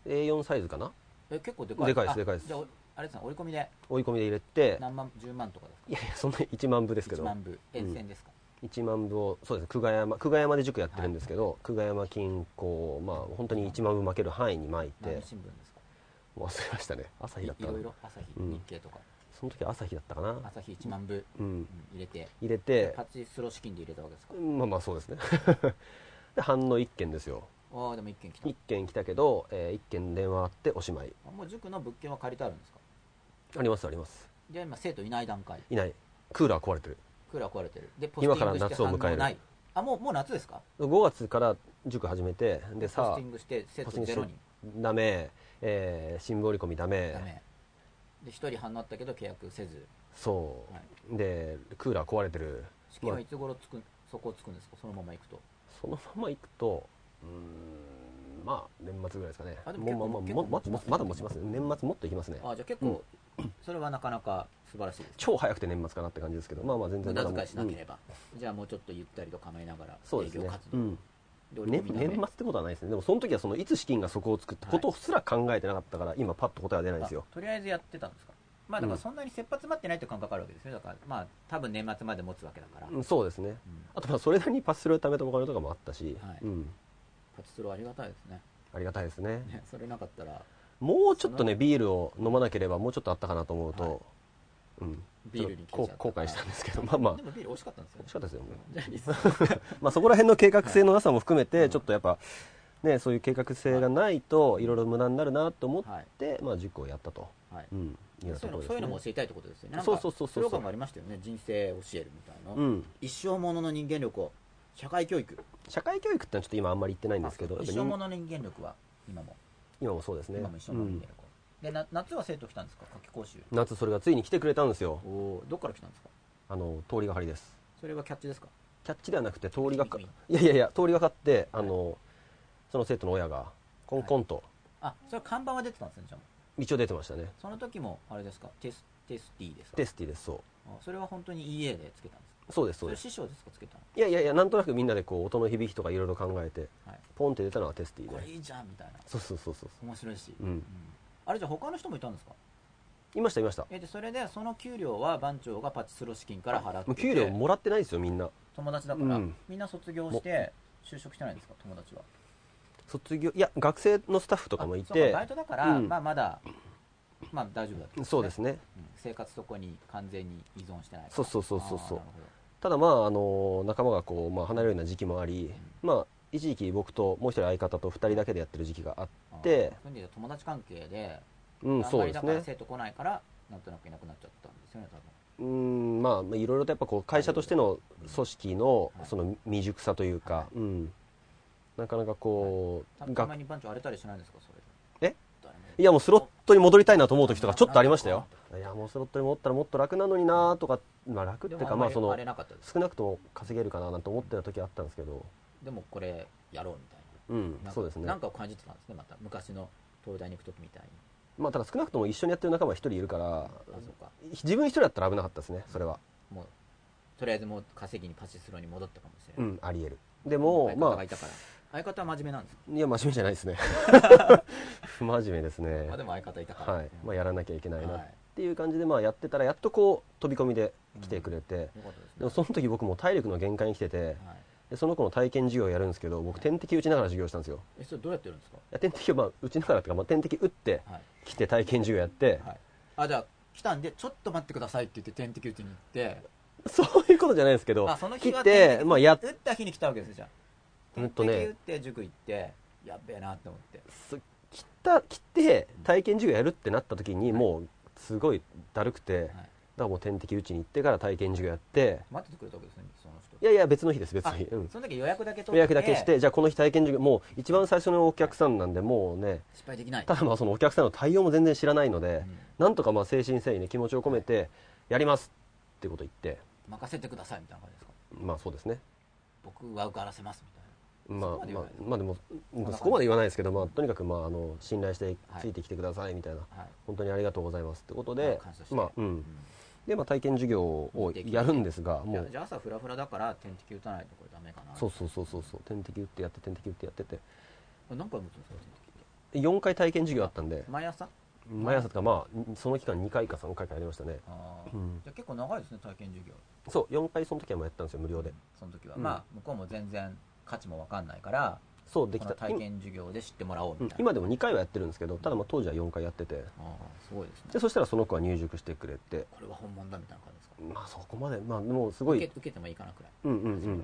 S2: A4 サイズかな
S1: え結構でかい
S2: でかいです
S1: あ
S2: でかいです
S1: じゃあおあれですね折り込みで
S2: 追い込みで入れて
S1: 何万10万とかですか
S2: いやいやそんな1万部ですけ
S1: 1
S2: ど
S1: 万部沿線ですか、
S2: 1万部をそうですね久我山久我山で塾やってるんですけど、久我山近郊まあ本当に1万部負ける範囲に巻い
S1: 何
S2: て
S1: 新聞ですか
S2: 忘れましたね朝
S1: い
S2: 日だった
S1: い
S2: か
S1: ろ
S2: ない
S1: ろ朝日、
S2: うん
S1: 日経とか
S2: その時朝日だったかな
S1: 朝日1万部、うん
S2: うん
S1: 入れて
S2: 入れて
S1: パチスロ資金で入れたわけですか、
S2: まあまあそうですね で反応1件ですよ
S1: ああでも1件来た
S2: 1件来たけど、え1件電話あっておしまい
S1: あもう塾の物件は借りてあるんですか
S2: ありますあります
S1: で今生徒いない段階
S2: いないクーラー壊れてる
S1: クーラー壊れてるでポスティ
S2: 今
S1: ングして
S2: から夏を迎える
S1: 反応ないあもうもう夏ですか
S2: 5月から塾始めてで
S1: ポス
S2: さ
S1: ティングして生
S2: ポス
S1: 徒
S2: テ
S1: ゼ
S2: ィ
S1: ロ
S2: ングし
S1: 人
S2: ダメ、えー新聞折り込みダメ
S1: ダメで1人反応あったけど契約せず
S2: そう、
S1: は
S2: でクーラー壊れてる
S1: 資金
S2: ま
S1: は
S2: あ
S1: いつ頃つくそこをつくんですかそのまま行くと
S2: そのまま行くとうーんまあ年末ぐらいですかね
S1: あでも結構
S2: うまあ
S1: 結
S2: ま
S1: 構
S2: あもまだ
S1: 持ちますね
S2: まだ持ちますね年末もっと行きますね
S1: あじゃあ結構、それはなかなか素晴らしいです
S2: 超早くて年末かなって感じですけどまあまあ全
S1: 無
S2: 然
S1: 駄
S2: まだ
S1: 遣いしなけ
S2: う
S1: れ
S2: ん
S1: ば、じゃあもうちょっとゆったりと構えながら
S2: そう
S1: 営
S2: です
S1: 業
S2: ね、
S1: 活動、
S2: うん
S1: で折り
S2: ね、
S1: 込み
S2: 年末ってことはないですねでもその時はそのいつ資金がそこを作ったことすら考えてなかったから、今パッと答えは出ないんですよ
S1: あとりあえずやってたんですかまあだからそんなに切羽詰まってないという感覚あるわけですよだからまあ多分年末まで持つわけだから、
S2: うんそうですねあとまあそれなりにパスするためとお金とかもあったし、
S1: はい
S2: うん、
S1: パチスロありがたいですね
S2: ありがたいですね
S1: ねそれなかったら
S2: もうちょっとねビールを飲まなければもうちょっとあったかなと思うと、
S1: はい
S2: うん
S1: ビールに
S2: ちょっとこう後悔したんですけどまあまあ
S1: でもビール美味しかったんですよ、ね、
S2: 美味しかったで
S1: じゃあリスナ
S2: すよ
S1: ー
S2: まあそこら辺の計画性のなさも含めて、ちょっとやっぱ、ね、そういう計画性がないといろいろ無駄になるなと思って、まあ塾をやったと、
S1: はい
S2: うん、いうような
S1: そ
S2: と
S1: ういう
S2: こ
S1: のそうい
S2: ろですね
S1: うのも教えたいってことですよねなんか
S2: そうそうそうそう
S1: スローガンがありましたよね人生教えるみたいな、
S2: うん、
S1: 一生ものの人間力を社会教育
S2: 社会教育ってのはちょっと今あんまり言ってないんですけどやっぱ
S1: 一
S2: り
S1: 生ものの人間力は今も、
S2: 今もそうですね
S1: 今も一生もの人間力を、でな夏は生徒来たんですか夏期講習
S2: うん夏それがついに来てくれたんですよ
S1: おおどっから来たんですか
S2: あの通りがかりです
S1: それはキャッチですか
S2: キャッチではなくて通りがか
S1: 見
S2: い
S1: に
S2: やいやいや通りがかってあのその生徒の親がコンコンと、
S1: あそれ看板は出てたんですねじゃあもう
S2: 一応出てましたね
S1: その時もあれですかテステスティですか
S2: テスティですそ
S1: あそれは本当に EA でつけたんですか
S2: うそうですそ
S1: そうれ
S2: です
S1: 師匠ですかつけたの、
S2: いやいやいやなんとなくみんなでこう音の響きとかいろいろ考えて
S1: はい、
S2: ポンって出たのがテスティ
S1: これ
S2: で
S1: いいじゃんみたいな
S2: そうそうそうそう
S1: 面白いし、
S2: うん
S1: あれじゃあ他の人もいたんですか
S2: いましたいました
S1: えでそれでその給料は番長がパチスロ資金から払って
S2: もう
S1: て
S2: 給料もらってないですよみんな
S1: 友達だから、
S2: うん
S1: みんな卒業して就職してないんですか友達は
S2: 卒業いや学生のスタッフと
S1: と
S2: かもい
S1: そう
S2: て
S1: かバイトだから、
S2: うん
S1: まあ、まだ、まあ、大丈夫だってこと
S2: そうですね
S1: うん生活そこに完全に依存してないから
S2: そうそうそうそうそ
S1: あーなる
S2: う
S1: ほど
S2: ただまああの仲間がこう、まあ、離れるような時期もあり、まあ一時期僕ともう一人相方と二人だけでやってる時期があ
S1: あー
S2: っ
S1: そ
S2: て
S1: ういう意味で友達関係で、
S2: うん
S1: あん
S2: そ
S1: ま
S2: う
S1: り
S2: で
S1: だ
S2: す
S1: から
S2: ね
S1: 生徒来ないからなんとなくいなくなっちゃったんですよね多分
S2: うんまあいろいろとやっぱこう会社としての組織の
S1: はい
S2: その未熟さというか、
S1: は
S2: うん、なかなかこう、
S1: た
S2: が
S1: まに番長荒れたりしないんですかそれ
S2: え
S1: 誰も
S2: いやもうスロットに戻りたいなと思う時とかちょっとありましたよいやもうスロットに戻ったらもっと楽なのになとか、まあ、楽っていう
S1: でも
S2: か
S1: んま
S2: まあ
S1: り
S2: その
S1: 荒れなかったです
S2: 少なくとも稼げるかななんて思ってた時あったんですけど
S1: でもこれやろうみたい
S2: う
S1: な
S2: ん
S1: なんか
S2: そうですね
S1: なんかを感じてたんですねまた昔の東大に行く時みたいに
S2: まあただ少なくとも一緒にやってる仲間一人いるから
S1: あそうか
S2: 自分一人だったら危なかったですねそれは
S1: もうとりあえずもう稼ぎにパチスロに戻ったかもしれ
S2: う
S1: ない、
S2: んあり得るでも
S1: 相方
S2: ま
S1: が
S2: あ
S1: いたから、相方は真面目なんですか、
S2: いや真面目じゃないです ね不真面目ですね
S1: まあ、でも相方いたから、
S2: はいまあやらなきゃいけないな
S1: はい
S2: っていう感じでまあやってたらやっとこう飛び込みで来てくれて
S1: よかったですね
S2: でもその時僕もう体力の限界に来てて
S1: はい、
S2: でその子の体験授業をやるんですけど僕点滴打ちながら授業したんですよ
S1: えそれどうやってるんですか
S2: いや点滴をまあ打ちながらっていうか、まあ、点滴打って
S1: はい、
S2: 来て体験授業やって、
S1: はい、あじゃあ来たんでちょっと待ってくださいって言って点滴打ちに行って
S2: そういうことじゃないですけど
S1: あその日
S2: 来
S1: は
S2: て、まあ、やっ
S1: 打った日に来たわけですねじゃあ
S2: うんとね
S1: 点滴打って塾行ってやっべえなって思って
S2: す来た来て体験授業やるってなった時にもうすごいだるくて、だからもう点滴打ちに行ってから体験授業やって
S1: 待っててくれたわけですねその人
S2: いやいや別の日です別の日、
S1: あ
S2: うん、
S1: その時予約だけ取って
S2: 予約だけして、じゃあこの日体験授業もう一番最初のお客さんなんでもうね
S1: 失敗できない
S2: ただまあそのお客さんの対応も全然知らないので、
S1: うん
S2: なんとかまあ精神誠意に気持ちを込めてやりますってこと言って
S1: 任せてくださいみたいな感じですか
S2: まあそうですね
S1: 僕は受からせますみたいな
S2: ま
S1: そ
S2: あ
S1: こまで言わない、
S2: まあまあでも
S1: 感じ
S2: そこまで言わないですけど、まあ、とにかく、まあ、あの信頼して
S1: はい
S2: ついてきてくださいみたいな、
S1: はい
S2: 本当にありがとうございますってこと
S1: まあ
S2: で
S1: 感謝し、て
S2: まあう
S1: うん
S2: ん、でまあ、体験授業をやるんですが
S1: い
S2: も
S1: や
S2: う
S1: じゃあ朝フラフラだから点滴打たないとこれダメかな
S2: そうそうそうそうそう点滴打ってやって点滴打ってやってて
S1: 何回も打つんですか点滴っ
S2: 4回体験授業あったんで
S1: て毎朝
S2: 毎朝とか、まあ、その期間2回か3回かやりましたね
S1: ああ、
S2: うん
S1: じゃあ結構長いですね体験授業
S2: そう4回その時はもうやったんですよ無料で
S1: その時は、
S2: うん
S1: まあ向こうも全然価値も分かんないから
S2: そうでき
S1: この
S2: た
S1: 体験授業で知ってもらおう
S2: う
S1: み
S2: ん
S1: たいな、
S2: 今でも2回はやってるんですけどただまあ当時は4回やってて
S1: ああすごいですね
S2: でそしたらその子は入塾してくれて
S1: これは本物だみたいな感じですか
S2: まあそこまでまあでもすご
S1: 受
S2: い
S1: け受けてもいいかなくらい、
S2: うんうん
S1: それは、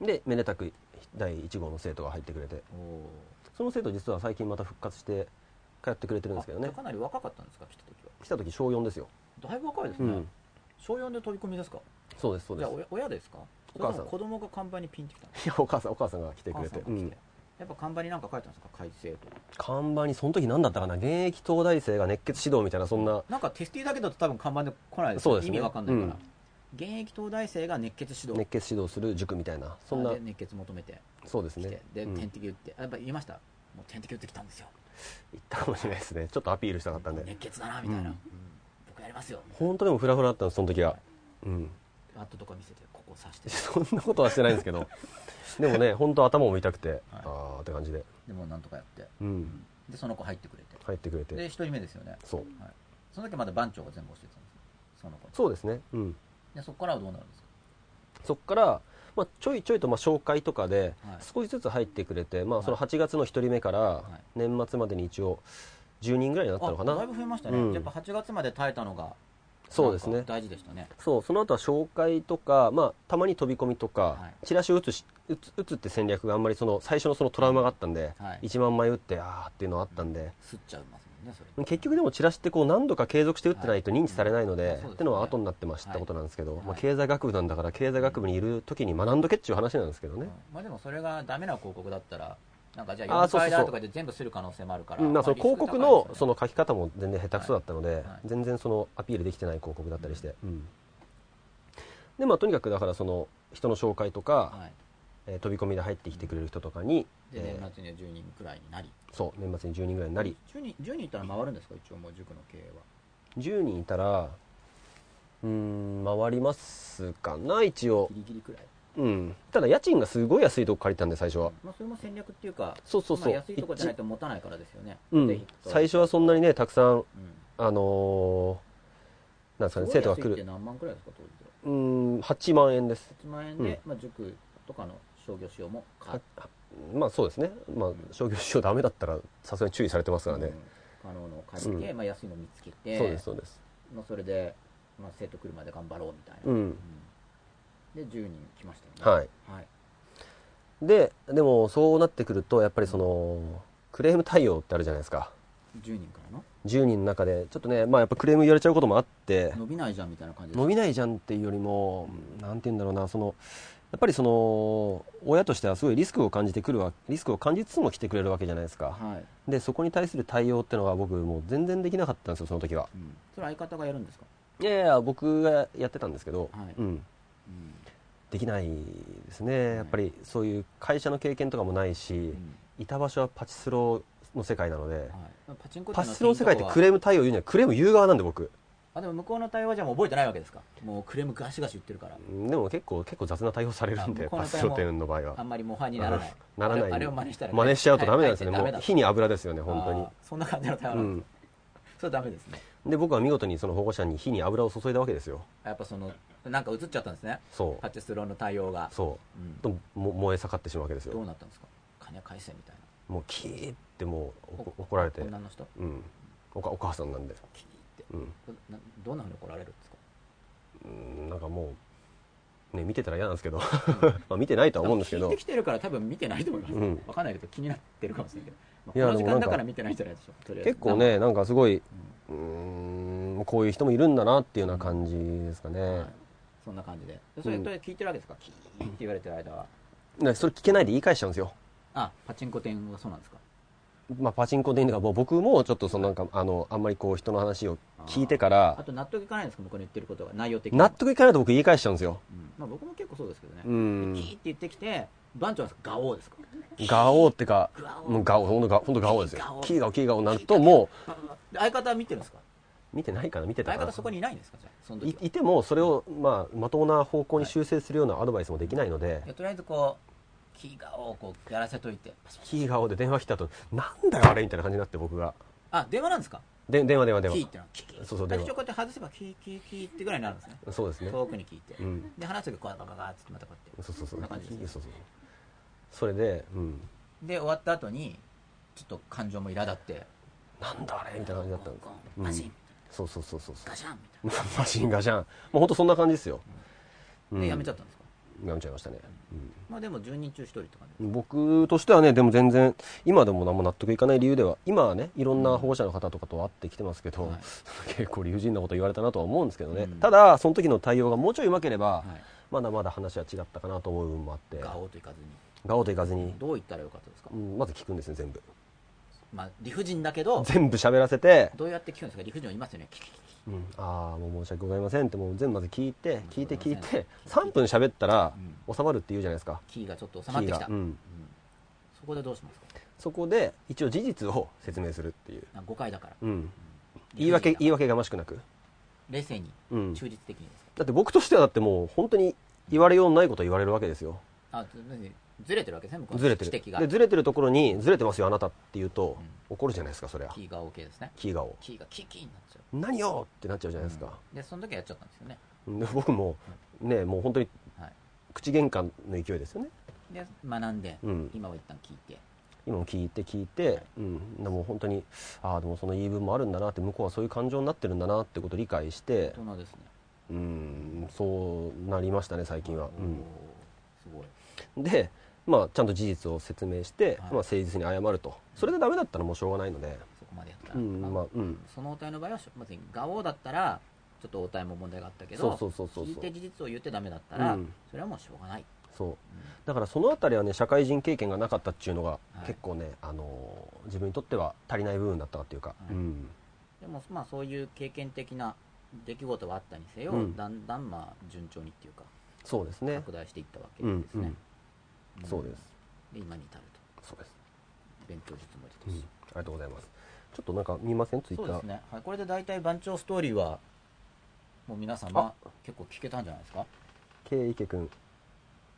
S2: うんでめでたく第1号の生徒が入ってくれ
S1: う
S2: て
S1: ん、おお
S2: その生徒実は最近また復活して通ってくれてるんですけど
S1: あじゃ
S2: ね
S1: あかなり若かったんですか来た時は
S2: 来た時小4ですよ、
S1: だいぶ若いです
S2: う
S1: ね、
S2: ん、
S1: 小4で飛び込みですか
S2: そうですそう
S1: じゃ
S2: で
S1: あ
S2: すい
S1: 親親ですか
S2: お母さん
S1: それとも子供が看板にピンってきたんです
S2: や お母さんお母さんが来て
S1: か
S2: くれて、
S1: お母さ
S2: うん
S1: が来
S2: ん
S1: て、やっぱ看板に何か書いたんですか改正とか
S2: 看板にその時何だったかな現役東大生が熱血指導みたいなそんな
S1: なんかテスティだけだと多分看板で来ないです
S2: そうですね
S1: 意味わかんないから、
S2: うん
S1: 現役東大生が熱血指導
S2: 熱血指導する塾みたいなそんな
S1: で熱血求めて
S2: そうです
S1: 来て、
S2: ね
S1: で
S2: うん
S1: 点滴打って、あやっぱ言いましたもう点滴打ってきたんですよ
S2: 行ったかもしれないですねちょっとアピールしたかったんで
S1: 熱血だなみたいな、
S2: うん
S1: うん僕やりますよ
S2: 本当でもフラフラだったんですその時はうん
S1: バットとか見せてここ刺して
S2: そんなことはしてないんですけ どでもね本当頭も痛くて、ああーって感じで
S1: でもうなんとかやって
S2: うん
S1: でその子入ってくれて
S2: 入ってくれて
S1: で一人目ですよね
S2: そう
S1: その時まだ番長が全部教えてたんですよその子に
S2: そうですねうん
S1: でそこからはどうなるんですか
S2: そっから、まあ、ちょいちょいとまあ紹介とかで
S1: はい
S2: 少しずつ入ってくれて、まあ、その
S1: は
S2: 8月の1人目から
S1: い
S2: 年末までに一応10人ぐらいになったのかな、
S1: あだいぶ増えましたね、
S2: うん
S1: やっぱ8月まで耐えたのが
S2: そうです
S1: なん
S2: ね
S1: か大事でしたね
S2: そうその後は紹介とか、まあ、たまに飛び込みとか、
S1: はい
S2: チラシを打つし打つ打つって戦略があんまりその最初のそのトラウマがあったんで、
S1: はい
S2: 1万枚打ってあーっていうのがあったんで、
S1: 吸っちゃいますもんねそれ
S2: 結局でもチラシってこう何度か継続して打ってないと認知されないので、
S1: はいうんそうですね
S2: ってのは後になってましたことなんですけど、
S1: はい
S2: まあ、経済学部なんだから経済学部にいる時に学んどけっていう話なんですけど
S1: う
S2: ね、
S1: んまあでもそれがダメな広告だったらなんかじゃ
S2: あ
S1: あ
S2: ーそ
S1: 4
S2: うそうそ
S1: 回
S2: う
S1: だとかで全部する可能性もあるから
S2: うんまあ、その
S1: まあリ
S2: 広
S1: スク高
S2: 告
S1: い
S2: の
S1: です
S2: そ
S1: よね
S2: の書き方も全然下手くそだったので、
S1: はい
S2: 全然そのアピールできてない広告だったりして、うんでまあとにかくだからその人の紹介とか、
S1: はい
S2: えー飛び込みで入ってきてくれる人とかに、
S1: で
S2: えー
S1: 年末には10人くらいになり
S2: そう年末に10人ぐらいになり
S1: 10人 ,10 人いったら回るんですか一応もう塾の経営は
S2: 10人いたらうーん回りますかな一応
S1: ギ、リギリくらい、
S2: うん、ただ家賃がすごい安いとこ借りたんで最初は、
S1: まあ、それも戦略っていうか
S2: そうそうそう
S1: まあ、安いとこじゃないと持たないからですよね、
S2: うん、最
S1: 初、
S2: 初はそんなにねたくさ
S1: う
S2: ん
S1: ん
S2: あのーなんですか
S1: すご
S2: ね
S1: い
S2: 生徒が
S1: 安い
S2: 来
S1: って
S2: る
S1: 何万くらいですか当時は
S2: うん8万円です
S1: 1万円で、まあ、塾とかの商業使用も買
S2: は
S1: っ
S2: まあそうですね、まあ、商業使用ダメだったらさすがに注意されてますから
S1: う
S2: ね
S1: ん、可能のを借りて、
S2: う
S1: まあ、安いの見つけて
S2: そうですそうです
S1: まあ、それで、まあ、生徒来るまで頑張ろうみたいな、
S2: うん
S1: うんで10人来ましたよね
S2: はい
S1: はい、
S2: ででもそうなってくるとやっぱりそのクレーム対応ってあるじゃないですか
S1: 10人からの
S2: 10人の中でちょっとね、まあ、やっぱクレーム言われちゃうこともあって
S1: 伸びないじゃんみたいな感じです
S2: 伸びないじゃんっていうよりも、なんて言うんだろうなそのやっぱりその親としてはすごいリスクを感じてくるわリスクを感じつつも来てくれるわけじゃないですか、
S1: はい、
S2: でそこに対する対応ってのは僕もう全然できなかったんですよその時は
S1: うん、それ相方がやるんですか、
S2: いやいや僕がやってたんですけど、
S1: はい
S2: うん、
S1: うん
S2: できないですねやっぱりそういう会社の経験とかもないし、いた場所はパチスロの世界なので
S1: はい、パチンコ
S2: パチスロの世界ってク
S1: レ
S2: レーム対応言うにはクレーム言う側なんで僕
S1: あでも向こうの対応はじゃあもう覚えてないわけですかもうクレームガシガシ言ってるから
S2: うんでも結構結構雑な対応されるん
S1: あ
S2: で
S1: 向こう
S2: パ
S1: の
S2: チ
S1: 対
S2: ス
S1: 応も
S2: ロ店の場合
S1: あ
S2: は
S1: んまりもうファンにならない
S2: ならない
S1: あれあれを真似したら
S2: 真似しちゃうとダメなんですよね、
S1: はい
S2: も
S1: は
S2: う
S1: い
S2: 火に油ですよね本当に
S1: あーそんな感じの対応なんですね、それダメですね
S2: うん、で僕は見事にその保護者に火に油を注いだわけですよ
S1: やっぱそのなんか映っちゃったんですね
S2: そ
S1: パチスロの対応が
S2: う、そ
S1: うん
S2: うとも燃え盛ってしまうわけです
S1: ど
S2: よ
S1: うなったんですか金返せみたい
S2: もうキーってもうお
S1: な
S2: 怒られて
S1: 女の人
S2: うんおかお母さんなんで、
S1: キーって
S2: うん、
S1: などんなふうに怒られるんですか
S2: うんなんかもうね見てたら嫌なんですけど まあ見てないとは思うんですけ
S1: 聞
S2: ど
S1: いてきてるから多分見てないと思います、
S2: うん
S1: わかんないけど気になってるかもしれないけど、
S2: いや
S1: まあこの時
S2: でもなん
S1: 間
S2: か
S1: だから見てないんじゃないでしょうとりあえず
S2: 結構ねなんかすごいうんうーんこういう人もいるんだなっていうような感じですかね、
S1: はいそんな感じででそれとりあえず聞いてるわけですか、キーって言われてる間は
S2: でそれ聞けないで言い返しちゃうんですよ
S1: あパチンコ店はそうなんですか
S2: まあ、パチンコでいいんだからもう僕もちょっとそのなんかあのあんまりこう人の話を聞いてか
S1: あ
S2: ら
S1: と納得いかないんですか向こうの言ってることが内容的に
S2: 納得いかないと僕言い返しちゃうんですよ
S1: うんまあ、僕も結構そうですけどね、
S2: う
S1: キーっ
S2: ん
S1: て言ってきて番長はガオーですか
S2: ガオーってか
S1: ガオー
S2: もうガオーほんとガオほんとガオーです
S1: ガ
S2: よ
S1: オー
S2: キーガオキーガオになるとも
S1: で相方は見てるんですか
S2: う見てないかな見てた
S1: 相
S2: か
S1: 方
S2: な
S1: そこにいないんですかじゃあその時はい
S2: いてもそれを、まあ、まともな方向に修正するようなアドバイスもできないので、
S1: いやとりあえずこうキーガオーをこうやらせといてパシパシ
S2: キーガオで電話来た後なんだよあれみたいな感じになって僕が
S1: あ電話なんですか
S2: で電話電話電
S1: キー
S2: 話
S1: ってのはキーキー
S2: そうそう
S1: で
S2: 電
S1: 一応
S2: 話
S1: こうやって外せばキーキーキーってぐらいになるんですね
S2: そうですね
S1: 遠くに聞いて、
S2: うん
S1: で話す時こうガガガガってまたこうやって
S2: そうそう
S1: こ
S2: そ
S1: ん
S2: う
S1: な感じですね
S2: そうそうそうそれで、うん、
S1: で終わった後にちょっと感情も苛立って
S2: なんだあれみたいな感じだったんです
S1: ゴンゴ
S2: う
S1: ン
S2: ん
S1: マシン
S2: そうそうそうそうそう
S1: ガシャンみたい
S2: マシンガシャンもう本当そんな感じですよ、
S1: なでやめちゃったたんですか、
S2: やめちゃいましたね、
S1: まあでも10人中1人って感じ
S2: うん僕としてはねでも全然今でも何も納得いかない理由では今はねいろんな保護者の方とかと会ってきてますけど、
S1: はい
S2: 結構理不尽なこと言われたなとは思うんですけどね、
S1: うん
S2: ただその時の対応がもうちょいうまければ、
S1: はい
S2: まだまだ話は違ったかなと思う部分もあって
S1: ガオーといかずに
S2: ガオといかずに、
S1: どう言ったらよかったですか、
S2: うんまず聞くんですね全部
S1: まあ、理不尽だけど
S2: 全部喋らせて、
S1: どうやって聞くんですか理不尽を言いますよねキキキキ
S2: うんああもう申し訳ございませんってもう全部まず聞いて聞いて聞い
S1: ござい
S2: て
S1: ません
S2: 3分喋ったら
S1: う
S2: 収まるって言うじゃないですか
S1: キーがちょっと収まってきた、
S2: キーがうん
S1: うんそこでどうしますか
S2: そこで一応事実を説明するっていう、
S1: なんか誤解だから
S2: うん、言い
S1: 理
S2: 訳
S1: 不
S2: 言
S1: 尽
S2: い
S1: だ
S2: 訳がましくなく、
S1: 冷静に
S2: うん、だ
S1: 中立的にですか、
S2: って僕としてはだってもう本当に言われようのないことを言われるわけですよ
S1: あずずれてるわけですね向こうの
S2: ずれてる
S1: 指摘が
S2: でずれてるところにずれてますよあなたって言うと、
S1: う
S2: 怒るじゃないですかそりゃ
S1: キーが OK ですね
S2: キーガを
S1: キーがキーキーになっちゃう
S2: 何よってなっちゃうじゃないですか、
S1: でその時はやっちゃったんですよね
S2: で僕もねもう本当に
S1: はい
S2: 口喧嘩の勢いですよね、
S1: で学んで、
S2: うん、
S1: 今は一旦聞いて
S2: 今も聞いて聞いて、うん、でも本当にああでもその言い分もあるんだなって向こうはそういう感情になってるんだなってことを理解して
S1: 大人ですね
S2: うんそうなりましたね最近は、
S1: お
S2: う
S1: ー
S2: ん
S1: すごい
S2: で、まあ、ちゃんと事実を説明して、
S1: はい
S2: まあ、誠実に謝るとそれでダメだったらもうしょうがないので、
S1: そこまでやったら、
S2: うん
S1: まあ
S2: まあうん、
S1: その応対の場合はまずガオーだったらちょっと応対も問題があったけど
S2: そうそうそうそう
S1: 聞いて事実を言ってダメだったら、
S2: うん
S1: それはもうしょうがない、
S2: そう
S1: うん
S2: だからそのあたりはね社会人経験がなかったっていうのが
S1: い
S2: 結構ね、あのー自分にとっては足りない部分だったっていうか、
S1: はい
S2: うん
S1: でもまあそういう経験的な出来事はあったにせよ、
S2: うん
S1: だんだんまあ順調にっていうか
S2: そうですね
S1: 拡大していったわけ
S2: う
S1: です
S2: ん、う
S1: ね
S2: ん、、そうです
S1: で今に至ると
S2: そうです、
S1: 勉強術も出
S2: う
S1: てる
S2: ん、あ
S1: し、
S2: りがとうございますちょっとなんか見ませんツイッタ
S1: そ
S2: ー
S1: うですね、はい、これで大体番長ストーリーはもう皆様結構聞けたんじゃないですか
S2: K 池君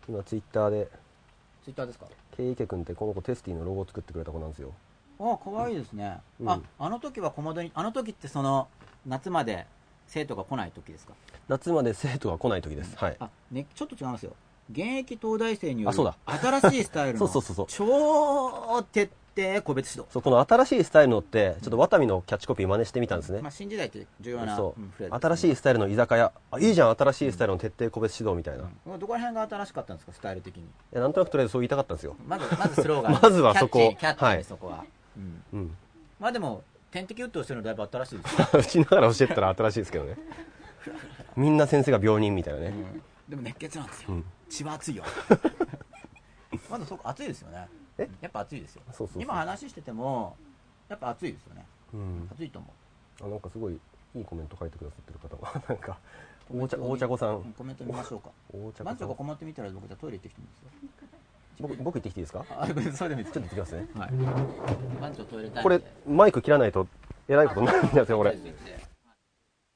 S2: 今ツイッターで
S1: ツイッターですか
S2: K 池君ってこの子テスティのロゴを作ってくれた子なんですよ
S1: ああ可愛いですね、
S2: うん
S1: ああの時は小窓にあの時ってその夏まで生徒が来ない時ですか
S2: 夏まで生徒が来ない時です、はい
S1: あ、ね、ちょっと違いますよ現役東大生によ
S2: あそうだ
S1: る新しいスタイルの
S2: そうそうそう
S1: 超徹底個別指導
S2: そうこの新しいスタイルのってちょっとワタミのキャッチコピー真似してみたんですね
S1: まあ、新時代って重要な
S2: そう
S1: うんフレーズですね
S2: 新しいスタイルの居酒屋あいいじゃん新しいスタイルの徹底個別指導みたいな、い
S1: うんどこら辺が新しかったんですかスタイル的に
S2: やなんとなくとりあえずそう言いたかったんですよ、
S1: まずまずスローガン
S2: まずはそこ
S1: キャッチーキャッチー
S2: はい
S1: そこは、うん
S2: うん、
S1: まあでも点滴打って教えるのだいぶ新しいですよ、
S2: 打ちながら教えたら新しいですけどねみんな先生が病人みたいなね、
S1: でも熱血なんですよ、
S2: うん
S1: 血は熱いよ まだそこ熱いですよね
S2: え
S1: やっぱ熱いですよ
S2: そうそうそう
S1: 今話しててもやっぱ熱いですよね
S2: うん、
S1: 熱いと思う
S2: あなんかすごいいいコメント書いてくださってる方 がなんかお茶お茶子さ
S1: うん
S2: ん
S1: コメント見ましょうか
S2: お茶
S1: ま
S2: 子
S1: ず
S2: さ
S1: ここ
S2: ん
S1: 持ってみたら僕じゃあトイレ行ってきてもいいですよ
S2: 僕僕行ってきていいですか
S1: あ、ごめんそれでもいいで
S2: ち
S1: す
S2: ょっと行ってきますね
S1: はい。番長トイレタイム
S2: これマイク切らないとえらいことになるんですよこれ
S1: ちょっと行って